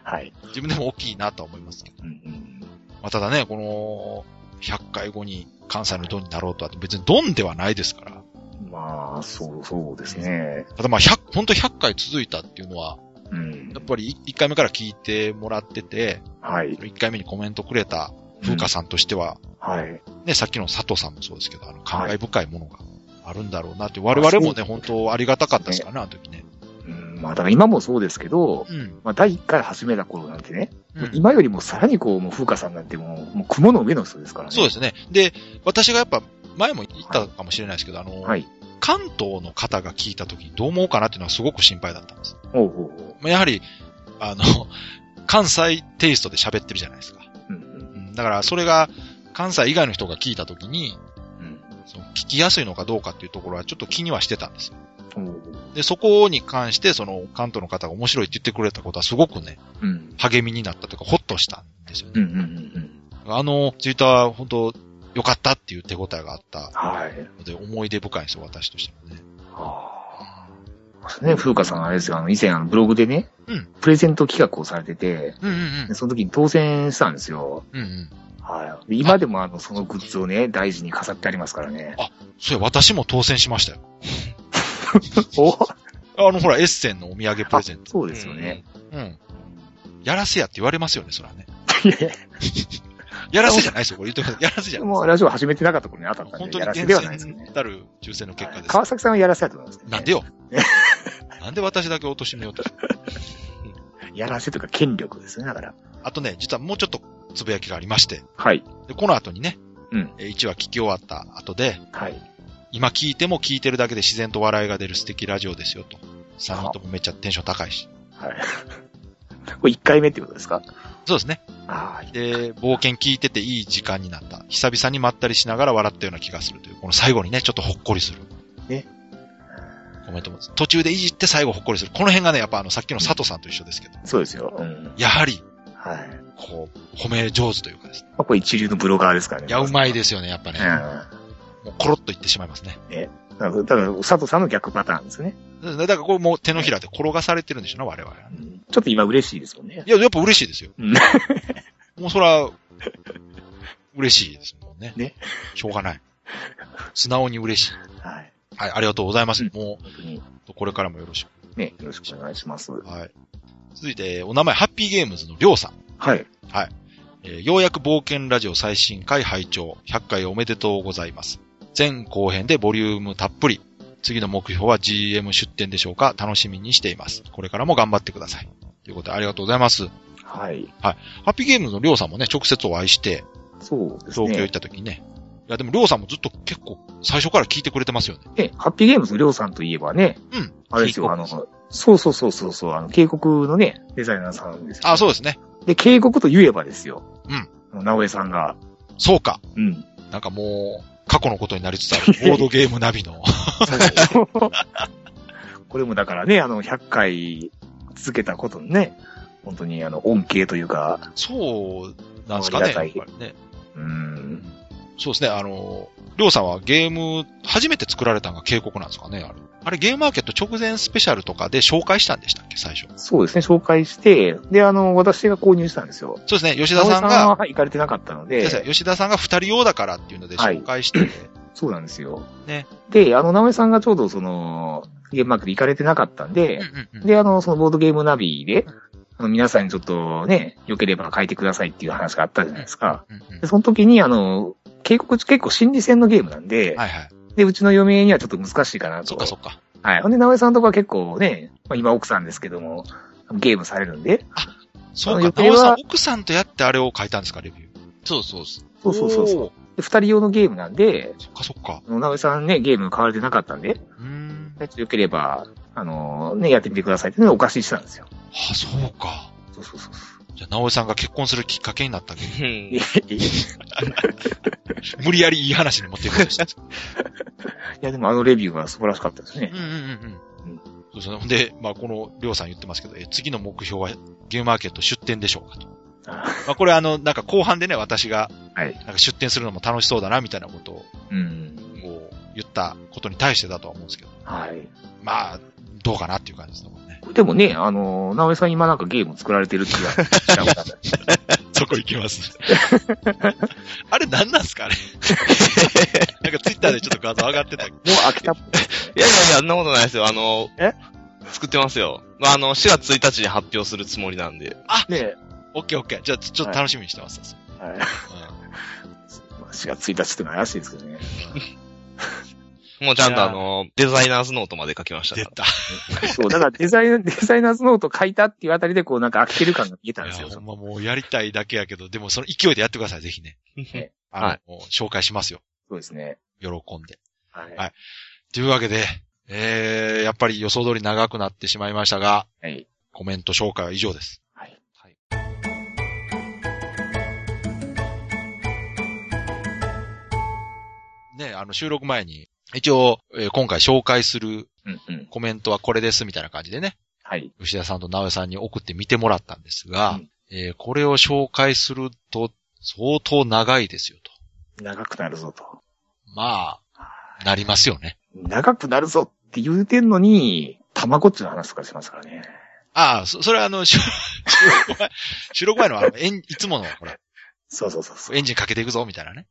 Speaker 3: はい。
Speaker 2: 自分でも大きいなとは思いますけど。
Speaker 3: うんうん。
Speaker 2: まあ、ただね、この、100回後に関西のドンになろうとは、別にドンではないですから。
Speaker 3: まあ、そう、そうですね。
Speaker 2: ただまあ、100、本当100回続いたっていうのは、
Speaker 3: うん
Speaker 2: やっ。ぱり1回目から聞いてもらってて、
Speaker 3: はい。
Speaker 2: 1回目にコメントくれた風花さんとしては、
Speaker 3: はい。
Speaker 2: ね、さっきの佐藤さんもそうですけど、あの、感慨深いものがあるんだろうなって、我々もね、
Speaker 3: そう
Speaker 2: 本当ありがたかったですからね、あの時ね。
Speaker 3: うん。まあ、だから今もそうですけど、
Speaker 2: うん。
Speaker 3: まあ、第1回始めた頃なんてね、
Speaker 2: うん
Speaker 3: 今よりもさらにこう、もう風花さんなんてもう、もう雲の上の人ですからね。
Speaker 2: そうですね。で、私がやっぱ、前も言ったかもしれないですけど、あの、
Speaker 3: はい。
Speaker 2: 関東の方が聞いた時にどう思うかなっていうのはすごく心配だったんです。
Speaker 3: ほうほうほう。
Speaker 2: まあやはり、あの、 関西テイストで喋ってるじゃないですか。
Speaker 3: うん
Speaker 2: うんだから、それが、関西以外の人が聞いたときに、
Speaker 3: うん。
Speaker 2: その聞きやすいのかどうかっていうところはちょっと気にはしてたんですよ。
Speaker 3: うん。ほうほう
Speaker 2: で、そこに関して、その、関東の方が面白いって言ってくれたことはすごくね、
Speaker 3: うん。
Speaker 2: 励みになったというか、ほっとしたんですよ
Speaker 3: うん
Speaker 2: ね。
Speaker 3: うんうんうん。
Speaker 2: あの、ツイッター、本当良かったっていう手応えがあった
Speaker 3: はい。
Speaker 2: ので、思い出深いんですよ、私としてもね。
Speaker 3: ああ。ね、風花さんあれですよ、あの、以前あのブログでね、
Speaker 2: うん
Speaker 3: プレゼント企画をされてて、
Speaker 2: うんうん
Speaker 3: でその時に当選したんですよ。
Speaker 2: うん。うんうん。
Speaker 3: はい。で今でもあの、そのグッズをね、大事に飾ってありますからね。
Speaker 2: それ、私も当選しましたよ。
Speaker 3: お
Speaker 2: あの、ほら、エッセンのお土産プレゼント。
Speaker 3: そうですよね。
Speaker 2: うん。やらせやって言われますよね、それはね。
Speaker 3: いやい
Speaker 2: やらせじゃないですよ、これ言ってください。やらせじ
Speaker 3: や、
Speaker 2: ゃない
Speaker 3: もうラジオ始めてなかった頃に当たった
Speaker 2: 本
Speaker 3: んで、
Speaker 2: 当
Speaker 3: や
Speaker 2: に
Speaker 3: らせ
Speaker 2: 厳
Speaker 3: ではないですけ
Speaker 2: 選
Speaker 3: どね。
Speaker 2: たる抽選の結果です。
Speaker 3: 川崎さんはやらせだと思いますけどね。
Speaker 2: なんでよ。なんで私だけ落としめようと。
Speaker 3: やらせというか権力ですね、だから。
Speaker 2: あとね、実はもうちょっとつぶやきがありまして、
Speaker 3: はい。
Speaker 2: でこの後にね、
Speaker 3: うん。
Speaker 2: えー1話聞き終わった後で、
Speaker 3: はい。
Speaker 2: 今聞いても聞いてるだけで自然と笑いが出る素敵ラジオですよと。3人ともめっちゃテンション高いし。
Speaker 3: はい。 これ1回目ってことですか
Speaker 2: そうですね。
Speaker 3: ああ、いい
Speaker 2: で、冒険聞いてていい時間になった。久々にまったりしながら笑ったような気がするという、この最後にね、ちょっとほっこりする。
Speaker 3: ね。
Speaker 2: コメントも、途中でいじって最後ほっこりする。この辺がね、やっぱあの、さっきの佐藤さんと一緒ですけど、
Speaker 3: そうですよ。うん。
Speaker 2: やはり、
Speaker 3: はい。ま
Speaker 2: こう、褒め上手というかですね。
Speaker 3: あ、これ一流のブロガーですからね。。
Speaker 2: いや、うまいですすよね、やっぱ
Speaker 3: うん。
Speaker 2: ね。
Speaker 3: だ
Speaker 2: もうコロッといってしまいますね。
Speaker 3: から、だから佐藤さんの逆パターンですね。
Speaker 2: だからだからこれもう手のひらで転がされてるんでしょうね、我々は。
Speaker 3: うんちょっと今嬉しいですもんね。
Speaker 2: いや、やっぱ嬉しいですよ。
Speaker 3: うん
Speaker 2: もうそら、嬉しいですもんね。
Speaker 3: ね
Speaker 2: しょうがない。素直に嬉しい。
Speaker 3: はい。
Speaker 2: はい、ありがとうございます。
Speaker 3: うん
Speaker 2: も
Speaker 3: 本当に。
Speaker 2: う、これからもよろし
Speaker 3: ね、よろしくお願いします。
Speaker 2: く。はい。続いて、お名前、ハッピーゲームズのりょうさん。
Speaker 3: はい。
Speaker 2: えーようやく冒険ラジオ最新回拝聴100回おめでとうございます。前後編でボリュームたっぷり。次の目標は GM 出展でしょうか楽しみにしています。これからも頑張ってください。ということで、ありがとうございます。
Speaker 3: はい。
Speaker 2: ハッピーゲームズのりょうさんもね、直接お会いして、
Speaker 3: そうです
Speaker 2: 東京行っ
Speaker 3: ね。
Speaker 2: た時にね。いや、でも、りょうさんもずっと結構、最初から聞いてくれてますよね。
Speaker 3: ね、ハッピーゲームズのりょうさんといえばね、
Speaker 2: うん。
Speaker 3: あれですよ、あ
Speaker 2: 警告
Speaker 3: の、そうそうそうそうそう、あの、渓谷のね、デザイナーさんですよ
Speaker 2: あ、そうですね。
Speaker 3: で、警告と言えばですよ。
Speaker 2: うん
Speaker 3: うん。直江さんが。
Speaker 2: そうか。
Speaker 3: うん。
Speaker 2: なんかもう、過去のことになりつつ ある、ボードゲームナビ の。
Speaker 3: これもだからね、あの、100回続けたことにね、本当にあの、恩恵というか、
Speaker 2: そうなんですかね。
Speaker 3: ありがたい
Speaker 2: やっぱりね
Speaker 3: うん。
Speaker 2: そうですね。あの、りょうさんはゲーム、初めて作られたのが警告なんですかね、あれ。あれ、ゲームマーケット直前スペシャルとかで紹介したんでしたっけ、最初。
Speaker 3: そうですね、紹介して、で、あの、私が購入したんですよ。
Speaker 2: そうですね。吉田
Speaker 3: 直江
Speaker 2: さ
Speaker 3: さん
Speaker 2: んが、
Speaker 3: ははい行かれてなかったの
Speaker 2: そう
Speaker 3: で
Speaker 2: で、すね吉田さんが二人用だからっていうので紹介して、
Speaker 3: そうなんですよ。
Speaker 2: ね。
Speaker 3: で、あの、直江さんがちょうどその、ゲームマーケット行かれてなかったんで、
Speaker 2: うんうんうん
Speaker 3: で、あの、そのボードゲームナビで、あの皆さんにちょっとね、良ければ書いてくださいっていう話があったじゃないですか。
Speaker 2: うんうん
Speaker 3: で、その時に、あの、警告結構心理戦のゲームなんで、
Speaker 2: はいはい。
Speaker 3: で、うちの嫁にはちょっと難しいかなと。
Speaker 2: そっかそっか。
Speaker 3: はい。ほんで、直江さんとか結構ね、まあ、今奥さんですけども、ゲームされるんで。
Speaker 2: そう
Speaker 3: あの
Speaker 2: か、
Speaker 3: 予
Speaker 2: な
Speaker 3: 定
Speaker 2: お
Speaker 3: は
Speaker 2: さん、奥さんとやってあれを書いたんですか、レビュー。
Speaker 4: そうそうそう。
Speaker 3: そうそうそうそう。
Speaker 2: う。
Speaker 3: で二人用のゲームなんで、
Speaker 2: そっかそっか。
Speaker 3: あの直江さんね、ゲーム買われてなかったんで、
Speaker 2: うーん。
Speaker 3: ちょっと良ければ、あのね、やってみてくださいっていうのをお貸ししたんですよ。
Speaker 2: あ、そうか。
Speaker 3: そうそうそうそう。
Speaker 2: じゃあ、直江さんが結婚するきっかけになったわけど、
Speaker 4: うん
Speaker 3: いや、
Speaker 2: 無理やりいい話に持っていくことしたんです。
Speaker 3: でもあのレビューは素晴らしかったです
Speaker 2: う
Speaker 3: ね
Speaker 2: ん。うんうんうん。そうですね。ほんで、まあ、この、りょうさん言ってますけど、え次の目標はゲームマーケット出店でしょうかと。
Speaker 3: あ
Speaker 2: まあ、これあの、なんか後半でね、私が、
Speaker 3: はい
Speaker 2: なんか出店するのも楽しそうだな、みたいなことを
Speaker 3: うん。
Speaker 2: こう言ったことに対してだとは思うんですけど、
Speaker 3: はい。
Speaker 2: まあ、どうかなっていう感じですね。これね
Speaker 3: でもね、あの直江さん今なんかゲーム作られてるって いう話聞いたことある
Speaker 2: そこ行きます。 あれ何なん すかあれ。なんかツイッターでちょっと画像上がってたけど
Speaker 3: もう飽きたっぽい
Speaker 4: いやいやいや、あんなことないですよ。あの、
Speaker 3: え
Speaker 4: 作ってますよ。まあ、あの、4月1日に発表するつもりなんで。
Speaker 3: ね。
Speaker 2: オッケーオッケー。じゃあ、ちょちょっと楽しみにしてます。
Speaker 3: はい。
Speaker 2: うん
Speaker 3: まあ4月1日ってのは怪しいですけどね。
Speaker 4: もうちゃん
Speaker 2: い
Speaker 4: と
Speaker 2: や
Speaker 4: あの、デザイナーズノートまで書きました
Speaker 2: 出
Speaker 4: か
Speaker 2: た。
Speaker 3: そう、だからデザイ ナー、デザイナーズノート書いたっていうあたりで、こうなんか飽きてる感が見えたん
Speaker 2: い
Speaker 3: です
Speaker 2: や、
Speaker 3: よ。
Speaker 2: ほ
Speaker 3: そ
Speaker 2: ん
Speaker 3: の
Speaker 2: まもうやりたいだけやけど、でもその勢いでやってください、ぜひね。
Speaker 4: ら。
Speaker 2: あの、
Speaker 4: はい
Speaker 2: もう紹介しますよ。
Speaker 3: そうですね。
Speaker 2: 喜んで。
Speaker 3: はい。
Speaker 2: はいというわけで、えー、やっぱり予想通り長くなってしまいましたが、
Speaker 3: はい。
Speaker 2: コメント紹介は以上です。
Speaker 3: はい。
Speaker 2: ね、あの、収録前に、一応、えー今回紹介する
Speaker 3: うんうん。
Speaker 2: コメントはこれです、みたいな感じでね、
Speaker 3: はい。
Speaker 2: 吉田さんと直江さんに送って見てもらったんですが、
Speaker 3: うん
Speaker 2: えーこれを紹介すると、相当長いですよ、と。
Speaker 3: 長くなるぞと。
Speaker 2: まあ、なりますよね。
Speaker 3: 長くなるぞって言うてんのに、たまごっちの話とかしますからね。
Speaker 2: ああ、そ、それはあの、 収録前、収録前のあの、エン、いつもの、ほら、
Speaker 3: そうそうそうそう。
Speaker 2: エンジンかけていくぞ、みたいなね。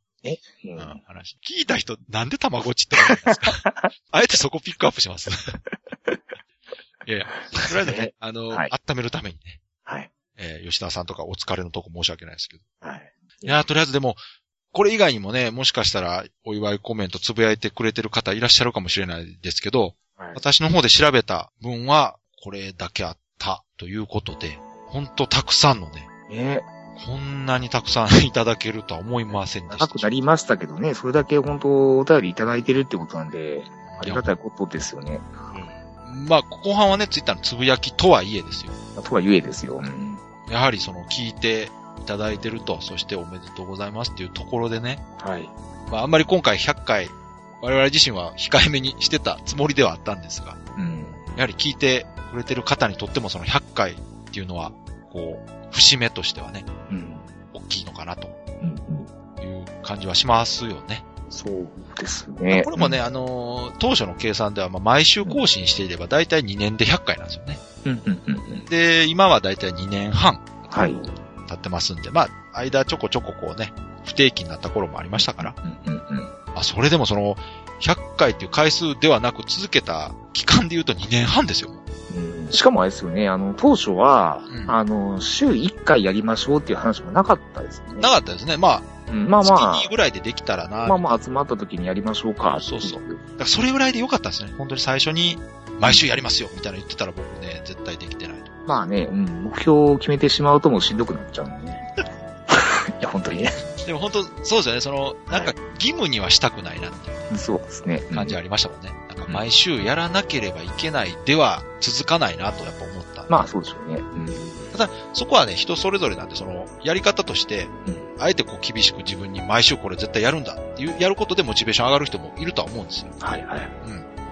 Speaker 3: う
Speaker 2: うんん、話。聞いた人、なんでたまごっちって思ったんですか あえてそこピックアップします。いやいや、と りあえずね、あの、
Speaker 3: はい
Speaker 2: 温めるためにね、
Speaker 3: はい。
Speaker 2: えー吉田さんとかお疲れのとこ申し訳ないですけど。
Speaker 3: はい。
Speaker 2: いやー、とりあえずでも、これ以外にもね、もしかしたらお祝いコメントつぶやいてくれてる方いらっしゃるかもしれないですけど、
Speaker 3: はい
Speaker 2: 私の方で調べた分は、これだけあったということで、ほんとたくさんのね、
Speaker 3: ね
Speaker 2: こんなにたくさんいただけるとは思いませんでした。
Speaker 3: 長くなりましたけどね、それだけ本当お便りいただいてるってことなんで、ありが
Speaker 2: い
Speaker 3: たいことですよね。
Speaker 2: やまあ、後半はね、ツイッターのつぶやきとはいえですよ。
Speaker 3: とはゆえですよ。うん
Speaker 2: やはりその聞いていただいてると、そしておめでとうございますっていうところでね、
Speaker 3: はい。
Speaker 2: まあ、あんまり今回100回、我々自身は控えめにしてたつもりではあったんですが、やはり聞いてくれてる方にとってもその100回っていうのは、こう、節目としてはね、
Speaker 3: うん。
Speaker 2: 大きいのかなと
Speaker 3: うんうん。
Speaker 2: いう感じはしますよね。
Speaker 3: そうですね。
Speaker 2: これもね、あのー当初の計算では、まあ、毎週更新していれば大体2年で100回なんですよね。
Speaker 3: うん。うんうんうんうん。
Speaker 2: で、今は大体2年半
Speaker 3: はい。
Speaker 2: 経ってますんで、まあ、間ちょこちょここうね、不定期になった頃もありましたから、
Speaker 3: うんうんうん。
Speaker 2: まあ、それでもその、100回っていう回数ではなく続けた期間で言うと2年半ですよ。
Speaker 3: うんしかもあれですよね、あの、当初は、
Speaker 2: うん
Speaker 3: あの、週1回やりましょうっていう話もなかったですよね。
Speaker 2: なかったですね。ま
Speaker 3: うんま
Speaker 2: あ、
Speaker 3: あま
Speaker 2: 月2ぐらいでできたらな、
Speaker 3: あ、まあまあ集まった時にやりましょうか。
Speaker 2: そうそう
Speaker 3: う。
Speaker 2: だからそれぐらいでよかったですね。本当に最初に、毎週やりますよ、みたいなの言ってたら僕ね、絶対できてないと。
Speaker 3: まあね、うん、目標を決めてしまうともうしんどくなっちゃうん でね。いや、本当にね。
Speaker 2: でも本当、そうですよね。その、なんか、義務にはしたくないなっていう
Speaker 3: そうですね。
Speaker 2: 感じあ
Speaker 3: ある。
Speaker 2: りましたもんね。なんか、毎週やらなければいけないでは続かないなとやっぱ思った。
Speaker 3: まあ、そうでしょうね。うん。
Speaker 2: そこはね、人それぞれなんで、その、やり方として
Speaker 3: うん、
Speaker 2: あえてこう厳しく自分に毎週これ絶対やるんだっていう、やることでモチベーション上がる人もいるとは思うんですよ。
Speaker 3: はいはい。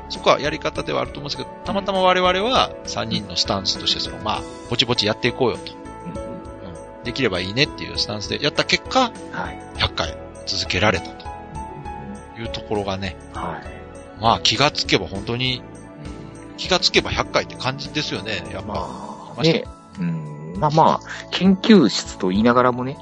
Speaker 2: そこはやり方ではあると思うんですけど、たまたま我々は3人のスタンスとして、その、まあ、ぼちぼちやっていこうよと。
Speaker 3: うんうん
Speaker 2: できればいいねっていうスタンスでやった結果、
Speaker 3: はい。
Speaker 2: 100回続けられたというところがね、
Speaker 3: はい。
Speaker 2: まあ気がつけば本当に、気がつけば100回って感じですよね、やっぱ。
Speaker 3: まあ、
Speaker 2: まして
Speaker 3: ね。うん。まあまあ、研究室と言いながらもね、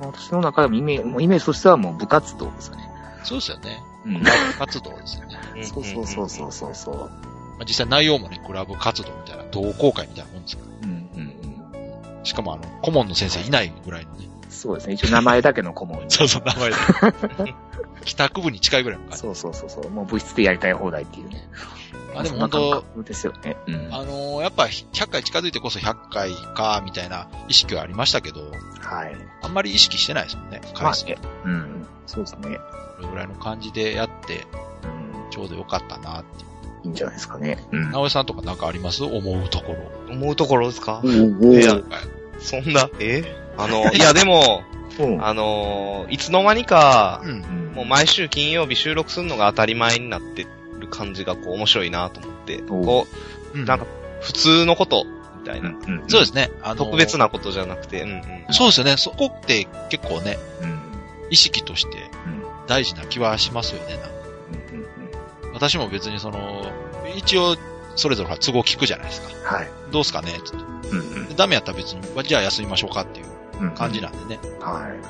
Speaker 2: うん。
Speaker 3: 私の中でもイメージ、もうイメージとしてはもう部活動ですよね。
Speaker 2: そうですよね。
Speaker 3: うん。
Speaker 2: 活動ですよね。
Speaker 4: ん
Speaker 3: そうそうそうそうそうそう。
Speaker 2: まあ、実際内容もね、クラブ活動みたいな、同好会みたいなもんですか
Speaker 3: うんうんうん。
Speaker 2: ら。しかもあの、顧問の先生いないぐらいのね。。
Speaker 3: そうですね。一応名前だけの顧問
Speaker 2: そうそう、名前で。 帰宅部に近いぐらいの感じ。
Speaker 3: そうそうそうそう。もう部室でやりたい放題っていうね。
Speaker 2: あでも
Speaker 3: そんな
Speaker 2: 本当
Speaker 3: 感覚ですよね。うん。
Speaker 2: あのーやっぱ100回近づいてこそ100回か、みたいな意識はありましたけど、
Speaker 3: はい。
Speaker 2: あんまり意識してないですもんね。
Speaker 3: ま
Speaker 2: 回
Speaker 3: あ
Speaker 2: 数。
Speaker 3: ね。うん。そうですね。
Speaker 2: これぐらいの感じでやって、
Speaker 3: うん。
Speaker 2: ちょうどよかったなって。
Speaker 3: いいんじゃないですかね。うん。
Speaker 2: 直江さんとかなんかあります思うところ。
Speaker 4: 思うところですか
Speaker 3: お
Speaker 4: いや、そんな、えあの、いやでも、あの、いつの間にか、
Speaker 2: うん。
Speaker 3: も
Speaker 4: もう毎週金曜日収録するのが当たり前になってる感じがこう面白いなと思って、
Speaker 3: おう
Speaker 4: こ
Speaker 2: うん、
Speaker 4: う、なんか普通のことみたいな、
Speaker 3: うんうん。。
Speaker 2: そうですすね。あの
Speaker 4: 特別。なことじゃなくて、うんうん。
Speaker 2: そうですよね。そこって結構ね、
Speaker 3: うん。うん
Speaker 2: 意識として大事な気はしますよね。なんか
Speaker 3: うんうん
Speaker 2: 私も別にその、一応、それぞれが都合聞くじゃないですか。
Speaker 3: うん。はい。
Speaker 2: どうすかねつって
Speaker 3: うんうん
Speaker 2: でダメやったら別に、じゃあ休みましょうかっていう
Speaker 3: うん。
Speaker 2: 感じなんでね。
Speaker 3: はい。
Speaker 2: うん。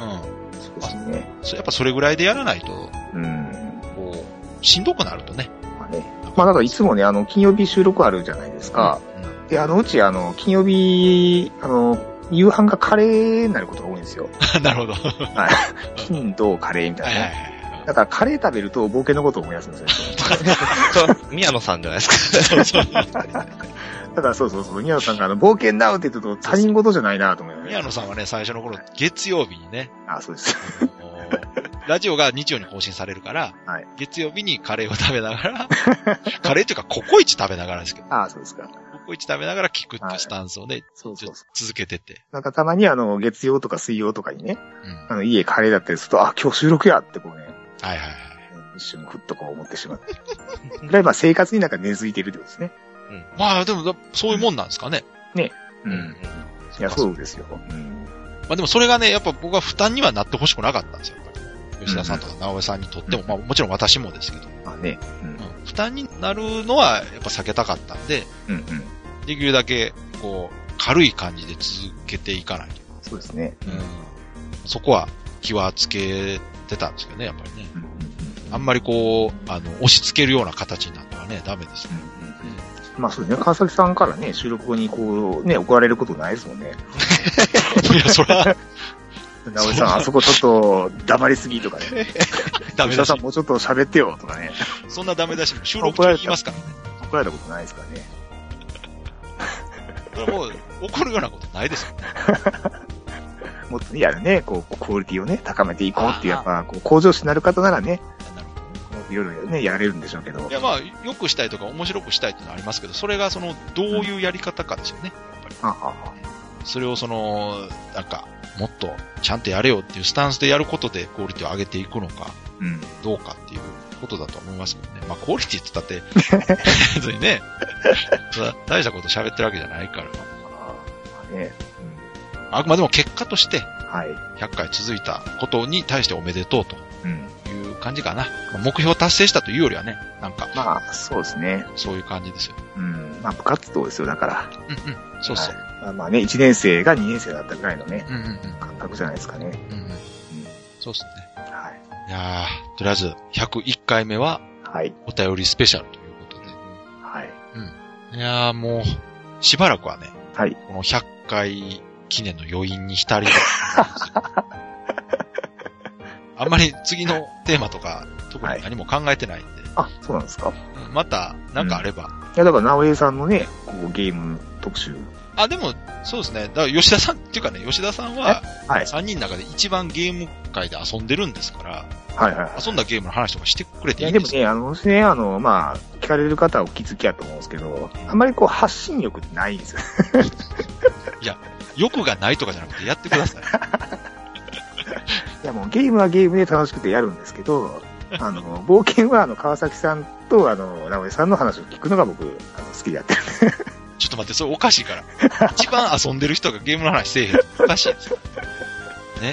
Speaker 3: そうですね。
Speaker 2: そやっぱそれぐらいでやらないと、
Speaker 3: うん。
Speaker 2: こう、しんどくなるとね。
Speaker 3: まあね。まあだからいつもね、あの、金曜日収録あるじゃないですか。
Speaker 2: うん
Speaker 3: で、あのうち、あの、金曜日、あの、夕飯がカレーになることが多いん ですよ。
Speaker 2: なるほど。はい
Speaker 3: 金、とカレーみた
Speaker 2: はいい
Speaker 3: な
Speaker 2: は
Speaker 3: ね。
Speaker 2: い。
Speaker 3: だからカレー食べると冒険のことを思い出すんですよ。
Speaker 4: 宮野さんじゃないです か。
Speaker 3: ただそうそうそう、宮野さんがあの、冒険だって言うと他人事じゃないなと思います。
Speaker 2: 宮野さんはね、最初の頃、月曜日にね、
Speaker 3: あ、そうです。
Speaker 2: もうラジオが日曜に更新されるから、
Speaker 3: はい
Speaker 2: 月曜日にカレーを食べなが ら、カレーというかココイチ食べながらですけど、
Speaker 3: あ、そうですか。
Speaker 2: ココイチ食べながら聞くっていうスタンスをね、
Speaker 3: そう
Speaker 2: ず
Speaker 3: そうそう。
Speaker 2: 続けてて。
Speaker 3: なんかたまにあの、月曜とか水曜とかにね、
Speaker 2: うん。は
Speaker 3: あの、家カレーだったりすると、あ、今日収録やってこうね、
Speaker 2: いはいはい。
Speaker 3: 一瞬ふっとこう思ってしまって。ぐらい、まあ生活になんか根付いてるってことですね。
Speaker 4: Mm,
Speaker 2: まあでも、そういうもんなんですかね。
Speaker 3: う。
Speaker 4: うんん
Speaker 3: いや、そうですよ。うん。
Speaker 2: まあでもそれがね、やっぱ僕は負担にはなってほしくなかったんですよ。やっぱり吉田さんとか直江さんにとっても、
Speaker 3: うん
Speaker 2: まあもちろん私もですけど、
Speaker 3: まあね。
Speaker 2: うん負担になるのはやっぱ避けたかったんで、
Speaker 3: うん。うんうん。
Speaker 2: できるだけ、こう、軽い感じで続けていかないと。
Speaker 3: そうですね。
Speaker 2: そこは気はつけてたんですけどね、やっぱりね。
Speaker 3: うんうんうん。
Speaker 2: あんまりこう、あの、押し付けるような形になってはね、ダメですよ。
Speaker 3: うんうんうんまあそうですね。川崎さんからね、収録後にこう、ね、怒られることないですもんね。
Speaker 2: いや、それは
Speaker 3: 直江さん、あそこちょっと黙りすぎとかね。
Speaker 2: ダメ
Speaker 3: 吉田
Speaker 2: だし
Speaker 3: さん、。もうちょっと喋ってよとかね。
Speaker 2: そんなダメだし、収録中に言いますからね。
Speaker 3: 怒られたことないですからね。
Speaker 2: それはもう、怒るようなことないですよ。
Speaker 3: もっと、いやね、こう、こうクオリティをね、高めていこうっていう、やっぱ、こう、向上心のある方ならね、
Speaker 2: なるほど
Speaker 3: こういろいろね、やれるんでしょうけど
Speaker 2: い。や、まあ、良くしたいとか面白くしたいっていうのはありますけど、それがその、どういうやり方かですよね。
Speaker 3: ああ
Speaker 2: それをその、なんか、もっとちゃんとやれよっていうスタンスでやることでクオリティを上げていくのか、
Speaker 3: うん。
Speaker 2: どうかっていうことだと思いますけどね。まあ、クオリティって言っ たって、別にね、そんな大したこと喋ってるわけじゃないから。
Speaker 3: あーまあね。
Speaker 2: あくまでも結果として
Speaker 3: うん。はい。
Speaker 2: 100回続いたことに対しておめでとうと
Speaker 3: うん。
Speaker 2: いう感じかな。まあ目標達成したというよりはね、なんか、
Speaker 3: まあ、そうですね。
Speaker 2: そういう感じですよ。
Speaker 3: うん。まあ、部活動ですよ、だから。
Speaker 2: うんうん。そうそう。
Speaker 3: はいまあまあね、1年生が2年生だったぐらいのね、
Speaker 2: うんうん
Speaker 3: 感覚じゃないですかね。
Speaker 2: うん。うんう
Speaker 3: うん。
Speaker 2: ん。そうっすね。
Speaker 3: はい。
Speaker 2: いやー、とりあえず101回目は
Speaker 3: はい。
Speaker 2: お便りスペシャルということ
Speaker 3: はい。
Speaker 2: で。いやーもう、しばらくはね、
Speaker 3: はい。
Speaker 2: この100回記念の余韻に浸り、 あんまり次のテーマとか、特に何も考えてないんで、
Speaker 3: あ、そうなんですか。
Speaker 2: うんまた何かあれば、
Speaker 3: いや、だから、直江さんのね、こう、ゲーム特集。
Speaker 2: あ、でも、そうですね。だから吉田さん、っていうかね、吉田さんは、
Speaker 3: はい。
Speaker 2: 3人の中で一番ゲーム界で遊んでるんですから、
Speaker 3: はいはいはい。
Speaker 2: 遊んだゲームの話とかしてくれ
Speaker 3: い
Speaker 2: ていい
Speaker 3: や、
Speaker 2: ん
Speaker 3: で
Speaker 2: で
Speaker 3: も
Speaker 2: す
Speaker 3: ね、あの、ですね、あの、まあ、聞かれる方はお気づきやと思うんですけど、あんまりこう、発信力ってないんですよ。
Speaker 2: 欲がないとかじゃなくてやって ください。
Speaker 3: いや、もうゲームはゲームで楽しくてやるんですけど、あの、冒険は、あの、川崎さんと、あの、直江さんの話を聞くのが僕、あの好きでやってるんで。
Speaker 2: ちょっと待って、それおかしいから。一番遊んでる人がゲームの話せえへんっておかしいですよ。
Speaker 3: はい。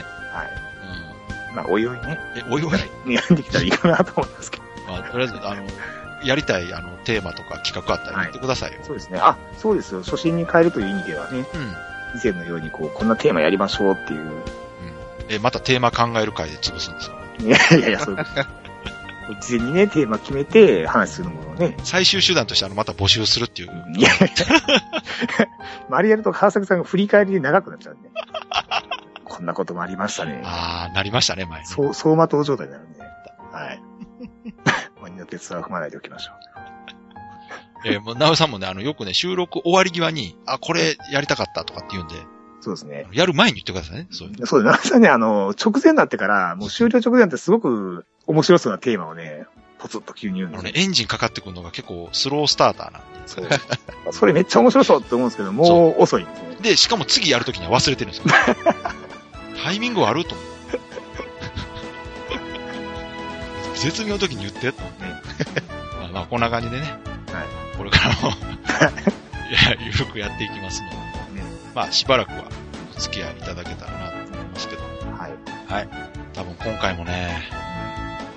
Speaker 2: う
Speaker 3: まあ、おいおいね、
Speaker 2: ん。え、おいおい。
Speaker 3: やんできたらいいかなと思いますけど。
Speaker 2: まあ、とりあえず、あの、やりたい、あの、テーマとか企画あったら言ってくださいよ。
Speaker 3: そうですね。あ、そうですよ。初心に変えるという意味ではね、
Speaker 2: うん。
Speaker 3: 以前のように、こう、こんなテーマやりましょうっていう。
Speaker 2: え、またテーマ考える会で潰すんですか
Speaker 3: いやいやいや、そういうこと。事前にね、テーマ決めて話するものをね、
Speaker 2: 最終手段として、あの、また募集するっていう。
Speaker 3: いやいや、まああれやると川崎さんが振り返りで長くなっちゃうんで。こんなこともありましたね。
Speaker 2: あー、なりましたね、前に。
Speaker 3: そう、走馬灯状態になるんで。はい。まあ二の鉄は踏まないでおきましょ
Speaker 2: えーもう、なおさんもね、あの、よくね、収録終わり際に、あ、これやりたかったとかって言うんで、
Speaker 3: う。そうですね。
Speaker 2: やる前に言ってくださいね。そういう。
Speaker 3: そうです。なんかね、あの、直前になってから、もう終了直前ってすごく面白そうなテーマをね、ポツッと急に言うんで
Speaker 2: あの
Speaker 3: す
Speaker 2: ね
Speaker 3: ね、。
Speaker 2: エンジンかかってくるのが結構スロースターターなんです
Speaker 3: そ
Speaker 2: よ
Speaker 3: うそれめっちゃ面白そうって思うんですけど、もう遅いんですね。
Speaker 2: で、しかも次やるときには忘れてるんですよ。タイミング悪いと思う。絶妙の時に言ってと思って。まあまあ、こんな感じでね。これからも いや、ゆるくやっていきますので、まあ、しばらくはお付き合いいただけたらなと思いますけど、
Speaker 3: はい。
Speaker 2: 多分今回もね、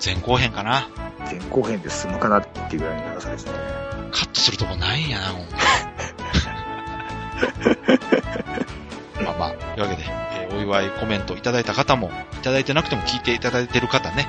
Speaker 2: 前後編かな。
Speaker 3: 前後編で進むかなっていうぐらいの長さですね。
Speaker 2: カットするとこないんやな、ほん ままあまあ、というわけで、えーお祝いコメントいただいた方も、いただいてなくても聞いていただいてる方ね、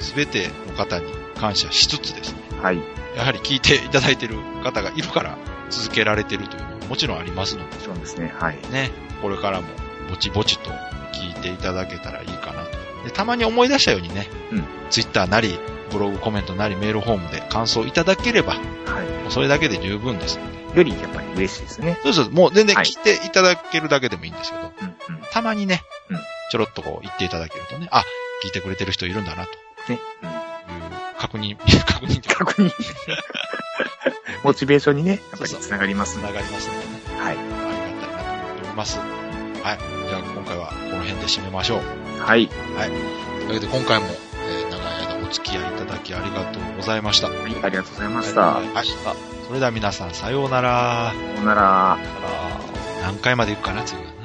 Speaker 2: すべての方に感謝しつつですね、
Speaker 3: はい。
Speaker 2: やはり聞いていただいてる方がいるから続けられてるというのももちろんありますの
Speaker 3: そうですね。はい。
Speaker 2: でね、これからもぼちぼちと聞いていただけたらいいかなと。でたまに思い出したようにね、
Speaker 3: うん
Speaker 2: ツイッターなり、ブログコメントなり、メールフォームで感想いただければ、
Speaker 3: はい。
Speaker 2: もうそれだけで十分です。
Speaker 3: よりやっぱり嬉しいですね。
Speaker 2: そうそう、もう全然
Speaker 3: はい
Speaker 2: 聞いていただけるだけでもいいんですけど、
Speaker 3: うんうん。
Speaker 2: たまにね
Speaker 3: うん、
Speaker 2: ちょろっとこう言っていただけるとね、あ、聞いてくれてる人いるんだな、と
Speaker 3: ね。うん。
Speaker 2: いう確認、 確認というか
Speaker 3: 確認。 モチベーションにね、やっぱり
Speaker 2: そうそう
Speaker 3: つながります
Speaker 2: 繋
Speaker 3: ね。
Speaker 2: がりますのでね、
Speaker 3: はい。
Speaker 2: ありがたいなと思います。はい。じゃあ今回はこの辺で締めましょう。
Speaker 3: はい。
Speaker 2: というわけで今回も、えー長い間お付き合いいただきありがとうございました。
Speaker 3: はい、ありがとうございまし
Speaker 2: あ
Speaker 3: た
Speaker 2: り。がとうございましたそれでは皆さんさようなら。
Speaker 3: さようなら。
Speaker 2: 何回まで行くかな、次は。